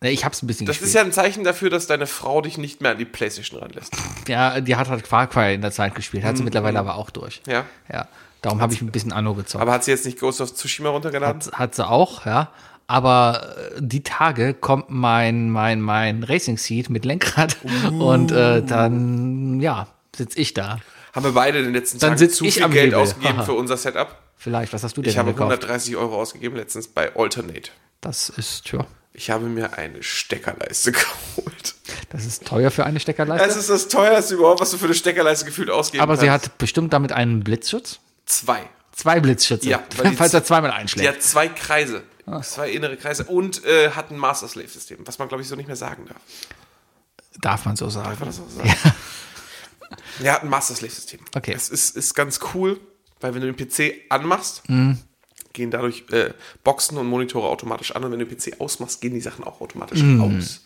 Nee, Ich hab's ein bisschen
Das ist ja ein Zeichen dafür, dass deine Frau dich nicht mehr an die Playstation ranlässt.
ja, die hat halt Quarkfire in der Zeit gespielt, hat sie mittlerweile aber auch durch.
Mhm, Ja.
Ja, darum habe ich ein bisschen Anno gezockt.
Aber hat sie jetzt nicht Ghost of Tsushima runtergeladen?
Hat, hat sie auch, ja. Aber äh, die Tage kommt mein, mein, mein Racing Seat mit Lenkrad und äh,
Uh.
dann, ja, sitze ich da.
Haben wir beide in den letzten
Dann
Tagen
sitz
zu
ich
viel
am
Geld
Hebel.
ausgegeben
Haha.
für unser Setup?
Vielleicht, was hast du denn
Ich habe
gekauft?
130 Euro ausgegeben letztens bei Alternate.
Das ist, ja,
Ich habe mir eine Steckerleiste geholt.
das ist teuer für eine Steckerleiste.
Es ist das teuerste überhaupt, was du für eine Steckerleiste gefühlt ausgeben
Aber
kannst.
sie hat bestimmt damit einen Blitzschutz.
zwei.
Zwei Blitzschütze.
Ja, weil die
falls er
z-
zweimal
Die
einschlägt. Ah.
hat zwei Kreise. Zwei innere Kreise und äh, hat ein Master Slave System, was man glaube ich so nicht mehr sagen darf.
Darf man so sagen.
Kann man das so sagen? Ja. Er hat ein Master Slave System.
Okay.
Das ist, ist ganz cool, weil wenn du den PC anmachst,
Mhm.
gehen dadurch äh, Boxen und Monitore automatisch an und wenn du den PC ausmachst, gehen die Sachen auch automatisch
Mhm.
aus.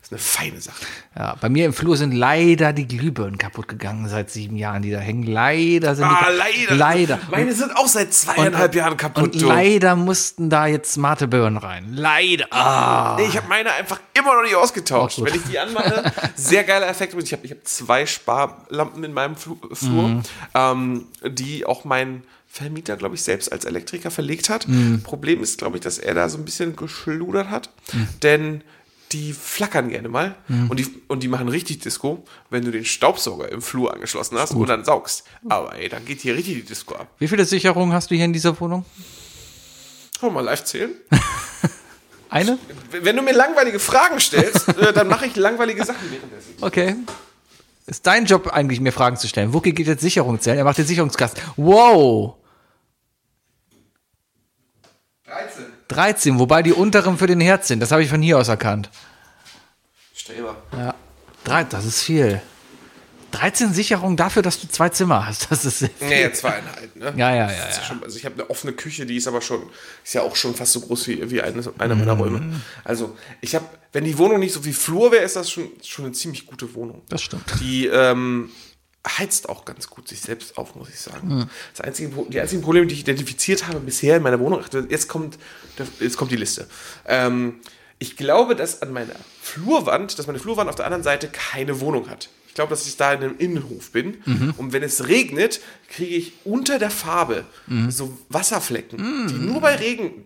Das ist eine feine Sache.
Ja, bei mir im Flur sind leider die Glühbirnen kaputt gegangen seit sieben Jahren, die da hängen. Leider sind
Ah,
die.
leider.
Leider.
Meine sind auch seit zweieinhalb Jahren kaputt.
Und
du.
leider mussten da jetzt smarte Birnen rein. Leider. Ah.
Nee, ich habe meine einfach immer noch nicht ausgetauscht.
Ach, gut.
Wenn ich die anmache, sehr geiler Effekt. Übrigens, Ich habe ich hab zwei Sparlampen in meinem Flu äh, Flur, ähm, die auch mein Vermieter, glaube ich, selbst als Elektriker verlegt hat. Problem ist, glaube ich, dass er da so ein bisschen geschludert hat, denn die flackern gerne mal und, die, und die machen richtig Disco, wenn du den Staubsauger im Flur angeschlossen hast und dann saugst. Aber ey, dann geht hier richtig die Disco ab.
Wie viele Sicherungen hast du hier in dieser Wohnung?
Kann man mal live zählen?
Eine?
Wenn du mir langweilige Fragen stellst, äh, dann mache ich langweilige Sachen währenddessen.
Okay. Ist dein Job eigentlich, mir Fragen zu stellen. Wookie geht jetzt Sicherung zählen. Er macht den Sicherungskasten. Wow.
13.
13, wobei die unteren für den Herz sind. Das habe ich von hier aus erkannt.
Streber.
Ja. Drei, das ist viel. 13 Sicherungen dafür, dass du zwei Zimmer hast. Das ist.
Nee, zweieinhalb, ne?
Ja, ja, ja,
Das ist
ja.
Schon, also ich habe eine offene Küche, die ist aber schon, ist ja auch schon fast so groß wie, wie eines, einer
Mhm.
meiner Räume. Also ich habe, wenn die Wohnung nicht so wie Flur wäre, ist das schon, schon eine ziemlich gute Wohnung.
Das stimmt.
Die ähm, heizt auch ganz gut sich selbst auf, muss ich sagen. Das einzige, Pro- die einzigen Probleme, die ich identifiziert habe bisher in meiner Wohnung, ach, jetzt kommt, jetzt kommt die Liste. Ähm, ich glaube, dass an meiner Flurwand, dass meine Flurwand auf der anderen Seite keine Wohnung hat. Ich glaube, dass ich da in einem Innenhof bin.
Mhm.
Und wenn es regnet, kriege ich unter der Farbe
Mhm.
so Wasserflecken, die nur bei Regen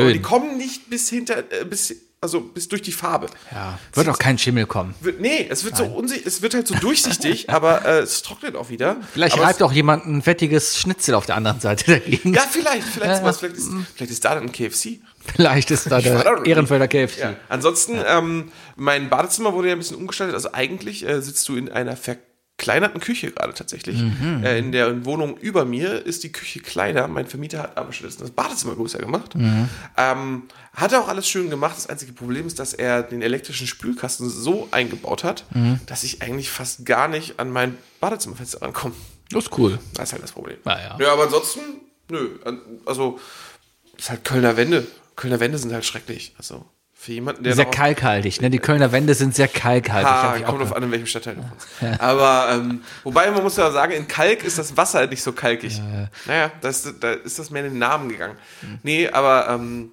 Schön.
Aber Die kommen nicht bis hinter, äh, bis, also bis durch die Farbe.
Ja. Wird auch kein Schimmel kommen.
Wird, nee, es wird so unsicht, es wird halt so durchsichtig, aber äh, es trocknet auch wieder.
Vielleicht
aber
reibt
es,
auch jemand ein fettiges Schnitzel auf der anderen Seite dagegen.
Ja, vielleicht, vielleicht, ist was, vielleicht, ist, vielleicht ist da dann ein KFC.
Vielleicht ist da
weiß auch
der
nicht.
Ehrenfelder KFC.
Ja. Ansonsten, ähm, mein Badezimmer wurde ja ein bisschen umgestaltet. Also eigentlich äh, sitzt du in einer verkleinerten Küche gerade tatsächlich. Äh, in der Wohnung über mir ist die Küche kleiner. Mein Vermieter hat aber stattdessen das Badezimmer größer gemacht. Ähm, hat er auch alles schön gemacht. Das einzige Problem ist, dass er den elektrischen Spülkasten so eingebaut hat, dass ich eigentlich fast gar nicht an mein Badezimmerfenster rankomme.
Das ist cool.
Das ist halt das Problem.
Naja.
Ja, aber ansonsten, nö. An- Also, das ist halt Kölner Wände. Kölner Wände sind halt schrecklich. Also, für jemanden, der.
Sehr
noch-
kalkhaltig, ne? Die Kölner Wände sind sehr kalkhaltig.
Ah,
hab ich auch
kommt drauf an, in welchem Stadtteil du wohnst. Aber, ähm, wobei man muss ja sagen, in Kalk ist das Wasser halt nicht so kalkig. Naja, das, da ist das mehr in den Namen gegangen. Nee, aber, ähm,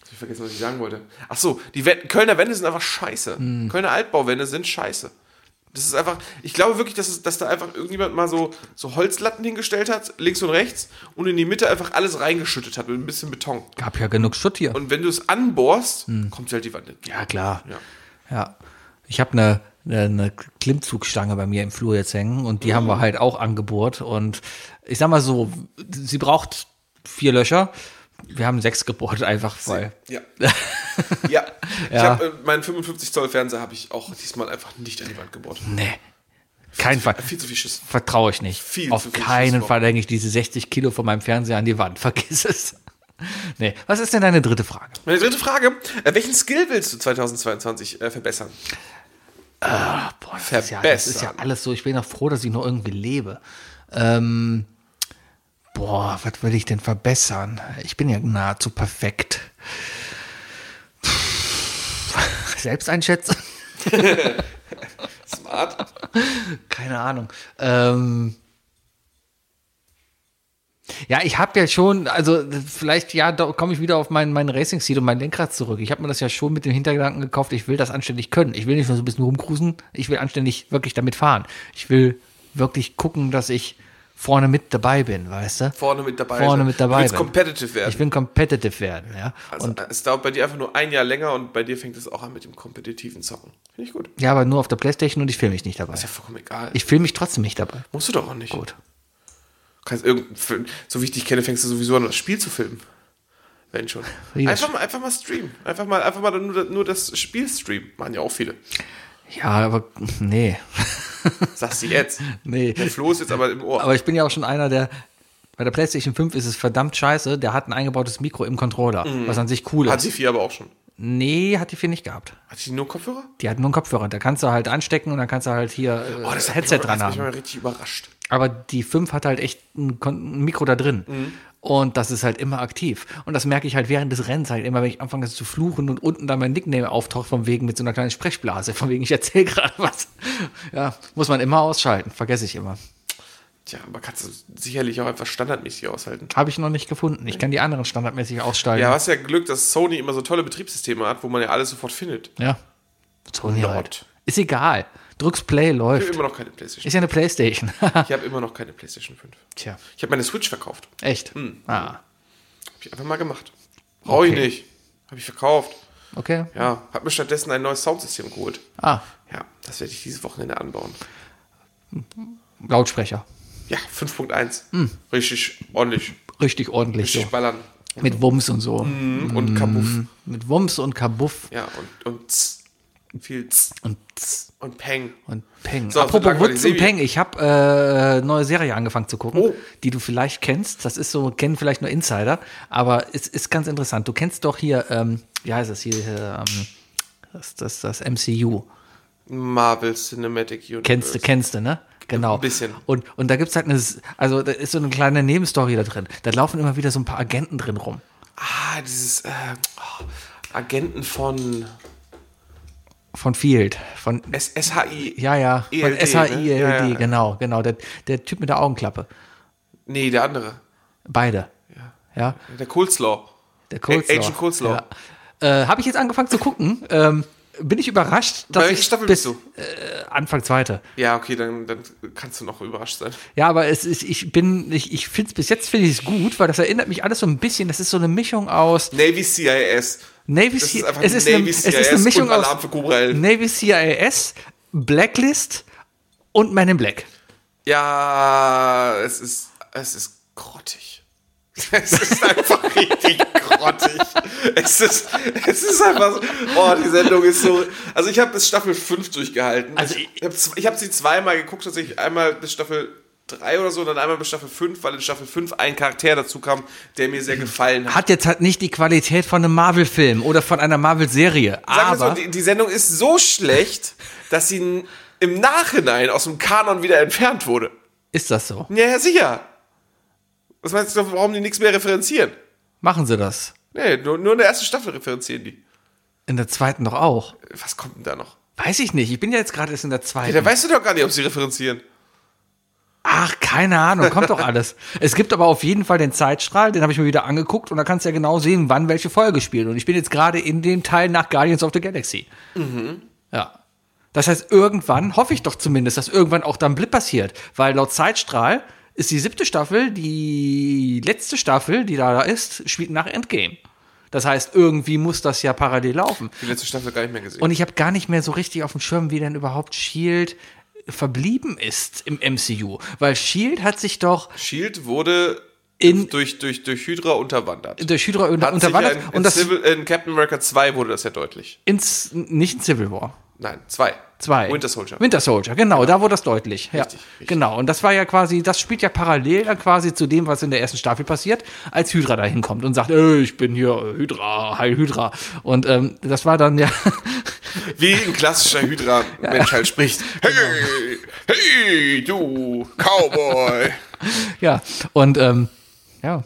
hab ich vergessen, was ich sagen wollte. Ach so, die Wä- Kölner Wände sind einfach scheiße.
Hm.
Kölner Altbauwände sind scheiße. Das ist einfach, ich glaube wirklich, dass, es, dass da einfach irgendjemand mal so, so Holzlatten hingestellt hat, links und rechts, und in die Mitte einfach alles reingeschüttet hat mit ein bisschen Beton.
Gab ja genug Schutt hier.
Und wenn du es anbohrst, kommt halt die Wand. hin.
Hm. ja, klar.
Ja.
Ja. Ich habe eine, eine ne Klimmzugstange bei mir im Flur jetzt hängen und die haben
Mhm.
wir halt auch angebohrt. Und ich sag mal so, sie braucht vier Löcher. Wir haben sechs gebohrt, einfach weil.
Ja. ja. Ich
Äh? Ja.
hab, äh, meinen 55 Zoll Fernseher habe ich auch diesmal einfach nicht an die Wand gebohrt.
Nee. Kein Fall.
Viel zu viel Schiss.
Vertraue ich nicht.
Viel zu
Auf
viel
keinen
Schiss
Fall hänge ich diese 60 Kilo von meinem Fernseher an die Wand. Vergiss es. Nee. Was ist denn deine dritte Frage?
Meine dritte Frage: äh, Welchen Skill willst du 2022 äh, verbessern?
Boah, das ist, ja, das
Verbessern.
ist ja alles so. Ich bin ja froh, dass ich noch irgendwie lebe. Ähm, boah, was will ich denn verbessern? Ich bin ja nahezu perfekt. Pff, Selbsteinschätzung?
Smart.
Keine Ahnung. Ähm, ja, ich habe ja schon, also vielleicht, ja, da komme ich wieder auf mein, mein Racing-Seat und mein Lenkrad zurück. Ich habe mir das ja schon mit dem Hintergedanken gekauft, ich will das anständig können. Ich will nicht nur so ein bisschen rumcruisen, ich will anständig wirklich damit fahren. Ich will wirklich gucken, dass ich vorne mit dabei bin, weißt du?
Vorne mit dabei.
Vorne
sein.
mit dabei
Du willst
sein.
competitive werden.
Ich will competitive werden, ja.
also,
und,
äh, es dauert bei dir einfach nur ein Jahr länger und bei dir fängt es auch an mit dem kompetitiven Zocken. Finde ich gut.
ja, aber nur auf der Playstation und ich filme mich nicht dabei.
Ist ja vollkommen egal.
Ich filme mich trotzdem nicht dabei.
Musst du doch auch nicht.
Gut.
Kannst irgendein, Film- so wie ich dich kenne, fängst du sowieso an, das Spiel zu filmen. Wenn schon.
Wie das
Einfach mal, einfach mal streamen. Einfach mal, einfach mal nur, nur das Spiel streamen. Machen ja auch viele.
Ja, aber nee.
Sagst du jetzt?
Nee.
Der Flo ist jetzt aber im Ohr.
Aber ich bin ja auch schon einer, der. Bei der PlayStation 5 ist es verdammt scheiße, der hat ein eingebautes Mikro im Controller, was an sich cool
Mhm. hat
ist.
sie vier aber auch schon.
nee, hat die 4 nicht gehabt.
Hat sie nur Kopfhörer?
Die hat nur einen Kopfhörer. Da kannst du halt anstecken und dann kannst du halt hier äh, das
Oh, hat
Headset
mich mal-
dran
hat mich mal
haben.
richtig überrascht.
Aber die 5 hat halt echt ein, Kon- ein Mikro da drin.
Mhm.
Und das ist halt immer aktiv. Und das merke ich halt während des Rennens halt immer, wenn ich anfange zu fluchen und unten dann mein Nickname auftaucht, von wegen mit so einer kleinen Sprechblase, von wegen ich erzähle gerade was. Ja, muss man immer ausschalten, vergesse ich immer.
Tja, aber kannst du sicherlich auch einfach standardmäßig aushalten.
Habe ich noch nicht gefunden. Ich kann die anderen standardmäßig aussteigen.
Ja, hast ja Glück, dass Sony immer so tolle Betriebssysteme hat, wo man ja alles sofort findet.
Ja. Sony
Lord.
halt. Ist egal. Drückst Play,
Ich habe
läuft.
immer noch keine Playstation.
Ist ja eine Playstation.
Ich habe immer noch keine Playstation 5.
Tja.
Ich habe meine Switch verkauft.
Echt?
Hm.
Ah,
Hab ich einfach mal gemacht. Brauche ich
Okay.
nicht. Habe ich verkauft.
okay.
Ja, habe mir stattdessen ein neues Soundsystem geholt.
Ah,
Ja, das werde ich dieses Wochenende anbauen.
Lautsprecher.
Ja, 5.1. Richtig ordentlich.
Richtig ordentlich
Richtig
Hm. so.
ballern.
Mit Wumms und so.
Mhm, Und Kabuff.
Mit Wumms und Kabuff
Ja, und, und Tz. Viel Tz
und Tz
und Peng.
und Peng.
So,
Apropos
lang war die
Wutz und
Serie.
Peng, ich habe äh, neue Serie angefangen zu gucken,
Oh.
die du vielleicht kennst. Das ist so, kennen vielleicht nur Insider, aber es ist ganz interessant. Du kennst doch hier, ähm, wie heißt das hier, hier ähm, das, das, das MCU.
Marvel Cinematic Universe.
Kennst du, kennst du, ne? Genau.
Äh, Ein bisschen.
Und, und da gibt's halt eine, also da ist so eine kleine Nebenstory da drin. Da laufen immer wieder so ein paar Agenten drin rum.
Ah, dieses äh, oh, Agenten von
Von Field, von,
S SHI.
ja, ja, von
ELD,
SHI,
ne? Ja,
ELD,
ja.
E genau, genau. Der, der Typ mit der Augenklappe.
Nee, der andere.
Beide. Ja.
Der Coleslaw.
der Coleslaw.
Agent Coleslaw.
Ja. Äh, Habe ich jetzt angefangen zu gucken. Ähm, bin ich überrascht, dass
Bei welcher
ich
Staffel
bis äh,
bist du?
Anfang zweite.
Ja, okay, dann, dann kannst du noch überrascht sein.
Ja, aber es ist, ich bin, ich, ich finde es bis jetzt finde ich es gut, weil das erinnert mich alles so ein bisschen. Das ist so eine Mischung aus
Navy CIS.
Navy,
Das
C-
ist einfach
es, ist
Navy
eine, es
CIS
ist eine Mischung
und Alarm
aus
für Cobra 11.
Navy CIS, Blacklist und Men in Black.
Ja, es ist, es ist grottig. Es ist einfach richtig grottig. Es ist, es ist einfach so, oh, die Sendung ist so, also ich habe bis Staffel 5 durchgehalten.
Also
ich ich habe ich hab sie zweimal geguckt, tatsächlich einmal bis Staffel 3 oder so und dann einmal bis Staffel 5, weil in Staffel 5 ein Charakter dazu kam, der mir sehr gefallen hat.
Hat jetzt halt nicht die Qualität von einem Marvel-Film oder von einer Marvel-Serie,
Sagen wir
aber
so, die, die Sendung ist so schlecht, dass sie n- im Nachhinein aus dem Kanon wieder entfernt wurde.
ist das so?
Ja, ja, sicher. Was meinst du, warum die nichts mehr referenzieren?
Machen sie das.
Nee, nur, nur in der ersten Staffel referenzieren die.
In der zweiten doch auch.
Was kommt denn da noch?
Weiß ich nicht. Ich bin ja jetzt gerade erst in der
Ja,
zweiten.
da weißt du doch gar nicht, ob sie referenzieren.
Ach, keine Ahnung, kommt doch alles. Es gibt aber auf jeden Fall den Zeitstrahl, den habe ich mir wieder angeguckt und da kannst du ja genau sehen, wann welche Folge spielt. Und ich bin jetzt gerade in dem Teil nach Guardians of the Galaxy. Ja. Das heißt, irgendwann hoffe ich doch zumindest, dass irgendwann auch da ein Blip passiert. Weil laut Zeitstrahl ist die siebte Staffel, die letzte Staffel, die da, da ist, spielt nach Endgame. Das heißt, irgendwie muss das ja parallel laufen.
Die letzte Staffel gar nicht mehr gesehen.
Und ich habe gar nicht mehr so richtig auf dem Schirm, wie denn überhaupt Shield verblieben ist im MCU, weil Shield hat sich doch
Shield wurde
In-
durch, durch, durch Hydra unterwandert.
durch Hydra unter,
Hat sich
unterwandert
ja in, in,
und das
Civil, in Captain America 2 wurde das ja deutlich.
ins nicht in Civil War.
Nein, 2.
Zwei.
Winter Soldier.
Winter Soldier, genau, da wurde das deutlich. Ja.
Richtig, richtig.
Genau, und das war ja quasi, das spielt ja parallel dann quasi zu dem, was in der ersten Staffel passiert, als Hydra da hinkommt und sagt, äh, ich bin hier äh, Hydra, Heil Hydra. Und ähm, das war dann ja,
Wie ein klassischer Hydra-Mensch halt spricht. Hey, hey, du Cowboy.
ja, und ähm, ja,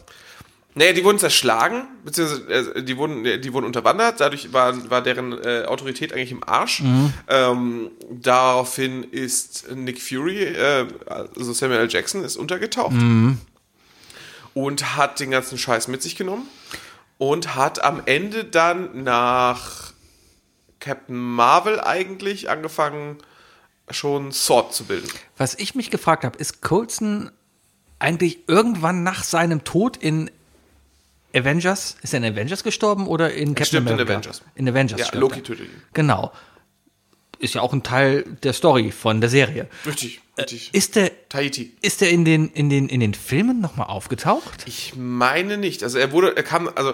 Naja, die wurden zerschlagen, beziehungsweise äh, die wurden, die wurden unterwandert, dadurch war, war deren äh, Autorität eigentlich im Arsch. Ähm, daraufhin ist Nick Fury, äh, also Samuel L. Jackson, ist untergetaucht und hat den ganzen Scheiß mit sich genommen und hat am Ende dann nach Captain Marvel eigentlich angefangen, schon Sword zu bilden.
Was ich mich gefragt habe, ist Coulson eigentlich irgendwann nach seinem Tod in Avengers, ist er in Avengers gestorben oder in Captain
stirbt in
America?
Avengers.
In Avengers.
Ja,
stirbt
Loki
er.
tötet ihn.
Genau. Ist ja auch ein Teil der Story von der Serie.
Richtig, richtig.
Ist der,
Tahiti.
ist der in den, in den, in den Filmen nochmal aufgetaucht?
Ich meine nicht. Also er wurde, er kam, also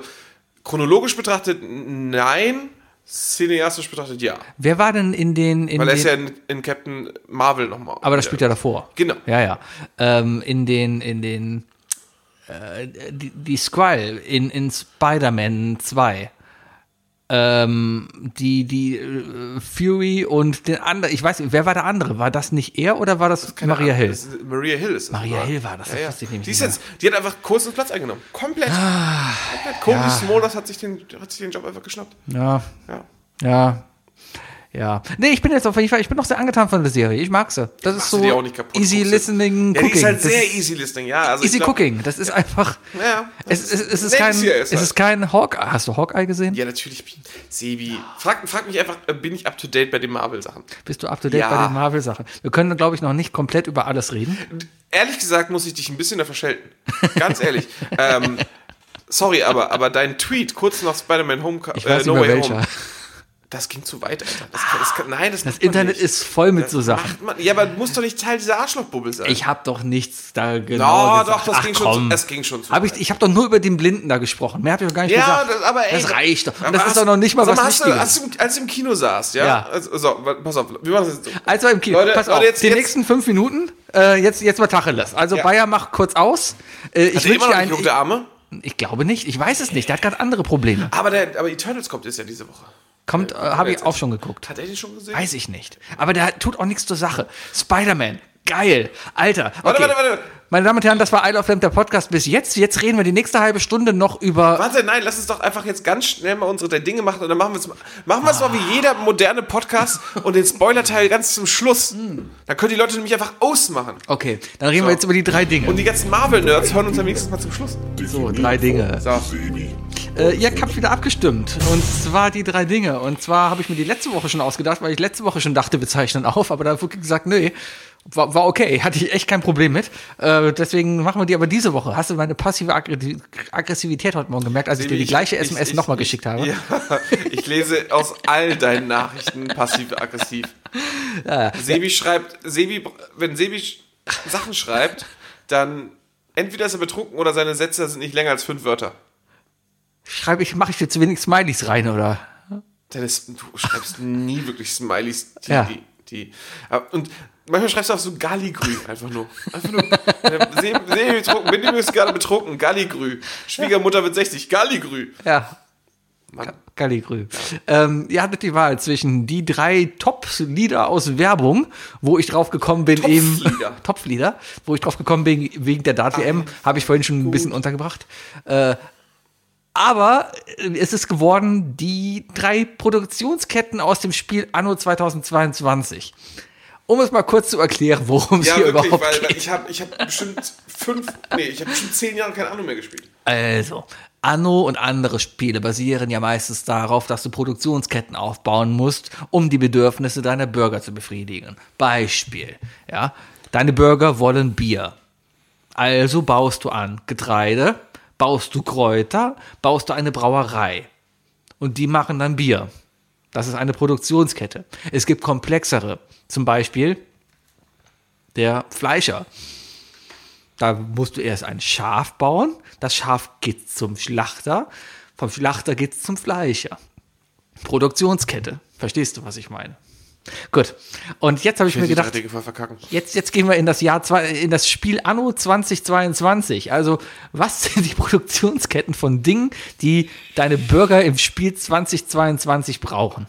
chronologisch betrachtet n- nein, cineastisch betrachtet ja.
Wer war denn in den, in
Weil er
den,
ist ja in, in Captain Marvel nochmal.
aber das spielt ja davor.
Genau.
Ja, ja. Ähm, in den, in den, äh, die, die Squall in, in Spider-Man 2. Ähm, die, die äh, Fury und den anderen, ich weiß nicht, wer war der andere? War das nicht er oder war das Maria Hill?
Das ist- Maria Hill ist das.
Maria
oder?
Hill war das,
Ja,
das
ja.
wusste ich nämlich
Die, ist
nicht Ah,
jetzt, die hat einfach kurz einen Platz eingenommen. Komplett. Komplett. Kobe Smulders hat sich, den, hat sich den Job einfach geschnappt.
Ja,
Ja.
ja. Ja. Nee, ich bin jetzt auf jeden Fall, ich bin noch sehr angetan von der Serie. Ich mag sie. Das ist
Machst
so
du die auch nicht kaputt.
easy
guckst du.
listening
ja,
cooking.
Die ist halt
Das
sehr
ist
easy listening, ja. Also ich
easy
glaub-
cooking. Das ist einfach.
Ja.
Es, es, es, ist
Nee,
kein,
ist hier, ist
es
halt.
ist kein Hawkeye. Hast du Hawkeye gesehen?
Ja, natürlich. bin ich- Sebi. Frag, frag mich einfach, äh, bin ich up to date bei den Marvel-Sachen?
Bist du up to date
Ja. Äh,
bei den Marvel-Sachen? Wir können, glaube ich, noch nicht komplett über alles reden.
Ehrlich gesagt muss ich dich ein bisschen da verschelten. Ganz ehrlich. ähm, sorry, aber, aber dein Tweet kurz nach Spider-Man äh, Homecoming.
Ich weiß nicht mehr welcher.
Das ging zu weit, Alter. Das kann, das kann, nein, das,
Das Internet ist voll mit so Sachen.
Macht man, ja, aber du musst doch nicht Teil dieser Arschlochbubble sein.
Ich habe doch nichts da genau
Ja,
gesagt.
doch, das
Ach,
ging schon
komm.
zu, es ging schon zu
Hab ich ich habe doch nur über den Blinden da gesprochen. Mehr habe ich doch gar nicht
Ja,
gesagt.
das, aber ey,
das reicht doch. Und
aber
das
hast-
ist doch noch nicht mal
sag
was
hast
Wichtiges.
du, als, du, als du im Kino saßt, ja?
Ja.
Also, so, wa- pass auf, wir machen das jetzt so.
Also im Kino,
Leute,
pass
Leute,
auf,
jetzt-
die
jetzt-
nächsten fünf Minuten, äh, jetzt, jetzt mal Tacheles. Also
Ja.
Bayer macht kurz aus. Äh, ich
Hat der
wünsche
immer
dir
noch nicht
einen,
gejuckte Arme?
ich, ich glaube nicht, ich weiß es nicht, der hat gerade andere Probleme.
Aber, der, aber Eternals kommt jetzt ja diese Woche.
Kommt, äh, habe ich
jetzt-
auch schon geguckt.
Hat er den schon gesehen?
Weiß ich nicht. Aber der tut auch nichts zur Sache. Spider-Man, geil, Alter. Okay.
Warte, warte, warte.
Meine Damen und Herren, das war Isle of Lamp, der Podcast bis jetzt. Jetzt reden wir die nächste halbe Stunde noch über...
Warte, nein, lass uns doch einfach jetzt ganz schnell mal unsere drei Dinge machen und dann machen wir es mal, machen wir es mal wie jeder moderne Podcast und den Spoiler-Teil ganz zum Schluss. Dann können die Leute nämlich einfach ausmachen.
Okay, dann reden wir jetzt über die drei Dinge.
Und die ganzen Marvel-Nerds hören uns am nächsten Mal zum Schluss.
so, drei Dinge.
So.
Äh, ihr habt wieder abgestimmt. Und zwar die drei Dinge. Und zwar habe ich mir die letzte Woche schon ausgedacht, weil ich letzte Woche schon dachte, wir zeichnen auf. Aber da wurde gesagt, nee, war, war okay. Hatte ich echt kein Problem mit. Äh, deswegen machen wir die aber diese Woche. Hast du meine passive Aggre- Aggressivität heute Morgen gemerkt, als ich dir die
Ich-
gleiche
ich-
SMS
ich-
nochmal
ich-
geschickt habe?
Ja, ich lese aus all deinen Nachrichten passiv-aggressiv. Sebi schreibt, Sebi, wenn Sebi sch- Sachen schreibt, dann entweder ist er betrunken oder seine Sätze sind nicht länger als fünf Wörter.
Schreibe ich, mache ich dir zu wenig Smileys rein, oder?
Denn es- du schreibst nie wirklich Smileys, die,
Ja.
die, die. aber- Und manchmal schreibst du auch so Galligrü, einfach nur. Einfach nur. äh, Sebi, Sebi betrunken, bin übrigens gerade betrunken, Galligrü. Schwiegermutter wird 60, Galligrü.
Ja.
Mann.
Galligrü. Ähm, ihr hattet die Wahl zwischen die drei Top-Lieder aus Werbung, wo ich drauf gekommen bin, eben
Topflieder.
Top-Lieder, wo ich drauf gekommen bin wegen der
Ah,
Dart-WM, habe ich vorhin schon ein bisschen untergebracht. Äh, aber äh, es ist geworden die drei Produktionsketten aus dem Spiel Anno 2022. Um es mal kurz zu erklären, worum es
Ja,
hier
wirklich,
überhaupt
weil
geht.
weil ich habe ich hab bestimmt fünf, nee, ich habe bestimmt zehn Jahre keine Ahnung mehr gespielt.
Also, Anno und andere Spiele basieren ja meistens darauf, dass du Produktionsketten aufbauen musst, um die Bedürfnisse deiner Bürger zu befriedigen. Beispiel, ja, deine Bürger wollen Bier. Also baust du an Getreide, baust du Kräuter, baust du eine Brauerei. Und die machen dann Bier. Das ist eine Produktionskette. Es gibt komplexere, zum Beispiel der Fleischer. Da musst du erst ein Schaf bauen. Das Schaf geht zum Schlachter. Vom Schlachter geht es zum Fleischer. Produktionskette. Verstehst du, was ich meine? Gut. Und jetzt habe ich mir gedacht,
Dinge voll verkacken.
Jetzt, jetzt gehen wir in das Jahr zwei- in das Spiel Anno 2022. Also, was sind die Produktionsketten von Dingen, die deine Bürger im Spiel 2022 brauchen?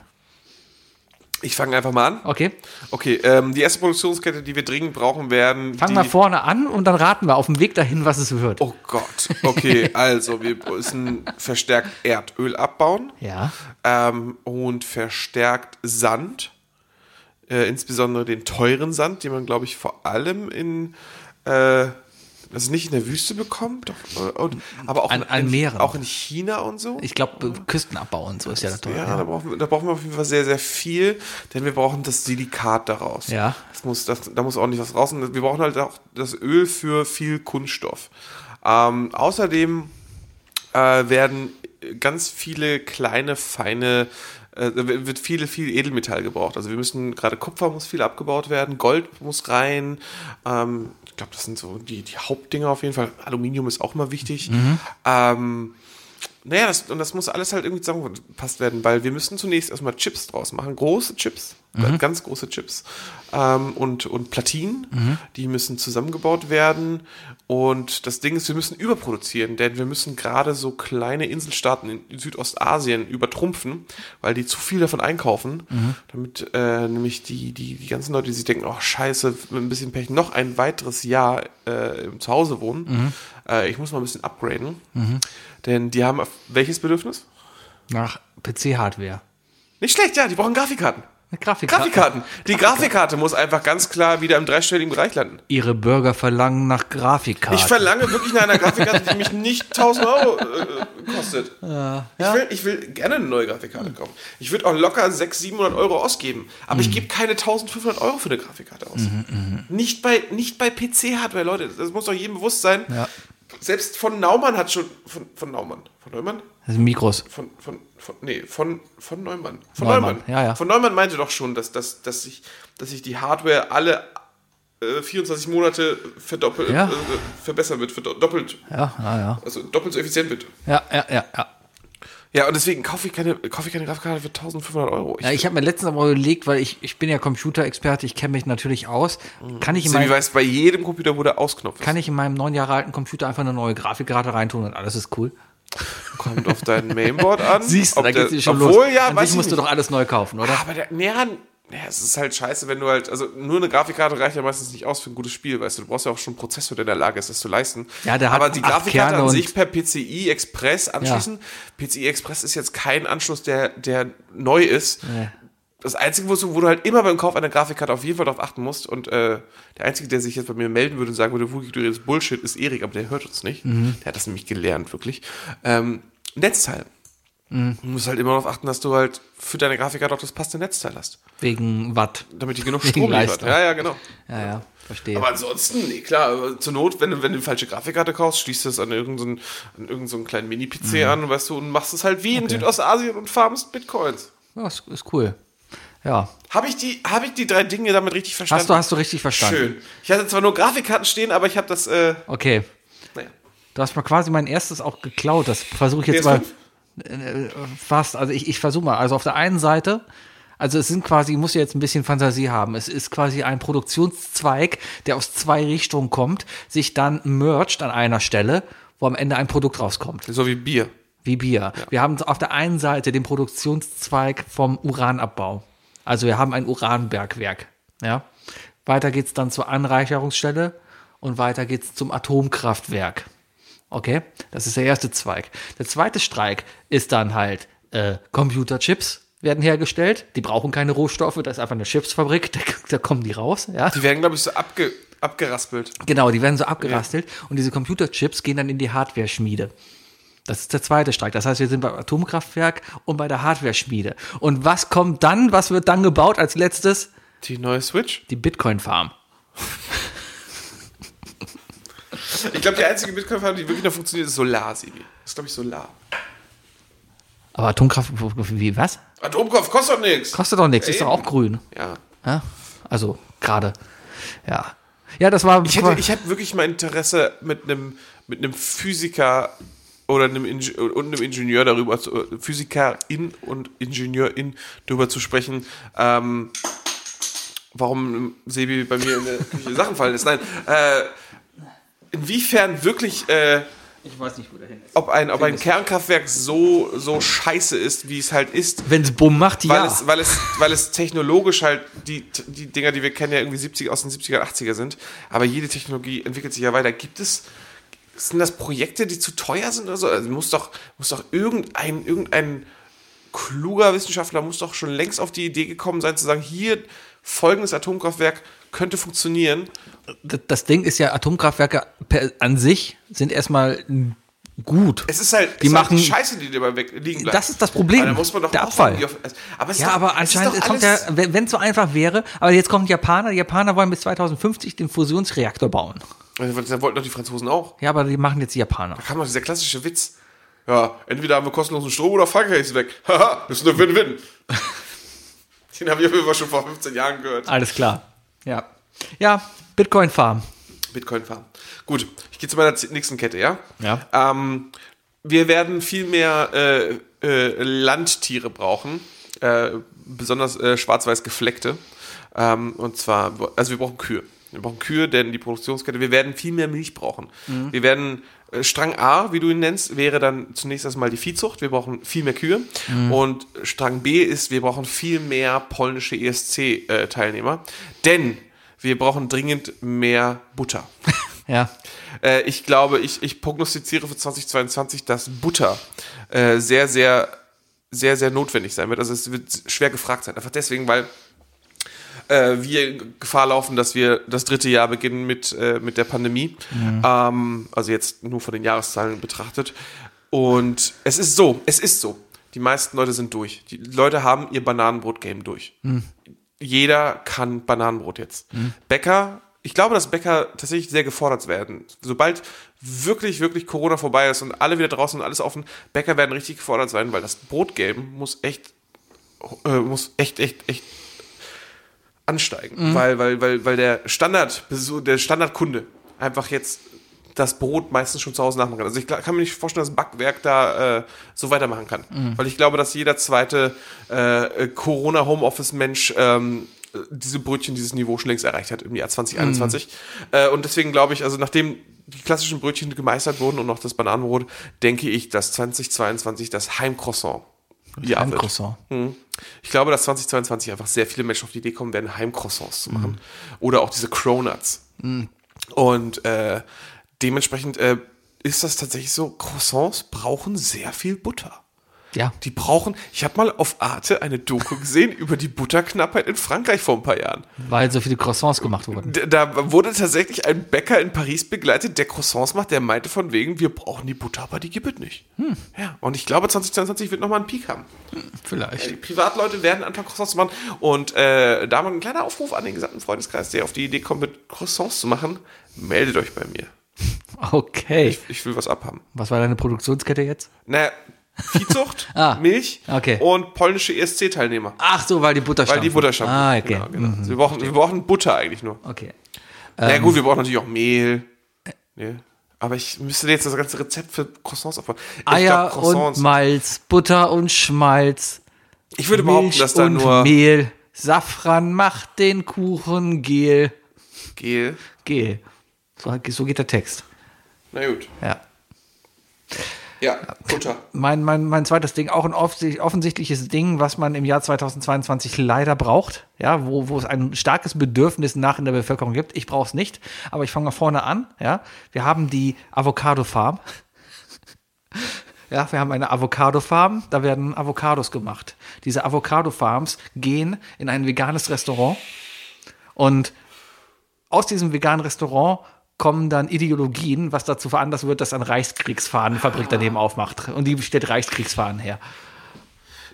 Ich fange einfach mal an.
Okay,
Okay, ähm, die erste Produktionskette, die wir dringend brauchen werden.
fangen
die,
wir vorne an und dann raten wir auf dem Weg dahin, was es wird.
Oh Gott. Okay, also wir müssen verstärkt Erdöl abbauen
Ja,
ähm, und verstärkt Sand. Äh, insbesondere den teuren Sand, den man, glaube ich, vor allem in. Äh, das nicht in der Wüste bekommt, doch, äh, und, aber auch,
An-
in,
an
in,
Meeren.
auch in China und so.
ich glaube, Küstenabbau und so ist ja das toll.
Ja, da brauchen, wir, da brauchen wir auf jeden Fall sehr, sehr viel, denn wir brauchen das Silikat daraus.
Ja.
Das muss, das, da muss ordentlich was raus. Und wir brauchen halt auch das Öl für viel Kunststoff. Ähm, außerdem äh, werden ganz viele kleine, feine, äh, wird viele, viel Edelmetall gebraucht. Also wir müssen, gerade Kupfer muss viel abgebaut werden, Gold muss rein. Ähm, ich glaube, das sind so die, die Hauptdinge auf jeden Fall. Aluminium ist auch mal wichtig. Ähm, naja, das, und das muss alles halt irgendwie zusammengepasst werden, weil wir müssen zunächst erstmal Chips draus machen. Große Chips, äh, ganz große Chips. Ähm, und, und Platinen, die müssen zusammengebaut werden. Und das Ding ist, wir müssen überproduzieren, denn wir müssen gerade so kleine Inselstaaten in Südostasien übertrumpfen, weil die zu viel davon einkaufen, damit äh, nämlich die, die, die ganzen Leute, die sich denken, oh scheiße, mit ein bisschen Pech noch ein weiteres Jahr äh, im Zuhause wohnen. Äh, ich muss mal ein bisschen upgraden. Denn die haben auf- welches Bedürfnis?
Nach PC-Hardware.
Nicht schlecht, ja, die brauchen Grafikkarten.
Grafikkarte.
Grafikkarten. Die Grafikkarte muss einfach ganz klar wieder im dreistelligen Bereich landen.
Ihre Bürger verlangen nach Grafikkarten.
Ich verlange wirklich nach einer Grafikkarte, die mich nicht 1000 Euro äh, kostet. Ich, will, ich will gerne eine neue Grafikkarte kaufen. Ich würde auch locker 600, 700 Euro ausgeben. Aber ich gebe keine 1500 Euro für eine Grafikkarte aus. Nicht bei, nicht bei PC-Hardware, Leute. Das muss doch jedem bewusst sein. Selbst von Naumann hat schon. Von, von Naumann? Von Neumann?
Das sind Also Mikros.
Von, von, von, nee, von, von Neumann. Von
Neumann,
Neumann.
ja, ja.
Von Neumann meinte doch schon, dass, dass, dass, ich, dass ich die Hardware alle äh, 24 Monate verdoppelt,
Ja.
äh, verbessern wird, verdoppelt,
Ja, ja, ja.
also doppelt so effizient wird.
Ja, ja, ja, ja.
Ja, und deswegen kaufe ich keine, kaufe ich keine Grafikkarte für 1500 Euro. Ich,
Ja, ich habe mir letztens aber überlegt, weil ich, ich bin ja Computerexperte, ich kenne mich natürlich aus. Kann ich, in
Sebi
meinem,
weiß, bei jedem Computer, wo der Ausknopf ist,
kann ich in meinem neun Jahre alten Computer einfach eine neue Grafikkarte reintun und alles ist cool?
kommt auf dein Mainboard an. ob
da
der-
geht's dir schon
obwohl,
los.
ja,
An
weiß
sich
ich
musst
nicht.
du doch alles neu kaufen, oder?
Aber der, nee, ja, ja, es ist halt scheiße, wenn du halt, also nur eine Grafikkarte reicht ja meistens nicht aus für ein gutes Spiel, weißt du, du brauchst ja auch schon einen Prozessor, der in der Lage ist, das zu leisten.
Ja, der hat
Aber die
acht
Grafikkarte
Kerne
an
und-
sich per PCI Express anschließen, PCI Express ist jetzt kein Anschluss, der, der neu ist. Das Einzige, wo du, wo du halt immer beim Kauf einer Grafikkarte auf jeden Fall darauf achten musst und äh, der Einzige, der sich jetzt bei mir melden würde und sagen würde, Wookie, du redest Bullshit, ist Erik, aber der hört uns nicht.
Mhm.
Der hat das nämlich gelernt, wirklich. Ähm, Netzteil.
Mhm.
Du musst halt immer darauf achten, dass du halt für deine Grafikkarte auch das passende Netzteil hast
Wegen Watt.
damit die genug
Wegen
Strom liefert.
Leistung.
Ja, ja, genau.
Ja, ja, verstehe.
Aber ansonsten, nee, klar, aber zur Not, wenn, du- wenn du die falsche Grafikkarte kaufst, schließt du es an irgendeinen an irgendeinen kleinen Mini-PC
Mhm.
an, weißt du, und machst es halt wie in Südostasien und farmst Bitcoins.
ja, ist, ist cool. Ja.
Habe ich, die- hab ich die drei Dinge damit richtig verstanden?
Hast du, hast du richtig verstanden.
Schön. Ich hatte zwar nur Grafikkarten stehen, aber ich habe das, äh,
Okay.
naja.
Du hast mal quasi mein erstes auch geklaut. Das versuche ich jetzt mal
PS5?
äh, äh, fast. Also ich, ich versuche mal. Also auf der einen Seite, also es sind quasi, muss ja jetzt ein bisschen Fantasie haben. Es ist quasi ein Produktionszweig, der aus zwei Richtungen kommt, sich dann merged an einer Stelle, wo am Ende ein Produkt rauskommt.
So wie Bier.
wie Bier. Wir haben auf der einen Seite den Produktionszweig vom Uranabbau. Also wir haben ein Uranbergwerk. Ja? Weiter geht's dann zur Anreicherungsstelle und weiter geht's zum Atomkraftwerk. Okay, das ist der erste Zweig. Der zweite Streik ist dann halt äh, Computerchips werden hergestellt. Die brauchen keine Rohstoffe, da ist einfach eine Chipsfabrik, da, da kommen die raus. Ja?
Die werden, glaube ich, so abge, abgeraspelt.
Genau, die werden so abgerastelt und diese Computerchips gehen dann in die Hardware-Schmiede. Das ist der zweite Streik. Das heißt, wir sind beim Atomkraftwerk und bei der Hardware-Schmiede. Und was kommt dann? Was wird dann gebaut als letztes?
Die neue Switch?
Die Bitcoin-Farm.
Ich glaube, die einzige Bitcoin-Farm, die wirklich noch funktioniert, ist Solar, Sebi. Das ist, glaube ich, Solar.
Aber Atomkraft, wie, was?
Atomkopf kostet doch nichts.
Kostet doch nichts, ist
Eben.
doch auch grün.
Ja.
Ja? Also, gerade. Ja. Ja, das war.
Ich hätte, ich hätte wirklich mal Interesse, mit einem, mit einem Physiker oder einem, Inge und einem Ingenieur darüber, zu, äh, Physikerin und Ingenieurin darüber zu sprechen, ähm, warum Sebi bei mir in der Küche Sachen fallen ist. Nein, äh, inwiefern wirklich, äh,
weiß nicht, wo der hin ist.
ob ein, ob ein Kernkraftwerk so, so scheiße ist, wie es halt ist,
Wenn es Bumm macht,
weil,
ja.
es, weil, es, weil es technologisch halt die, die Dinger, die wir kennen, ja irgendwie 70, aus den 70er, 80er sind. Aber jede Technologie entwickelt sich ja weiter. Gibt es, sind das Projekte, die zu teuer sind oder so? Also muss doch, muss doch irgendein, irgendein kluger Wissenschaftler muss doch schon längst auf die Idee gekommen sein, zu sagen, hier folgendes Atomkraftwerk könnte funktionieren.
D- das Ding ist ja, Atomkraftwerke per, an sich sind erstmal gut.
Es ist halt,
Die
es ist halt
machen-
die Scheiße, die dabei weg liegen bleibt.
Das ist das Problem.
Aber da muss man doch
Der
auch
Abfall.
irgendwie Auf, also- aber es ist
Ja,
doch,
aber
es ist doch
anscheinend es kommt ja,
alles-
wenn es so einfach wäre, aber jetzt kommen die Japaner, die Japaner wollen bis 2050 den Fusionsreaktor bauen.
Also, Da wollten doch die Franzosen auch.
Ja, aber die machen jetzt die Japaner.
kam doch dieser klassische Witz. Ja, entweder haben wir kostenlosen Strom oder Frankreich ist weg. Haha, das ist eine Win-Win. Den habe ich auf jeden Fall schon vor 15 Jahren gehört.
Alles klar. Ja. Ja, Bitcoin Farm.
Bitcoin fahren. Gut, ich gehe zu meiner z- nächsten Kette, ja?
Ja.
Ähm, wir werden viel mehr äh, äh, Landtiere brauchen, äh, besonders äh, schwarz-weiß gefleckte. Ähm, und zwar, also wir brauchen Kühe. Wir brauchen Kühe, denn die Produktionskette, wir werden viel mehr Milch brauchen. Wir werden, äh, Strang A, wie du ihn nennst, wäre dann zunächst erstmal die Viehzucht. Wir brauchen viel mehr Kühe. Und Strang B ist, wir brauchen viel mehr polnische E ESC-Teilnehmer. äh, Denn wir brauchen dringend mehr Butter.
Ja.
Äh, ich glaube, ich, ich prognostiziere für 2022, dass Butter äh, sehr, sehr, sehr, sehr notwendig sein wird. Also es wird schwer gefragt sein. Einfach deswegen, weil äh, wir Gefahr laufen, dass wir das dritte Jahr beginnen mit, äh, mit der Pandemie. Ähm, also jetzt nur von den Jahreszahlen betrachtet. Und es ist so, es ist so. Die meisten Leute sind durch. Die Leute haben ihr Bananenbrot-Game durch jeder kann Bananenbrot jetzt. Bäcker ich glaube, dass Bäcker tatsächlich sehr gefordert werden. Sobald wirklich, wirklich Corona vorbei ist und alle wieder draußen und alles offen, Bäcker werden richtig gefordert sein, weil das Brot geben muss echt, äh, muss echt, echt, echt ansteigen. Weil, weil, weil, weil der Standard, der Standardkunde einfach jetzt das Brot meistens schon zu Hause nachmachen kann. Also ich gla- kann mir nicht vorstellen, dass ein Backwerk da äh, so weitermachen kann. Weil ich glaube, dass jeder zweite äh, äh, Corona-Homeoffice-Mensch ähm, äh, diese Brötchen, dieses Niveau schon längst erreicht hat im Jahr 2021. Äh, und deswegen glaube ich, also nachdem die klassischen Brötchen gemeistert wurden und noch das Bananenbrot, denke ich, dass 2022 das Heimcroissant ja,
Ein
wird.
Croissant.
Hm. Ich glaube, dass 2022 einfach sehr viele Menschen auf die Idee kommen werden, Heimcroissants zu machen. Oder auch diese Cronuts. Und äh, dementsprechend äh, ist das tatsächlich so, Croissants brauchen sehr viel Butter.
Ja.
Die brauchen, ich habe mal auf Arte eine Doku gesehen über die Butterknappheit in Frankreich vor ein paar Jahren.
Weil so viele Croissants gemacht wurden.
D- Da wurde tatsächlich ein Bäcker in Paris begleitet, der Croissants macht, der meinte von wegen, wir brauchen die Butter, aber die gibt es nicht.
Hm.
Ja, und ich glaube, 2022 wird nochmal einen Peak haben. Äh,
Vielleicht.
Die Privatleute werden anfangen, Croissants zu machen. Und äh, da mal ein kleiner Aufruf an den gesamten Freundeskreis, der auf die Idee kommt, mit Croissants zu machen, meldet euch bei mir.
Okay.
Ich, ich will was abhaben.
Was war deine Produktionskette jetzt?
Naja, Viehzucht,
Ah,
Milch
okay.
und polnische E ESC-Teilnehmer.
Ach so, weil die Butter
Weil die
stampfen.
Butter schaffen.
Ah, okay.
genau, genau. wir, brauchen, wir brauchen Butter eigentlich nur.
Okay.
naja,
Ähm,
gut, wir brauchen natürlich auch Mehl. Nee. Aber ich müsste jetzt das ganze Rezept für Croissants aufbauen. Ich glaub,
Eier und Malz, Butter und Schmalz,
Ich würde behaupten,
Milch
dass da
und
nur
Mehl. Safran macht den Kuchen gel.
Gel.
Gel. So, so geht der Text.
Na gut.
Ja.
Ja, Butter.
Mein, mein, mein zweites Ding, auch ein offensi- offensichtliches Ding, was man im Jahr 2022 leider braucht, ja, wo, wo es ein starkes Bedürfnis nach in der Bevölkerung gibt. Ich brauche es nicht, aber ich fange mal vorne an. Ja. Wir haben die Avocado-Farm. Ja, wir haben eine Avocado-Farm, da werden Avocados gemacht. Diese Avocado-Farms gehen in ein veganes Restaurant und aus diesem veganen Restaurant kommen dann Ideologien, was dazu veranlasst wird, dass eine Reichskriegsfahnenfabrik daneben aufmacht. Und die stellt Reichskriegsfahnen her.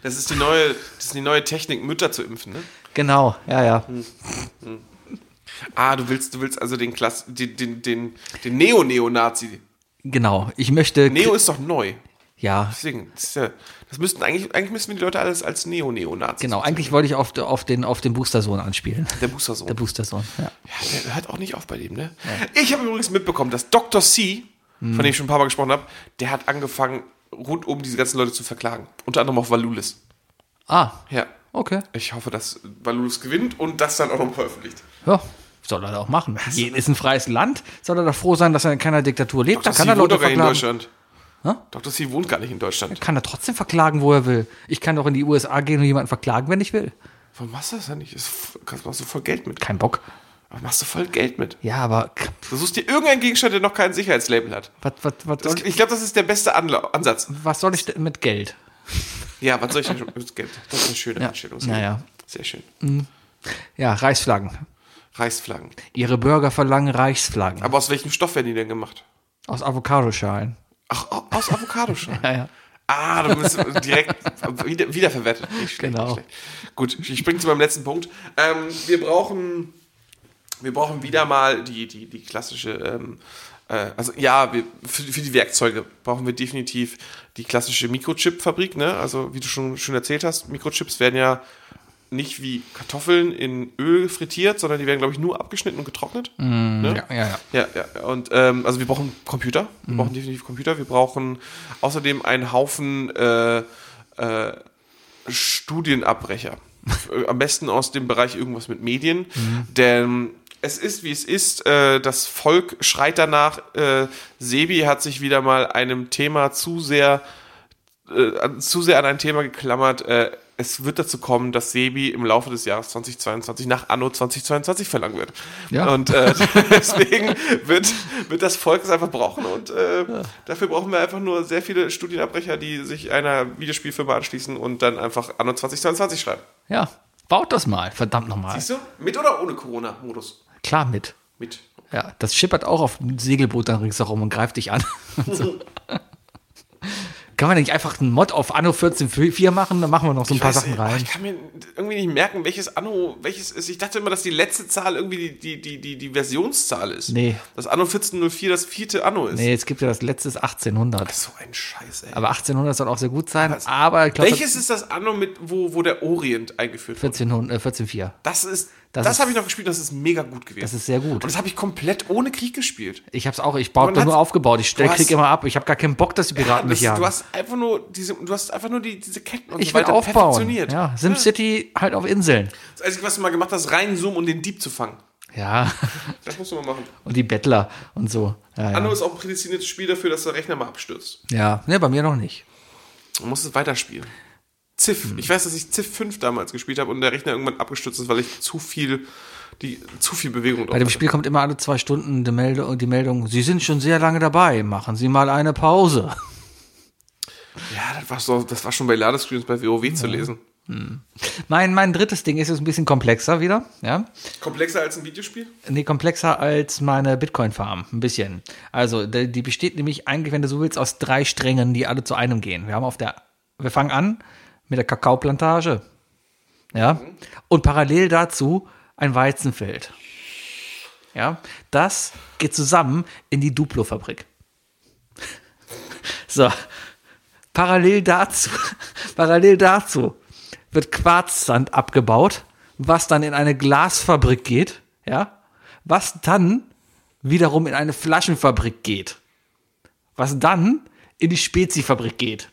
Das ist die neue, das ist die neue Technik, Mütter zu impfen, ne?
Genau, ja, ja.
Ah, du willst, du willst also den Klass, den, den, den, den Neo-Neonazi.
Genau. Ich möchte.
Neo ist doch neu.
ja,
Deswegen, das, ist ja, das müssten eigentlich, eigentlich müssen wir die Leute alles als Neo-Neonazis.
genau. Eigentlich wollte ich auf, auf den, auf den Boostersohn anspielen.
Der Booster-Sohn.
Der Boostersohn, ja.
Ja, der hört auch nicht auf bei dem, ne? Ich habe übrigens mitbekommen, dass Dr. C, von dem ich schon ein paar Mal gesprochen habe, der hat angefangen, rundum diese ganzen Leute zu verklagen. Unter anderem auch Valulis.
Ah,
Ja.
okay.
Ich hoffe, dass Valulis gewinnt und das dann auch noch veröffentlicht.
Ja. Soll er doch machen. Jeden ist ein freies Land. Soll er doch froh sein, dass er in keiner Diktatur lebt? Da
Dr.
kann
C
er
wohnt
Leute
doch gar nicht in
verklagen.
Deutschland. Dr. C wohnt gar nicht in Deutschland.
kann er trotzdem verklagen, wo er will. Ich kann doch in die USA gehen und jemanden verklagen, wenn ich will.
Warum machst du das denn nicht? Das ist- kannst- machst du voll Geld mit.
Kein Bock.
Aber machst du voll Geld mit.
Ja, aber k-
Du suchst dir irgendeinen Gegenstand, der noch kein Sicherheitslabel hat.
was, was, was,
Das,
soll,
ich glaube, das ist der beste Anla Ansatz.
was soll ich denn mit Geld?
Ja, was soll ich denn schon mit Geld? Das ist eine schöne
Ja,
Einstellung.
naja.
Sehr schön.
Ja, Reichsflaggen.
Reichsflaggen.
Ihre Bürger verlangen Reichsflaggen.
Aber aus welchem Stoff werden die denn gemacht?
aus Avocadoschalen.
Ach, au- aus Avocadoschalen.
Ja, ja.
Ah, da müssen wir direkt wieder, wiederverwertet. Nicht schlecht,
Genau.
nicht schlecht. Gut, ich springe zu meinem letzten Punkt. Ähm, wir brauchen, wir brauchen wieder mal die, die, die klassische, ähm, äh, also ja, wir, für, für die Werkzeuge brauchen wir definitiv die klassische Mikrochip-Fabrik, ne? Also wie du schon schön erzählt hast, Mikrochips werden ja nicht wie Kartoffeln in Öl frittiert, sondern die werden, glaube ich, nur abgeschnitten und getrocknet. ne?
Ja, ja, ja.
Ja, ja. Und ähm, also wir brauchen Computer. Wir brauchen definitiv Computer. Wir brauchen außerdem einen Haufen äh, äh, Studienabbrecher. Äh, Am besten aus dem Bereich irgendwas mit Medien. Denn es ist, wie es ist. Äh, das Volk schreit danach. Äh, Sebi hat sich wieder mal einem Thema zu sehr äh, an, zu sehr an ein Thema geklammert. Äh, es wird dazu kommen, dass Sebi im Laufe des Jahres 2022 nach Anno 2022 verlangen wird.
Ja.
Und äh, deswegen wird, wird das Volk es einfach brauchen. Und äh, dafür brauchen wir einfach nur sehr viele Studienabbrecher, die sich einer Videospielfirma anschließen und dann einfach Anno 2022 schreiben.
Ja, baut das mal, verdammt nochmal.
Siehst du? Mit oder ohne Corona-Modus?
Klar mit.
Mit.
Ja, das schippert auch auf dem Segelboot dann ringsherum und greift dich an. Kann man nicht einfach einen Mod auf Anno 14.4 machen? Dann machen wir noch so ein
Ich
paar
weiß
Sachen
nicht,
rein.
oh, Ich kann mir irgendwie nicht merken, welches Anno, welches ist. Ich dachte immer, dass die letzte Zahl irgendwie die, die, die, die, die Versionszahl ist.
Nee.
Dass Anno 1404 das vierte Anno ist.
Nee, es gibt ja das letzte ist 1800.
So ein Scheiß, ey.
Aber 1800 soll auch sehr gut sein. Aber ich glaube,
welches ist das Anno, mit, wo, wo der Orient eingeführt wird?
1400, äh, 14.4.
Das ist.
Das
Das,
ist-
habe ich noch gespielt, das ist mega gut gewesen.
Das ist sehr gut.
Und das habe ich komplett ohne Krieg gespielt.
Ich hab's auch, ich baue
Man
da nur
hat's-
aufgebaut. Ich stell
Du hast-
Krieg immer ab. Ich habe gar keinen Bock, dass die Piraten
das,
mich jagen.
du hast einfach nur diese, du hast einfach nur die, diese Ketten und
ich
so
will
weiter
aufbauen.
perfektioniert.
Ja, SimCity halt auf Inseln.
Das Einzige, was du mal gemacht hast, reinzoomen und den Dieb zu fangen.
Ja,
Das musst du mal machen.
und die Bettler und so. Ja, ja.
Anno ist auch ein prädestiniertes Spiel dafür, dass der Rechner mal abstürzt.
ja. Nee, bei mir noch nicht.
Man muss es weiterspielen. Ziff. Ich weiß, dass ich Ziff 5 damals gespielt habe und der Rechner irgendwann abgestürzt ist, weil ich zu viel, die, zu viel Bewegung drauf
Bei dem
hatte.
Spiel kommt immer alle zwei Stunden die Meldung, die Meldung, Sie sind schon sehr lange dabei, machen Sie mal eine Pause.
Ja, das war, so, das war schon bei Ladescreens bei WoW zu lesen.
Mein, mein drittes Ding ist jetzt ein bisschen komplexer wieder. Ja?
Komplexer als ein Videospiel?
Nee, komplexer als meine Bitcoin-Farm, ein bisschen. Also, die die besteht nämlich eigentlich, wenn du so willst, aus drei Strängen, die alle zu einem gehen. Wir haben auf der, wir fangen an mit der Kakaoplantage. Ja. Und parallel dazu ein Weizenfeld. Ja. Das geht zusammen in die Duplo-Fabrik. So. Parallel dazu, parallel dazu wird Quarzsand abgebaut, was dann in eine Glasfabrik geht, ja, was dann wiederum in eine Flaschenfabrik geht, was dann in die Spezifabrik geht.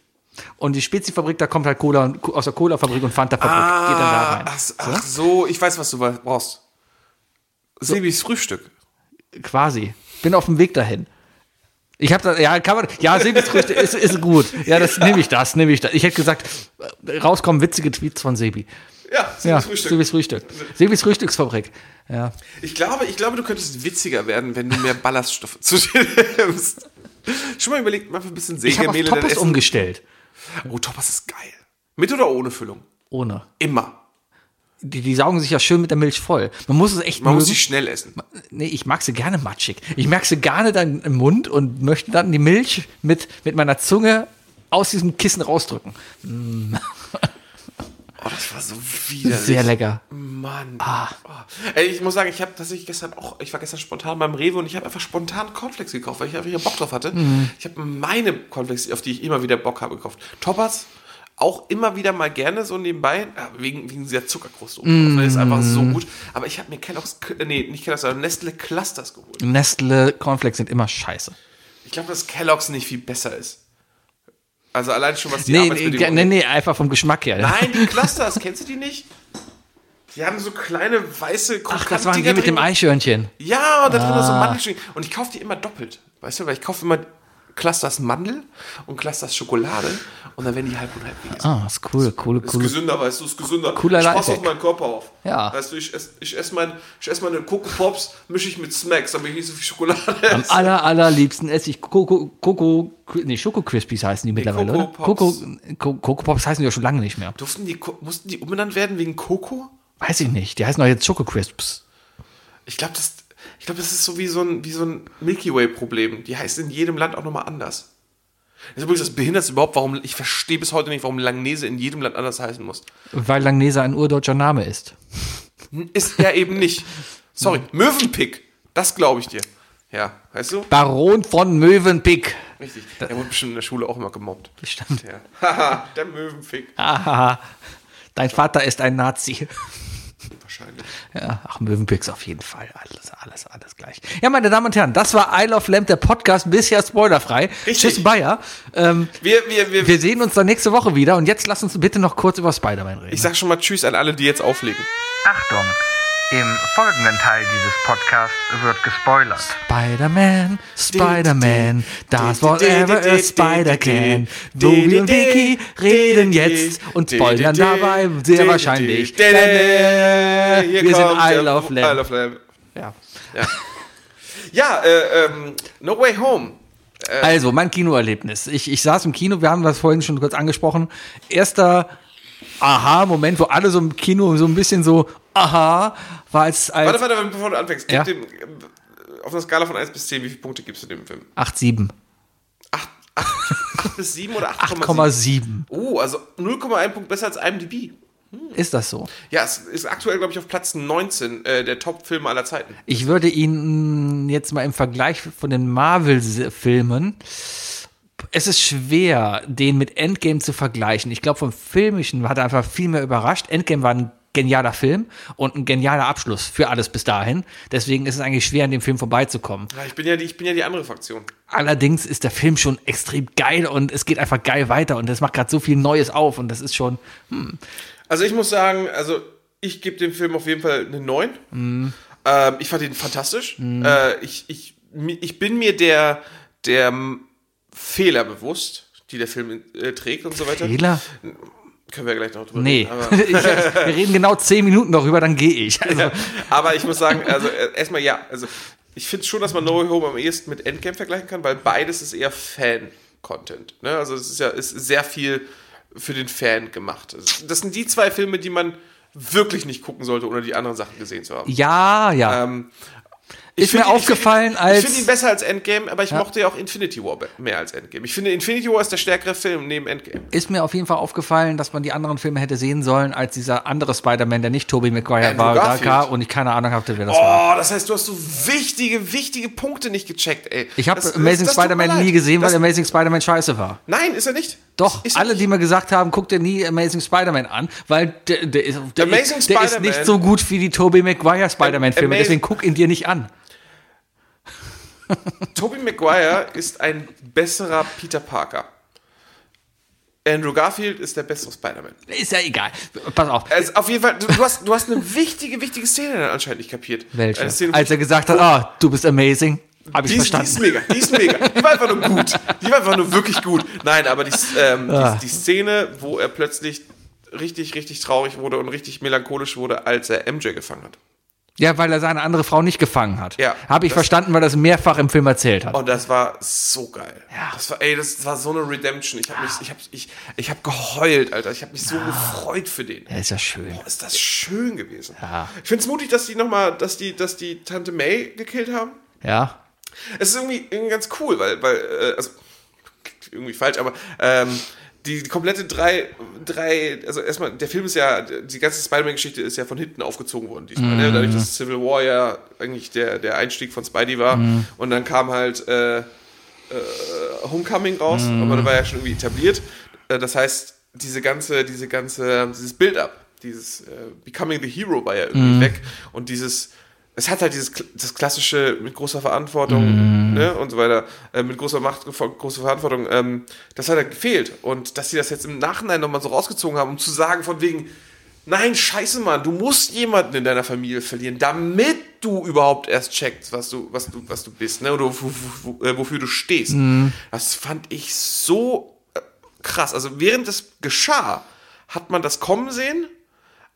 Und die Spezifabrik, da kommt halt Cola und, aus der Cola-Fabrik und Fanta-Fabrik, geht dann da rein.
Ah, Ach, ach so, ich weiß, was du brauchst. Sebis Frühstück.
Quasi. Bin auf dem Weg dahin. Ich habe da, ja, kann man, ja, Sebis ist, ist gut. Ja, das nehme ich das, nehme ich das. Ich hätte gesagt, äh, rauskommen witzige Tweets von Sebi.
Ja, Sebis
ja,
Frühstück.
Sebis Frühstück. Sebis Frühstücksfabrik. Ja.
Ich glaube, ich glaube, du könntest witziger werden, wenn du mehr Ballaststoffe zu dir nimmst. Schon mal überlegt, mal ein bisschen
Ich habe auf
Sägemehl in dein
Topos
Essen.
umgestellt.
Oh, Topaz ist geil. Mit oder ohne Füllung?
Ohne.
Immer.
Die, die saugen sich ja schön mit der Milch voll. Man muss es echt
Man muss
mögen.
sie schnell essen.
Nee, ich mag sie gerne matschig. Ich mag sie gerne dann im Mund und möchte dann die Milch mit, mit meiner Zunge aus diesem Kissen rausdrücken.
Oh, das war so widerlich.
Sehr lecker. Ah.
Mann. Oh. Ey, ich muss sagen, ich habe tatsächlich gestern auch, ich war gestern spontan beim Rewe und ich habe einfach spontan Cornflakes gekauft, weil ich einfach hier Bock drauf hatte.
Mhm.
Ich habe meine Cornflakes, auf die ich immer wieder Bock habe, gekauft. Toppers auch immer wieder mal gerne so nebenbei, ja, wegen, wegen dieser Zuckerkruste. oben drauf,
Mhm.
weil Das ist einfach so gut. Aber ich habe mir Kellogg's, nee, nicht Kellogg's, sondern Nestle Clusters geholt.
Nestle Cornflakes sind immer scheiße.
Ich glaube, dass Kellogg's nicht viel besser ist. Also allein schon, was die
Nee, nee,
Arbeitsbedingungen
nee, nee, einfach vom Geschmack her.
Nein, die Clusters, kennst du die nicht? Die haben so kleine weiße
Ach, das waren die
Krokant-Dinger
mit dem Ah.
drin.
Eichhörnchen.
Ja, und da drin war so ein Mandelstückchen. Und ich kaufe die immer doppelt. Weißt du, weil ich kaufe immer Clusters Mandel und Clusters Schokolade und dann werden die halb und halb gegessen.
Ah, ist cool, cool,
Ist
cool.
gesünder, weißt du, ist gesünder.
Cooler
ich passe auf
Lifehack.
meinen Körper auf.
Ja.
Weißt du, ich esse ich ess mein, ich ess meine Coco Pops, mische ich mit Smacks, damit ich nicht so viel Schokolade
Am
esse.
aller, allerliebsten esse ich Coco, Coco, nee, Schoko Crispies heißen die mittlerweile,
Coco
oder? Coco,
Pops.
Co- Coco Pops heißen die ja schon lange nicht mehr.
Durften die, Ko- mussten die umbenannt werden wegen Coco?
Weiß ich nicht, die heißen doch jetzt Schoko Crisps.
Ich glaube, das, ich glaub, das ist so wie so ein, wie so ein Milky Way-Problem. Die heißt in jedem Land auch nochmal anders. Das ist übrigens das Behindertste überhaupt, warum ich verstehe bis heute nicht, warum Langnese in jedem Land anders heißen muss.
Weil Langnese ein urdeutscher Name ist.
Ist er eben nicht. Sorry, Möwenpick. Das glaube ich dir. Ja, weißt du?
Baron von Mövenpick.
Richtig. Der wurde bestimmt in der Schule auch immer gemobbt.
Bestimmt.
Ja. Haha, der Möwenpick.
Ahaha. Dein Vater ist ein Nazi.
Wahrscheinlich.
Ja, ach, Mövenpicks auf jeden Fall. Alles, alles, alles gleich. Ja, meine Damen und Herren, das war I Love Lamp, der Podcast, bisher spoilerfrei.
Richtig.
Tschüss, Bayer. Ähm,
Wir, wir, wir,
Wir sehen uns dann nächste Woche wieder und jetzt lass uns bitte noch kurz über Spider-Man reden.
Ich sag schon mal Tschüss an alle, die jetzt auflegen.
Achtung! Im folgenden Teil dieses Podcasts wird gespoilert.
Spider-Man, Spider-Man, das whatever a Spider can. Dobi und Vicky reden jetzt und spoilern dabei sehr wahrscheinlich.
Wir
Wir sind I Love
I
Lamb.
Love Lamb.
Ja.
Ja, äh, ähm, No Way Home.
Also, mein Kinoerlebnis. Ich, ich saß im Kino, wir haben das vorhin schon kurz angesprochen. Erster Aha-Moment, wo alle so im Kino so ein bisschen so Aha war als,
Warte,
als
warte, warte, bevor du anfängst. Gib
Äh, Ja.
dem, äh, auf einer Skala von 1 bis 10, wie viele Punkte gibst du dem Film?
8-7.
8, bis 7 oder 8,7.
8,7.
Oh, also 0,1 Punkt besser als IMDb.
Ist das so?
Ja, es ist aktuell, glaube ich, auf Platz 19 äh, der Top-Filme aller Zeiten.
Ich würde ihn mh, jetzt mal im Vergleich von den Marvel-Filmen. Es ist schwer, den mit Endgame zu vergleichen. Ich glaube, vom Filmischen hat er einfach viel mehr überrascht. Endgame war ein genialer Film und ein genialer Abschluss für alles bis dahin. Deswegen ist es eigentlich schwer, an dem Film vorbeizukommen.
Ja, ich, bin ja die, ich bin ja die andere Fraktion.
Allerdings ist der Film schon extrem geil und es geht einfach geil weiter und es macht gerade so viel Neues auf und das ist schon.
Also ich muss sagen, also ich gebe dem Film auf jeden Fall eine 9. Ähm, ich fand ihn fantastisch.
Mhm.
Äh, ich, ich, mi- ich bin mir der, der ähm, Fehler bewusst, die der Film äh, trägt und so weiter.
Fehler?
Können wir ja gleich noch drüber
Nee.
reden.
ich,
Aber
wir reden genau zehn Minuten darüber, dann gehe ich. Also,
Aber ich muss sagen, also äh, erstmal ja, also ich finde schon, dass man No Way Home am ehesten mit Endgame vergleichen kann, weil beides ist eher Fan-Content. Ne? Also es ist ja ist sehr viel für den Fan gemacht. Also, Das sind die zwei Filme, die man wirklich nicht gucken sollte, ohne die anderen Sachen gesehen zu haben.
ja, ja.
Ähm,
ist mir aufgefallen
ich find, ihn-
als.
Ich finde ihn besser als Endgame, aber ich mochte ja auch Infinity War be- mehr als Endgame. Ich finde, Infinity War ist der stärkere Film neben Endgame.
ist mir auf jeden Fall aufgefallen, dass man die anderen Filme hätte sehen sollen, als dieser andere Spider-Man, der nicht Tobey Maguire
Andrew
war, da
Garfield.
war und ich keine Ahnung hatte, wer das war.
Oh, das heißt, du hast so wichtige, wichtige Punkte nicht gecheckt, ey.
Ich habe
Das- das-
Amazing
das tut mir
Spider-Man
leid.
nie gesehen, weil
Das-
Amazing Spider-Man scheiße war.
Nein, ist er nicht.
Doch,
ist er
alle, die mir gesagt haben, guck dir nie Amazing Spider-Man an, weil der, der, ist, der,
Amazing
ist, der ist
Spider-Man-
nicht so gut wie die Tobey Maguire Spider-Man-Filme,
Amazing-
deswegen guck ihn dir nicht an.
Tobey Maguire ist ein besserer Peter Parker. Andrew Garfield ist der bessere Spider-Man.
Ist ja egal. Pass auf.
Also auf jeden Fall, du, du, hast, du hast eine wichtige, wichtige Szene dann anscheinend nicht kapiert.
Welche?
Eine also, Szene,
Als er gesagt hat, ah, du bist amazing, habe ich
die, ist, die ist
verstanden.
mega, die ist mega. Die war einfach nur gut. Die war einfach nur wirklich gut. Nein, aber die, ähm,
Ah.
die, die Szene, wo er plötzlich richtig, richtig traurig wurde und richtig melancholisch wurde, als er MJ gefangen hat.
Ja, weil er seine andere Frau nicht gefangen hat.
Ja,
Habe ich
das- Oh.
verstanden, weil er das mehrfach im Film erzählt hat.
Und das war so geil. Das war, ey, das war so eine Redemption. Ich habe mich, ich habe, ich, ich habe geheult, Alter. Ich habe mich so gefreut für den.
Ja, ist ja schön.
Boah, ist das schön gewesen. Ich finde es mutig, dass die nochmal, dass die, dass die Tante May gekillt haben.
Ja.
Es ist irgendwie, irgendwie ganz cool, weil, weil äh, also, klingt irgendwie falsch, aber ähm, die, die komplette drei, drei, also erstmal, der Film ist ja, die ganze Spider-Man-Geschichte ist ja von hinten aufgezogen worden diesmal, ne? dadurch, dass Civil War ja eigentlich der, der Einstieg von Spidey war und dann kam halt äh, äh, Homecoming raus, aber da war ja schon irgendwie etabliert. Äh, Das heißt, diese ganze, diese ganze, dieses Build-up, dieses äh, Becoming the Hero war ja irgendwie weg und dieses es hat halt dieses kl- das klassische mit großer Verantwortung ne, und so weiter, äh, mit großer Macht, gefo- großer Verantwortung, ähm, das hat halt gefehlt. Und dass sie das jetzt im Nachhinein nochmal so rausgezogen haben, um zu sagen, von wegen, nein, scheiße, Mann, du musst jemanden in deiner Familie verlieren, damit du überhaupt erst checkst, was du, was du, was du bist, ne? Oder wo, wo, wo, äh, wofür du stehst.
Mhm.
Das fand ich so äh, krass. Also während das geschah, hat man das kommen sehen.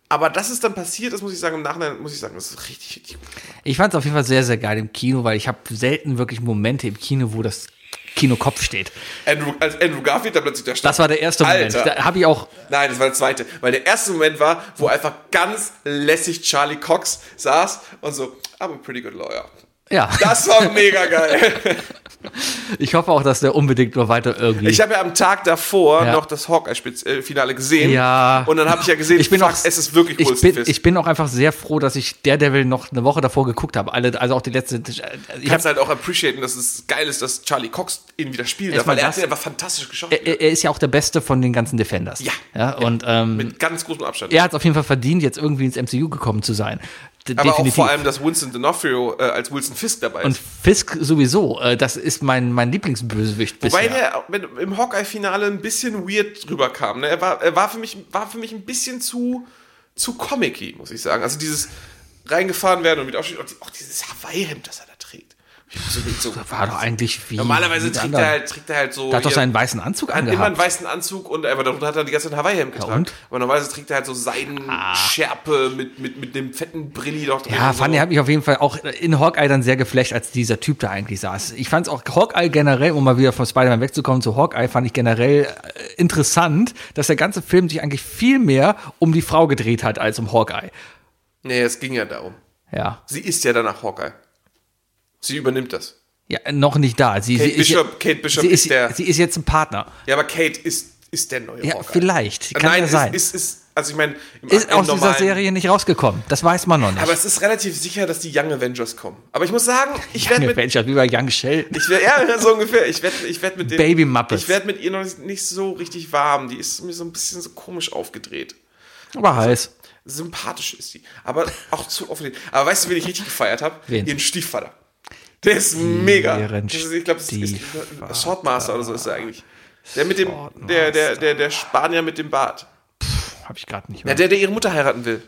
Aber dass es dann passiert ist, muss ich sagen, im Nachhinein muss ich sagen, das ist richtig, richtig gut.
Ich fand es auf jeden Fall sehr, sehr geil im Kino, weil ich habe selten wirklich Momente im Kino, wo das Kino Kopf steht.
Andrew, als Andrew Garfield da plötzlich da stand.
Das war der erste Moment.
Alter.
Da habe ich auch
Nein, das war der zweite. Weil der erste Moment war, wo einfach ganz lässig Charlie Cox saß und so, I'm a pretty good lawyer.
ja,
Das war mega geil.
ich hoffe auch, dass der unbedingt noch weiter irgendwie.
Ich habe ja am Tag davor
Ja.
noch das Hawkeye-Finale gesehen.
Ja.
Und dann habe ich ja gesehen,
Ich bin
fuck,
auch-
es ist wirklich
ich
Wilson
bin,
Fisk.
ich bin auch einfach sehr froh, dass ich Daredevil noch eine Woche davor geguckt habe. Alle, also auch die letzte. Ich hab,
kannst halt auch appreciaten, dass es geil ist, dass Charlie Cox ihn wieder spielen darf,
Erstmal
weil er hat
das. Äh,
ihn einfach fantastisch geschafft.
er, er- er ist ja auch der Beste von den ganzen Defenders.
Ja.
ja und ähm,
mit ganz großem Abstand.
er hat es auf jeden Fall verdient, jetzt irgendwie ins MCU gekommen zu sein. D
Aber
definitiv.
auch vor allem, dass Winston D'Onofrio äh, als Wilson Fisk dabei ist.
und Fisk sowieso, äh, das ist mein, mein Lieblingsbösewicht bisher.
Wobei der mit, im Hawkeye-Finale ein bisschen weird rüberkam. Ne? Er, war, er war, für mich, war für mich ein bisschen zu, zu comic muss ich sagen. Also dieses reingefahren werden und mit aufstehen. Und die- auch dieses Hawaii-Hemd, das er da trägt. Ich muss so, so,
war doch eigentlich wie.
normalerweise
wie die
trägt
anderen.
er, halt, trägt er halt so.
Der hat doch
hier-
seinen weißen Anzug
hat immer einen
angehabt.
weißen Anzug und aber darunter hat er die ganze Zeit ein Hawaii-Hemd getragen.
und? Ah.
aber normalerweise trägt er halt so Seidenschärpe mit, mit, mit dem fetten Brilli doch drin.
Ja, halt-
und so.
Fanny hat mich auf jeden Fall auch in Hawkeye dann sehr geflasht, als dieser Typ da eigentlich saß. Ich fand es auch Hawkeye generell, um mal wieder von Spider-Man wegzukommen zu Hawkeye, fand ich generell äh, interessant, dass der ganze Film sich eigentlich viel mehr um die Frau gedreht hat als um Hawkeye.
Nee, es ging ja darum.
Ja.
Sie ist ja danach Hawkeye. Sie übernimmt das.
Ja, noch nicht da. Sie,
Kate
sie
Bishop,
ist,
Kate Bishop
sie
ist,
ist,
der.
Sie ist jetzt ein Partner.
ja, aber Kate ist, ist der neue
Ja,
Hawkeye.
vielleicht. Kann
Nein,
ja
ist,
sein. Ist,
Ist, ist, also ich meine, im aktuellen
aus dieser
normalen-
Serie nicht rausgekommen. Das weiß man noch nicht.
Aber es ist relativ sicher, dass die Young Avengers kommen. Aber ich muss sagen, ich werde
Junge
mit.
Avengers, wie bei Young Sheldon.
Ich werd, ja, so ungefähr. Ich werde ich werd mit dem.
Baby Muppets.
Ich werde mit ihr noch nicht- nicht so richtig warm. Die ist mir so ein bisschen so komisch aufgedreht.
Aber
Also
heiß.
Sympathisch ist sie. Aber auch zu offen. Aber weißt du, wen ich richtig gefeiert habe?
Wen?
Ihren Stiefvater. Der ist mega.
Ihren
Das ist, ich glaube, das ist
Stiefvater.
Swordmaster oder so ist er eigentlich. Der mit dem. Der, der, der, der Spanier mit dem Bart.
Hab ich gerade nicht
Ja,
mehr.
der, der ihre Mutter heiraten will.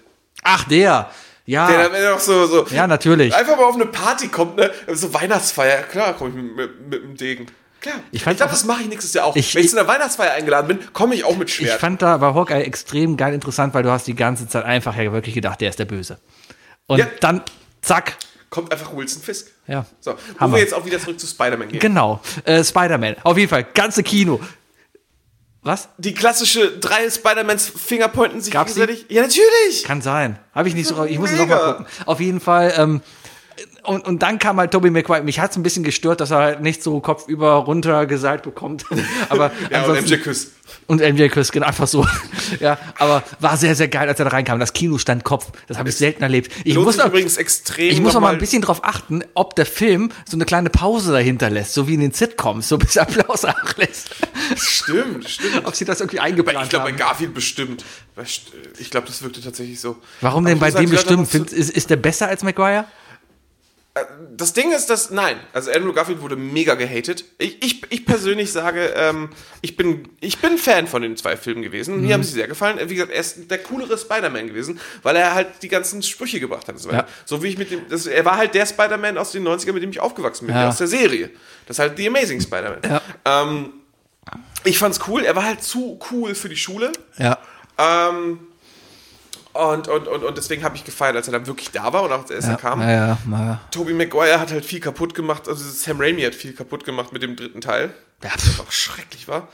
Ach, der. Ja,
Der dann am Ende auch so. so
Ah. ja, natürlich.
Einfach mal auf eine Party kommt, ne? So Weihnachtsfeier, klar, komme ich mit, mit, mit dem Degen. Klar. Ich,
fand
glaube,
auch-
das mache ich nächstes Jahr auch.
Ich-
Wenn ich zu einer Weihnachtsfeier eingeladen bin, komme ich auch mit
Ich
Schwert.
fand da bei Hawkeye extrem geil interessant, weil du hast die ganze Zeit einfach ja wirklich gedacht, der ist der Böse. Und
Ja.
dann, zack.
kommt einfach Wilson Fisk.
Ja.
So, wo
Hammer.
wir jetzt auch wieder zurück zu Spider-Man gehen.
Genau. Äh, Spider-Man. Auf jeden Fall. Ganze Kino. Was?
Die klassische drei Spider-Mans Fingerpointen sich
Gab's die?
gegenseitig. Ja, natürlich!
Kann sein. Habe ich nicht so drauf. Ich muss es
Mega.
nochmal gucken. Auf jeden Fall. Ähm, und, und dann kam halt Toby Maguire. Mich hat es ein bisschen gestört, dass er halt nicht so kopfüber runter geseilt bekommt. Aber
Ja, und
ansonsten-
MJ küsst.
Und MJ Chris, genau, einfach so. ja, aber war sehr, sehr geil, als er da reinkam. Das Kino stand Kopf. Das habe ich selten erlebt. Ich
Lohnt
muss,
sich
auch,
übrigens extrem.
ich muss noch mal
nochmal-
ein bisschen drauf achten, ob der Film so eine kleine Pause dahinter lässt, so wie in den Sitcoms, so bis Applaus nachlässt.
Stimmt, stimmt.
ob sie das irgendwie
Aber
eingeplant
ich glaube, bei
haben.
Garfield bestimmt. Weil st- Ich glaube, das wirkte tatsächlich so.
Warum denn
Aber ich
bei
muss
dem
sagen,
bestimmt?
Leute,
Findest- ist, ist der besser als Maguire?
Das Ding ist, dass, nein, also Andrew Garfield wurde mega gehatet. Ich, ich, ich persönlich sage, ähm, ich, bin, ich bin Fan von den zwei Filmen gewesen.
Mhm.
Mir haben sie sehr gefallen. Wie gesagt, er ist der coolere Spider-Man gewesen, weil er halt die ganzen Sprüche gebracht hat. und So, weiter.
Ja.
so wie ich mit dem, das, er war halt der Spider-Man aus den 90ern, mit dem ich aufgewachsen bin,
Ja.
der aus der Serie. Das ist halt The Amazing Spider-Man. Ähm, ich fand's cool, er war halt zu cool für die Schule.
Ja.
Ähm, und, und, und, und deswegen habe ich gefeiert, als er dann wirklich da war und auch als er erst kam.
Naja, naja.
Toby Maguire hat halt viel kaputt gemacht, also Sam Raimi hat viel kaputt gemacht mit dem dritten Teil.
Ja,
Was auch schrecklich war.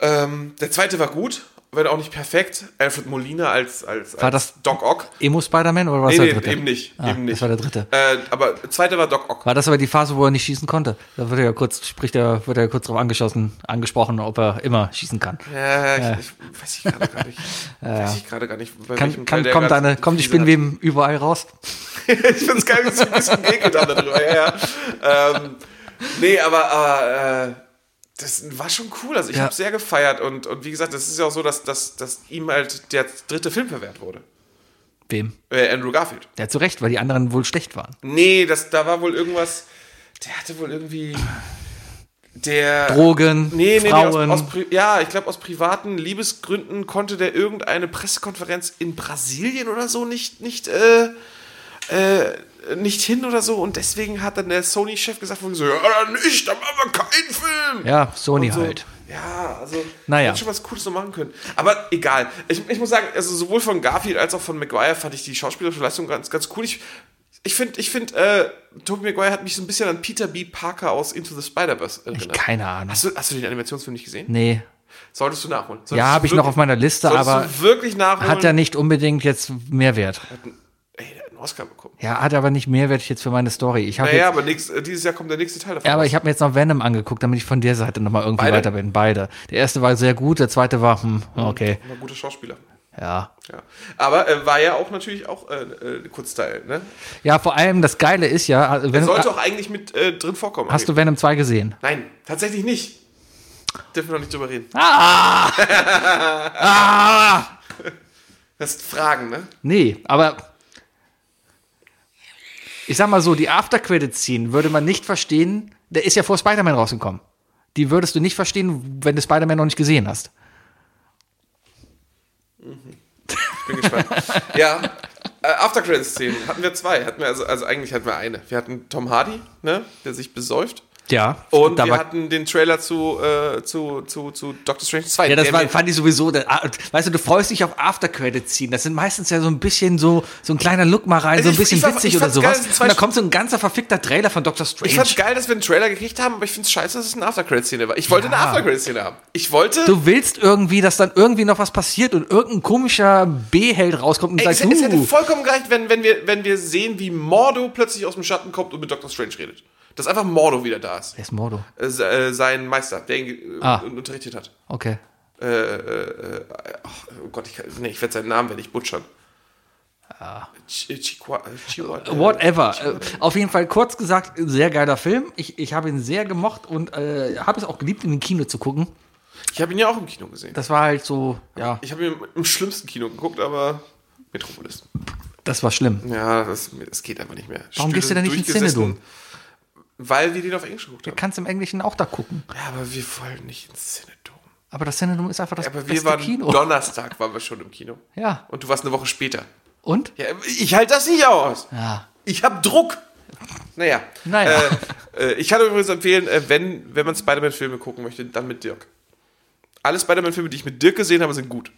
Ähm, der zweite war gut, wenn auch nicht perfekt. Alfred Molina als, als,
War
als
das-
Doc Ock.
Emo Spider-Man oder war das
Nee,
der
nee,
dritte?
eben nicht.
Ah,
eben nicht.
Das war der dritte.
Äh, aber der zweite war Doc Ock.
War das aber die Phase, wo er nicht schießen konnte? Da wird er ja kurz, spricht er, wird er ja kurz drauf angeschossen, angesprochen, ob er immer schießen kann.
Äh, ich, ich weiß ich gerade gar nicht. Weiß ich gerade gar nicht. bei welchem
Kann,
Teil
kann,
der
kommt,
gerade
deine,
die
kommt die
Krise hat.
Spinnweben überall raus?
ich find's geil, wie sie ein bisschen ekelt haben darüber. Ja, ja. Ähm, nee, aber, aber äh, das war schon cool. Also ich
Ja.
habe sehr gefeiert und, und wie gesagt, das ist ja auch so, dass, dass, dass ihm halt der dritte Film verwehrt wurde.
Wem?
Äh, Andrew Garfield.
Ja, zu Recht, weil die anderen wohl schlecht waren.
Nee, das, da war wohl irgendwas. Der hatte wohl irgendwie. Der.
Drogen,
Nee, nee,
Frauen.
Nee, aus, aus, Pri- ja, ich glaube, aus privaten Liebesgründen konnte der irgendeine Pressekonferenz in Brasilien oder so nicht, nicht, äh, äh, nicht hin oder so. Und deswegen hat dann der Sony-Chef gesagt, von so, ja, dann nicht, dann machen wir keinen Film.
ja, Sony
Und so.
halt.
Ja, also
Naja.
hätte schon was Cooles noch machen können. Aber egal. Ich, ich muss sagen, also sowohl von Garfield als auch von Maguire fand ich die schauspielerische Leistung ganz, ganz cool. Ich ich finde, ich find, äh, Tobey Maguire hat mich so ein bisschen an Peter B. Parker aus Into the Spider-Verse erinnert.
Keine Ahnung.
Hast du, hast du den Animationsfilm nicht gesehen?
Nee,
Solltest du nachholen. Solltest
ja,
du
habe ich
wirklich-
noch auf meiner Liste,
solltest
aber
du wirklich nachholen.
hat ja nicht unbedingt jetzt Mehrwert.
Ey, der hat einen Oscar bekommen.
Ja, hat aber nicht Mehrwert jetzt für meine Story. Ich habe
Naja,
jetzt,
aber nächst, äh, dieses Jahr kommt der nächste Teil davon.
ja, aber
raus.
ich habe mir jetzt noch Venom angeguckt, damit ich von der Seite nochmal irgendwie
Beide?
weiter bin. Beide. Der erste war sehr gut, der zweite war, hm, okay.
War ein guter Schauspieler.
Ja.
Ja. Aber äh, war ja auch natürlich auch äh, äh, ein Kurzteil. Ne?
Ja, vor allem das Geile ist ja, also
Der
Venom, ah,
sollte auch eigentlich mit äh, drin vorkommen.
hast du Venom 2 gesehen?
Nein, tatsächlich nicht. Dürfen wir noch nicht drüber reden.
Ah! ah!
Das sind Fragen, ne?
Nee, aber ich sag mal so, die After-Credit-Scene würde man nicht verstehen, der ist ja vor Spider-Man rausgekommen. Die würdest du nicht verstehen, wenn du Spider-Man noch nicht gesehen hast.
Ich bin gespannt. ja. Äh, After Credits Szenen hatten wir zwei, hatten wir also, also eigentlich hatten wir eine. Wir hatten Tom Hardy, ne, der sich besäuft.
Ja,
Und
da
wir
war,
hatten den Trailer zu, äh, zu, zu, zu Doctor Strange 2.
ja, das
der
war,
mir-
fand ich sowieso, der, ah, weißt du, du freust dich auf After-Credit-Scene. Das sind meistens ja so ein bisschen so, so ein kleiner Look mal rein,
Also
so ein
ich-
bisschen
ich war-
witzig
ich
oder
fand's geil,
sowas.
dass die zwei
Und da
Sch-
kommt so ein ganzer verfickter Trailer von Doctor Strange.
Ich fand's geil, dass wir einen Trailer gekriegt haben, aber ich find's scheiße, dass es eine After-Credit-Szene war. Ich wollte eine
Ja.
After-Credit-Szene haben. Ich wollte.
Du willst irgendwie, dass dann irgendwie noch was passiert und irgendein komischer B-Held rauskommt und
Ey, es,
sagt,
es hätte
uh,
vollkommen gereicht, wenn, wenn, wir, wenn wir sehen, wie Mordo plötzlich aus dem Schatten kommt und mit Doctor Strange redet. Dass einfach Mordo wieder da ist.
Wer ist Mordo?
Äh, se- äh, sein Meister, der ihn äh,
Ah.
unterrichtet hat.
Okay.
Äh, äh, äh, ach, oh Gott, ich, kann- nee, ich werde seinen Namen werde ich butschern. Ch- äh, Chiqua- äh, Chihuahua- äh,
Ah. Whatever. Äh, auf jeden Fall kurz gesagt, ein sehr geiler Film. Ich, ich habe ihn sehr gemocht und äh, habe es auch geliebt, in den Kino zu gucken.
Ich habe ihn ja auch im Kino gesehen.
Das war halt so, ja,
Ich habe ihn im, im schlimmsten Kino geguckt, aber Metropolis.
das war schlimm.
Ja, das, das geht einfach nicht mehr.
Warum gehst du denn nicht ins
durchgesessen, Weil wir den auf Englisch geguckt
Du
haben.
kannst im Englischen auch da gucken.
Ja, aber wir wollen nicht ins Cinedom.
Aber das Cinedom ist einfach das
Aber wir
beste
waren
Kino.
Donnerstag waren wir schon im Kino.
Ja.
Und du warst eine Woche später.
Und?
Ja, ich halte das nicht aus.
Ja.
Ich habe Druck. Naja.
Naja.
Äh, äh, ich kann übrigens empfehlen, äh, wenn, wenn man Spider-Man-Filme gucken möchte, dann mit Dirk. Alle Spider-Man-Filme, die ich mit Dirk gesehen habe, sind gut.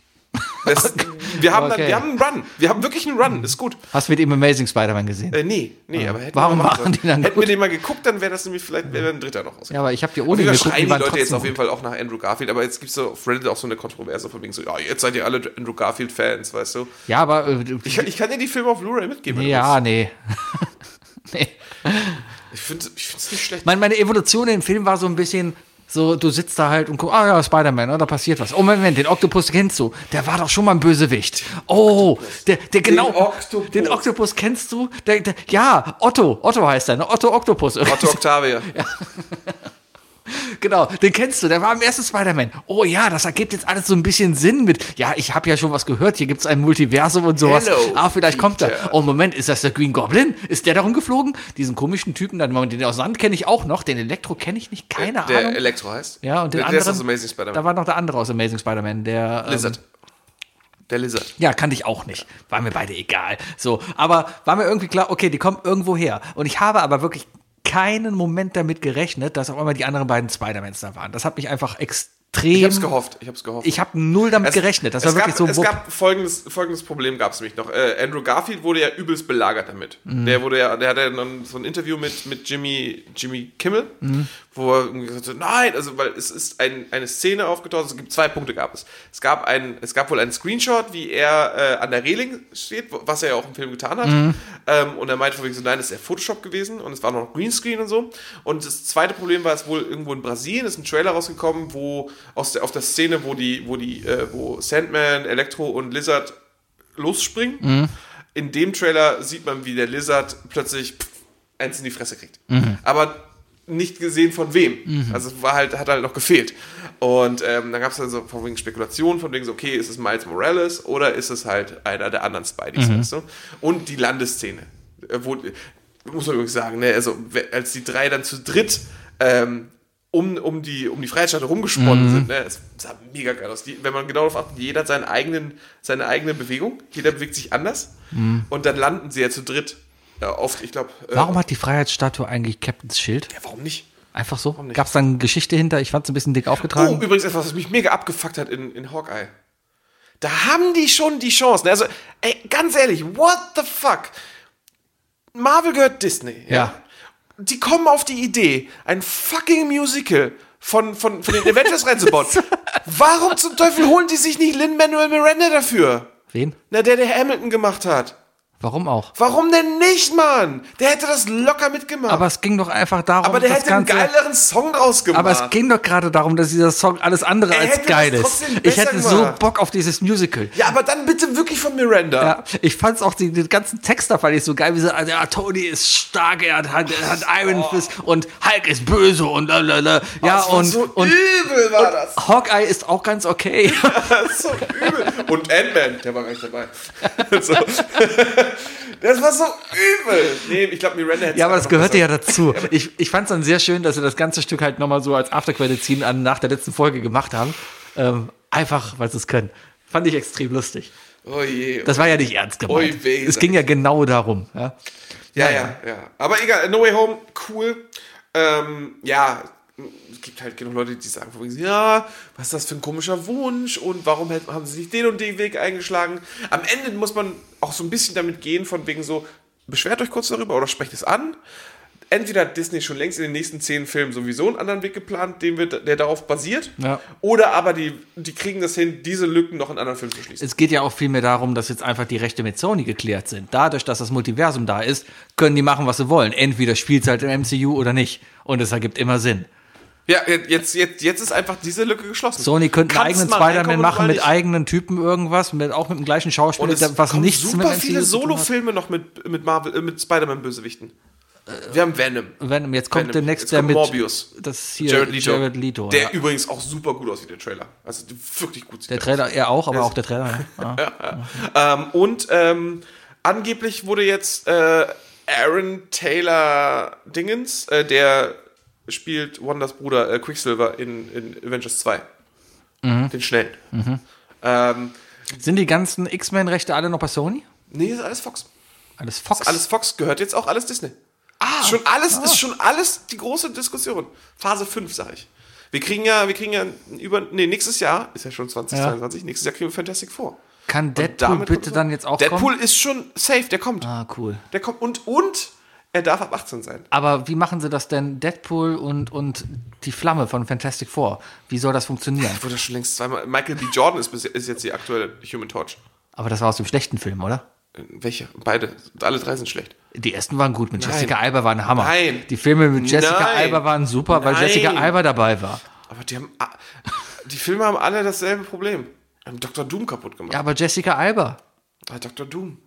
Das, wir, haben dann,
Okay.
wir haben einen Run. Wir haben wirklich einen Run. Ist gut.
Hast du mit ihm Amazing Spider-Man gesehen?
Äh, nee, nee, aber hätten
Warum
wir mal
machen
gemacht.
die dann
Hätten
gut?
wir den mal geguckt, dann wäre das nämlich vielleicht wäre ein dritter noch rausgekommen.
Ja, aber ich habe dir
Auf
ohne
jeden
ihn
Fall
geguckt,
schreien die
waren
Leute jetzt
trotzdem
auf jeden Fall auch nach Andrew Garfield, aber jetzt gibt es so auf Reddit auch so eine Kontroverse von wegen so, ja, jetzt seid ihr alle Andrew Garfield-Fans, weißt du.
gut. Ja, aber. Äh,
Ich, ich kann dir die Filme auf Blu-ray mitgeben.
ja, nee. nee.
Ich finde es nicht schlecht.
Meine, meine Evolution im Film war so ein bisschen so, du sitzt da halt und guckst, ah ja, Spider-Man, ah, da passiert was. Oh Moment, den Oktopus kennst du. Der war doch schon mal ein Bösewicht. Oh, der, der genau.
Oktopus.
Den Oktopus kennst du? Der, der, ja, Otto. Otto heißt er, ne? Otto Oktopus.
Otto Octavia.
Genau, den kennst du, der war im ersten Spider-Man. Oh ja, das ergibt jetzt alles so ein bisschen Sinn mit, ja, ich habe ja schon was gehört, hier gibt es ein Multiversum und sowas.
Hello,
ah, vielleicht kommt
Peter.
er. Oh Moment, ist das der Green Goblin? Ist der darum geflogen? Diesen komischen Typen, dann, Moment, den aus Sand kenne ich auch noch, den Elektro kenne ich nicht, keine
der
Ahnung.
Elektro heißt.
ja, und den
der,
anderen,
Der ist aus Amazing
da
Spider-Man.
war noch der andere aus Amazing Spider-Man, der... ähm,
Lizard. Der Lizard.
ja, kannte ich auch nicht. War mir beide egal. So, aber war mir irgendwie klar, okay, die kommen irgendwo her. Und ich habe aber wirklich keinen Moment damit gerechnet, dass auf einmal die anderen beiden Spider-Mans da waren. Das hat mich einfach extrem.
Ich hab's gehofft. Ich hab's gehofft.
Ich habe null damit gerechnet. Das war
es
wirklich so.
gab, Es
wupp.
gab folgendes, folgendes Problem gab es nämlich noch. Äh, Andrew Garfield wurde ja übelst belagert damit.
Mhm.
Der wurde ja, der hatte ja dann so ein Interview mit, mit Jimmy, Jimmy Kimmel,
Mhm.
wo er irgendwie gesagt hat, nein, also weil es ist ein, eine Szene aufgetaucht, es gibt zwei Punkte gab es. Es gab ein, es gab wohl einen Screenshot, wie er äh, an der Reling steht, wo- was er ja auch im Film getan hat. Ähm, und er meinte von wegen so, nein, das ist ja Photoshop gewesen und es war noch Greenscreen und so. Und das zweite Problem war es wohl irgendwo in Brasilien, ist ein Trailer rausgekommen, wo aus der, auf der Szene, wo die, wo die, äh, wo Sandman, Electro und Lizard losspringen. In dem Trailer sieht man, wie der Lizard plötzlich pff, eins in die Fresse kriegt. Aber nicht gesehen von wem. Also war halt, hat halt noch gefehlt. Und ähm, dann gab es dann so von wegen Spekulationen, von wegen so, okay, ist es Miles Morales oder ist es halt einer der anderen Spideys, weißt du? Und die Landesszene. äh, Wo, muss man übrigens sagen, ne, also we- als die drei dann zu dritt ähm, um, um die, um die Freiheitsstadt rumgesponnen
Mhm.
sind. Ne? Es sah mega geil aus. Die, wenn man genau darauf achtet, jeder hat seinen eigenen, seine eigene Bewegung. Jeder bewegt sich anders. Und dann landen sie ja zu dritt. Ja, oft, ich glaube.
Mhm. Warum hat die Freiheitsstatue eigentlich Captain's Schild?
Äh, ja, warum nicht?
Einfach so?
nicht?
Gab es da eine Geschichte hinter? Ich fand es ein bisschen dick
Oh,
aufgetragen.
übrigens etwas, was mich mega abgefuckt hat in, in Hawkeye. Da haben die schon die Chancen. Also, ey, ganz ehrlich, what the fuck? Marvel gehört Disney.
Ja.
Die kommen auf die Idee, ein fucking Musical von, von, von den Avengers reinzubauen. Warum zum Teufel holen die sich nicht Lin-Manuel Miranda dafür?
Wen?
Na, der, der Hamilton gemacht hat.
Warum auch?
Warum denn nicht, Mann? Der hätte das locker mitgemacht.
Aber es ging doch einfach darum,
Aber der
das
hätte einen
Ganze-
geileren Song rausgemacht.
Aber es ging doch gerade darum, dass dieser Song alles andere
Er
als
hätte
geil
das
ist.
trotzdem
Ich
besser
hätte so
gemacht.
Bock auf dieses Musical.
ja, aber dann bitte wirklich von Miranda.
Ja, ich fand's auch, die, den ganzen Text da fand ich so geil, wie so, also, ja, Tony ist stark, er hat, hat, er hat
Oh.
Iron Fist und Hulk ist böse und lalala. Ja,
Das war
und,
so
und
übel war das.
Hawkeye ist auch ganz okay.
Das ist so übel. Und Ant-Man, der war gar nicht dabei. So. Das war so übel. Nee, ich glaube, Miranda hätte
ja, aber das gehörte ja dazu. Ich, ich fand's dann sehr schön, dass sie das ganze Stück halt nochmal so als Afterquelle ziehen an, nach der letzten Folge gemacht haben. Ähm, einfach, weil sie es können. Fand ich extrem lustig.
Oh je.
Das war ja nicht ernst gemeint.
Ui, weh,
es ging ja genau darum. Ja.
ja, Ah, ja, ja. Aber egal, No Way Home, cool. Ähm, ja, es gibt halt genug Leute, die sagen, von wegen, ja, was ist das für ein komischer Wunsch und warum hätten- haben sie nicht den und den Weg eingeschlagen? Am Ende muss man auch so ein bisschen damit gehen, von wegen so, beschwert euch kurz darüber oder sprecht es an. entweder hat Disney schon längst in den nächsten zehn Filmen sowieso einen anderen Weg geplant, den wir, der darauf basiert,
Ja.
oder aber die, die kriegen das hin, diese Lücken noch in anderen Filmen zu schließen.
Es geht ja auch vielmehr darum, dass jetzt einfach die Rechte mit Sony geklärt sind. Dadurch, dass das Multiversum da ist, können die machen, was sie wollen. Entweder spielt halt im MCU oder nicht. Und es ergibt immer Sinn.
Ja, jetzt, jetzt, jetzt ist einfach diese Lücke geschlossen.
Sony könnte einen
Kannst
eigenen
mal
Spider-Man
reinkommen
machen
oder
mit
nicht.
eigenen Typen irgendwas, mit, auch mit dem gleichen
Und
Schauspieler,
es
was
kommen
nichts
super viele
zu tun hat.
Solo-Filme noch mit, mit Marvel, äh, mit Spider-Man-Bösewichten. Wir haben Venom.
Venom, jetzt kommt
Venom.
demnächst
Jetzt
der
kommt
mit
Morbius.
Das hier,
Jared Leto.
Jared Leto,
der
ja.
übrigens auch super gut aussieht, der Trailer. Also wirklich gut sieht
Der
er
Trailer, er auch, aber auch der Trailer. Ja. Ja.
Ähm, und ähm, angeblich wurde jetzt äh, Aaron Taylor Dingens, äh, der spielt Wonders Bruder äh, Quicksilver in, in Avengers 2.
Mhm.
Den schnellen. Ähm,
Sind die ganzen X-Men-Rechte alle noch bei Sony?
nee, ist alles Fox.
Alles Fox.
Alles Fox gehört jetzt auch alles Disney. Ah, schon alles ist schon alles die große Diskussion. Phase 5, sag ich. Wir kriegen ja, wir kriegen ja über nee, nächstes Jahr ist ja schon 2022, nächstes Jahr kriegen wir Fantastic Four.
Kann
Und
Deadpool
damit-
bitte dann jetzt auch
Deadpool
kommen?
ist schon safe, der kommt.
Ah, cool.
Der kommt und und er darf ab 18 sein.
Aber wie machen sie das denn? Deadpool und, und die Flamme von Fantastic Four. Wie soll das funktionieren?
Wurde schon längst zweimal. Michael B. Jordan ist, bis- ist jetzt die aktuelle Human Torch.
Aber das war aus dem schlechten Film, oder?
Äh, Welche? Beide. Alle drei sind schlecht.
Die ersten waren gut, mit
Nein.
Jessica Alba war ein Hammer.
Nein.
Die Filme mit Jessica
Nein.
Alba waren super, weil
Nein.
Jessica Alba dabei war.
Aber die haben. a- Die Filme haben alle dasselbe Problem. Haben Dr. Doom kaputt gemacht.
Ja, aber Jessica Alba.
Ah, Dr. Doom.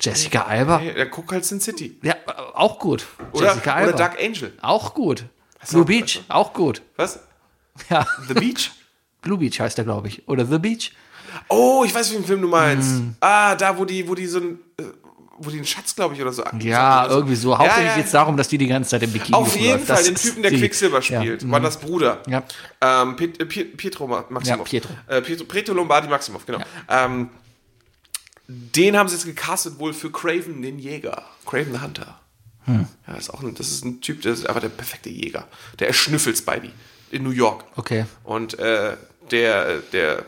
Jessica Alba?
Hey, der guckt halt Sin City.
Ja, auch gut.
Oder,
Jessica Alba.
oder Dark Angel.
auch gut. Blue
du,
Beach, auch gut.
Was?
Ja.
The Beach?
Blue Beach heißt er, glaube ich. Oder The Beach?
Oh, ich weiß, welchen Film du meinst. Ah, da, wo die, wo die so ein. äh, Wo die einen Schatz, glaube ich, oder so.
Ja, irgendwie so. Hauptsächlich
also- ja.
geht es darum, dass die die ganze Zeit im Bikini
Auf
rumläuft.
jeden Fall
Das
den
ist
Typen, der
die-
Quicksilver spielt.
Ja. Mhm.
War das Bruder.
Ja.
Ähm, Piet, äh, Piet, Pietro Ma- Maximoff.
Ja, Pietro.
Äh, Pietro, Pietro Lombardi Maximoff, genau. Ähm, den haben sie jetzt gecastet wohl für Craven den Jäger. Craven the Hunter.
Hm.
Ja, ist auch ein, das ist ein Typ, der ist einfach der perfekte Jäger. Der erschnüffelt Spidey in New York.
Okay.
Und äh, der, der,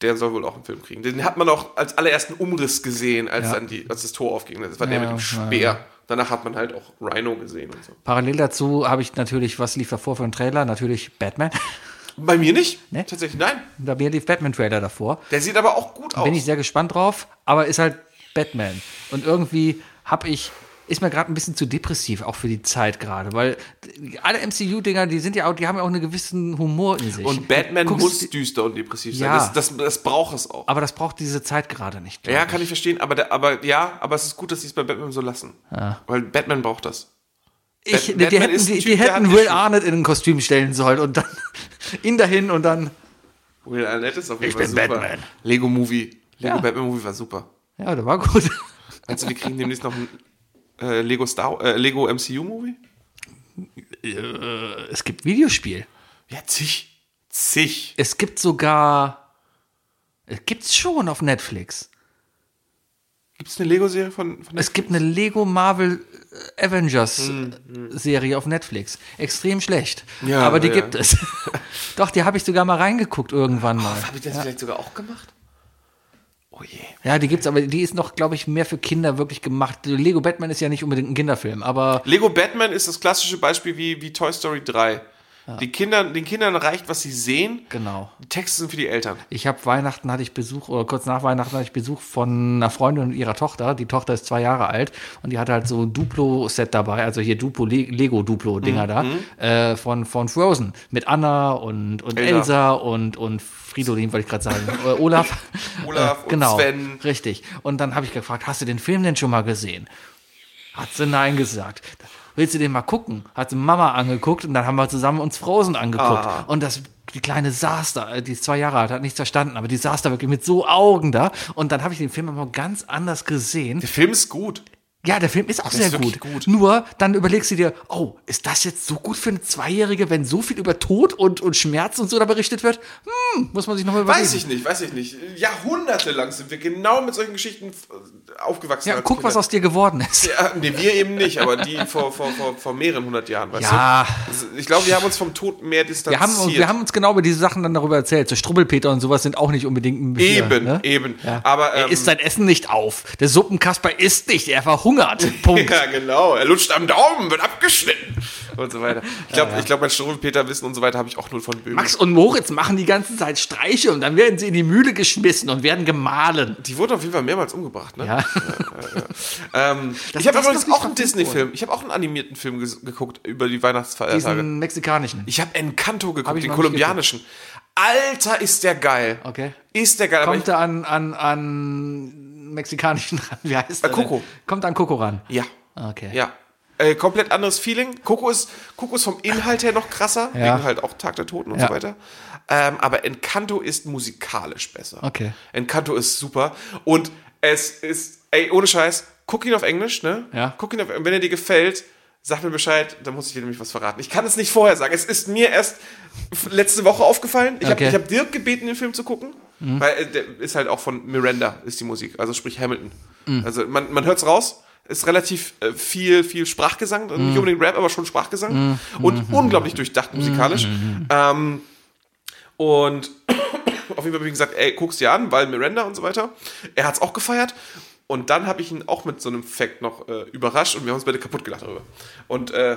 der soll wohl auch einen Film kriegen. Den hat man auch als allerersten Umriss gesehen, als, dann die, als das Tor aufging. Das war der
Ja,
mit dem
ja,
Speer. Danach hat man halt auch Rhino gesehen und so.
Parallel dazu habe ich natürlich, was lief davor für einen Trailer? Natürlich Batman.
Bei mir nicht.
Ne?
Tatsächlich, nein.
Bei mir lief Batman-Trailer davor.
Der sieht aber auch gut aus.
Bin ich sehr gespannt drauf, aber ist halt Batman. Und irgendwie habe ich, ist mir gerade ein bisschen zu depressiv, auch für die Zeit gerade, weil alle MCU-Dinger, die sind ja auch, die haben ja auch einen gewissen Humor in sich.
und Batman
Guckst
muss
du-
düster und depressiv
Ja.
sein. Das, das, das braucht es auch.
Aber das braucht diese Zeit gerade nicht. glaub
ja, kann ich verstehen, aber, der, aber ja, aber es ist gut, dass sie es bei Batman so lassen. Weil Batman braucht das.
Ich,
Bat-
die, die
Batman
hätten,
ist ein
die,
Typ,
die
der hat
hätten Will
Issues.
Arnett in ein Kostüm stellen sollen und dann ihn dahin und dann.
Will Arnett ist auf jeden
Ich
Fall
bin
super.
Batman.
Lego Movie. Lego
Ja.
Batman Movie war super.
Ja, der war gut.
Also wir kriegen demnächst noch ein äh, Lego Star äh, Lego MCU Movie?
Es gibt Videospiel.
Ja, zig. Zig.
Es gibt sogar. Es gibt's schon auf Netflix.
Gibt es eine Lego Serie von, von
Es gibt eine Lego Marvel äh, Avengers äh, Serie auf Netflix. Extrem schlecht.
Hm, Ja,
aber die
ja.
gibt es. Doch, die habe ich sogar mal reingeguckt irgendwann mal.
Habe ich das vielleicht sogar auch gemacht? Oh je.
Ja, die gibt's, aber die ist noch, glaube ich, mehr für Kinder wirklich gemacht. Lego Batman ist ja nicht unbedingt ein Kinderfilm, aber
Lego Batman ist das klassische Beispiel wie, wie Toy Story 3. Die Kinder, den Kindern reicht, was sie sehen.
genau.
Die Texte sind für die Eltern.
Ich habe Weihnachten hatte ich Besuch oder kurz nach Weihnachten hatte ich Besuch von einer Freundin und ihrer Tochter. Die Tochter ist zwei Jahre alt und die hatte halt so ein Duplo-Set dabei, also hier Duplo, Le Lego Duplo-Dinger da äh, von von Frozen mit Anna und und
Elsa.
Elsa, und und Fridolin wollte ich gerade sagen, äh, Olaf,
Olaf und
genau,
Sven.
richtig. Und dann habe ich gefragt, hast du den Film denn schon mal gesehen? Hat sie nein gesagt. Willst du den mal gucken? Hat sie Mama angeguckt und dann haben wir zusammen uns Frozen angeguckt.
Ah.
Und das, die kleine saß da, die ist zwei Jahre alt, hat nichts verstanden, aber die saß da wirklich mit so Augen da. Und dann habe ich den Film aber ganz anders gesehen.
Der Film ist gut.
Ja, der Film ist auch sehr
ist wirklich
gut.
gut.
Nur dann überlegst du dir, oh, ist das jetzt so gut für eine Zweijährige, wenn so viel über Tod und, und Schmerz und so da berichtet wird? Hm, muss man sich nochmal überlegen.
Weiß ich nicht, weiß ich nicht. Jahrhundertelang sind wir genau mit solchen Geschichten äh, aufgewachsen.
Ja,
als
guck,
Kinder.
was aus dir geworden ist.
Ja, nee, wir eben nicht, aber die vor, vor, vor, vor mehreren hundert Jahren, weißt
Ja.
du? Ich glaube, wir haben uns vom Tod mehr
Wir
distanziert.
haben, uns, wir haben uns genau über diese Sachen dann darüber erzählt. So Strubbelpeter und sowas sind auch nicht unbedingt ein Bier,
Eben,
ne?
eben.
Ja.
Aber,
er
ähm,
isst sein Essen nicht auf. Der Suppenkasper isst nicht. Er verhungert verhungert. Punkt.
Ja, genau. Er lutscht am Daumen, wird abgeschnitten und so weiter. Ich glaube, ich glaube, mein Strumpfpeter wissen und so weiter habe ich auch nur von Böhmen.
Max und Moritz machen die ganze Zeit Streiche und dann werden sie in die Mühle geschmissen und werden gemahlen.
Die wurden auf jeden Fall mehrmals umgebracht, ne?
Ja.
Ähm, ich habe
das glaub
übrigens
ich
auch einen
verfilmt
Disney-Film. Ich habe auch einen animierten Film ges- geguckt über die Weihnachtsfeiertage.
Diesen mexikanischen.
Ich habe Encanto geguckt,
ich
den
noch nicht
kolumbianischen. Alter, ist der geil.
Okay.
Ist der geil.
Kommt er
aber
an, an, an mexikanischen ran? Wie heißt er?
Coco.
denn? Kommt an Coco ran.
ich, ja.
Okay.
Ja. Äh, komplett anderes Feeling. Coco ist, Coco ist vom Inhalt her noch krasser,
Ja.
wegen halt auch Tag der Toten und
Ja.
so weiter. Ähm, aber Encanto ist musikalisch besser.
Okay.
Encanto ist super. Und es ist, ey, ohne Scheiß, guck ihn auf Englisch, ne?
Ja.
Guck ihn auf, wenn er dir gefällt, sag mir Bescheid, dann muss ich dir nämlich was verraten. Ich kann es nicht vorher sagen. Es ist mir erst f- letzte Woche aufgefallen. Ich
Okay.
habe hab Dirk gebeten, den Film zu gucken. Weil äh, der ist halt auch von Miranda, ist die Musik, also sprich Hamilton. Also man, man hört es raus, ist relativ äh, viel, viel Sprachgesang, nicht unbedingt Rap, aber schon Sprachgesang. Und unglaublich durchdacht musikalisch. Ähm, und auf jeden Fall habe ich ihm gesagt, ey, guck's dir an, weil Miranda und so weiter. Er hat's auch gefeiert. Und dann habe ich ihn auch mit so einem Fact noch äh, überrascht und wir haben uns beide kaputt gelacht darüber. Und äh,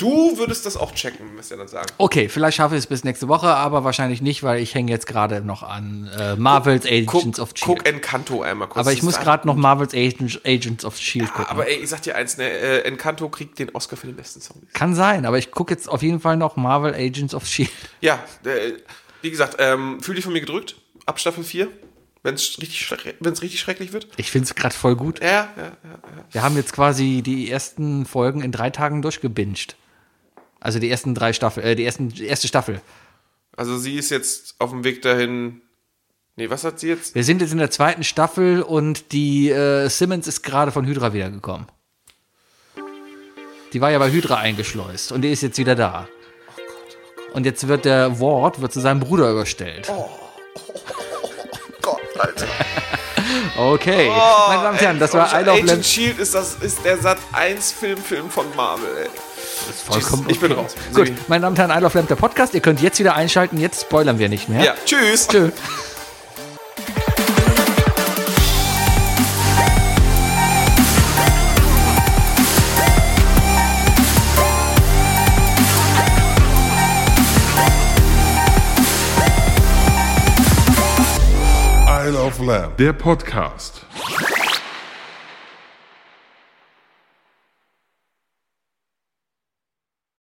du würdest das auch checken, müsst ihr dann sagen.
Okay, vielleicht schaffe ich es bis nächste Woche, aber wahrscheinlich nicht, weil ich hänge jetzt gerade noch an äh, Marvel's Agents of
Guck,
Shield.
guck Encanto einmal kurz.
aber ich
Das
muss
ist
gerade noch Marvel's Agents, Agents of Shield
ein-
E gucken.
Aber ey, ich sag dir eins, ne, äh, Encanto kriegt den Oscar für den besten Song.
Kann sein, aber ich gucke jetzt auf jeden Fall noch Marvel Agents of Shield.
Ja, äh, wie gesagt, ähm, fühl dich von mir gedrückt, ab Staffel 4, wenn's richtig, schre- wenn's richtig schrecklich wird.
Ich finde es gerade voll gut.
Ja, ja, ja.
Wir haben jetzt quasi die ersten Folgen in drei Tagen durchgebinged. Also die ersten drei Staffel, äh, die ersten die erste Staffel.
Also sie ist jetzt auf dem Weg dahin. Nee, was hat sie jetzt?
Wir sind jetzt in der zweiten Staffel und die äh, Simmons ist gerade von Hydra wiedergekommen. Die war ja bei Hydra eingeschleust und die ist jetzt wieder da.
Oh
Und jetzt wird der Ward wird zu seinem Bruder überstellt.
Oh, Gott, Alter. Oh,
Okay, meine Damen und Herren, das war Isle of
Agent
Lamp.
Shield ist, das, ist der Satz 1 Filmfilm von Marvel, ey.
Vollkommen
Ich bin
okay.
raus.
Gut,
Sorry.
meine Damen und Herren, Isle of Lamp, der Podcast. Ihr könnt jetzt wieder einschalten, jetzt spoilern wir nicht mehr.
Ja, tschüss.
Tschö.
Isle of Lamb.
Der Podcast.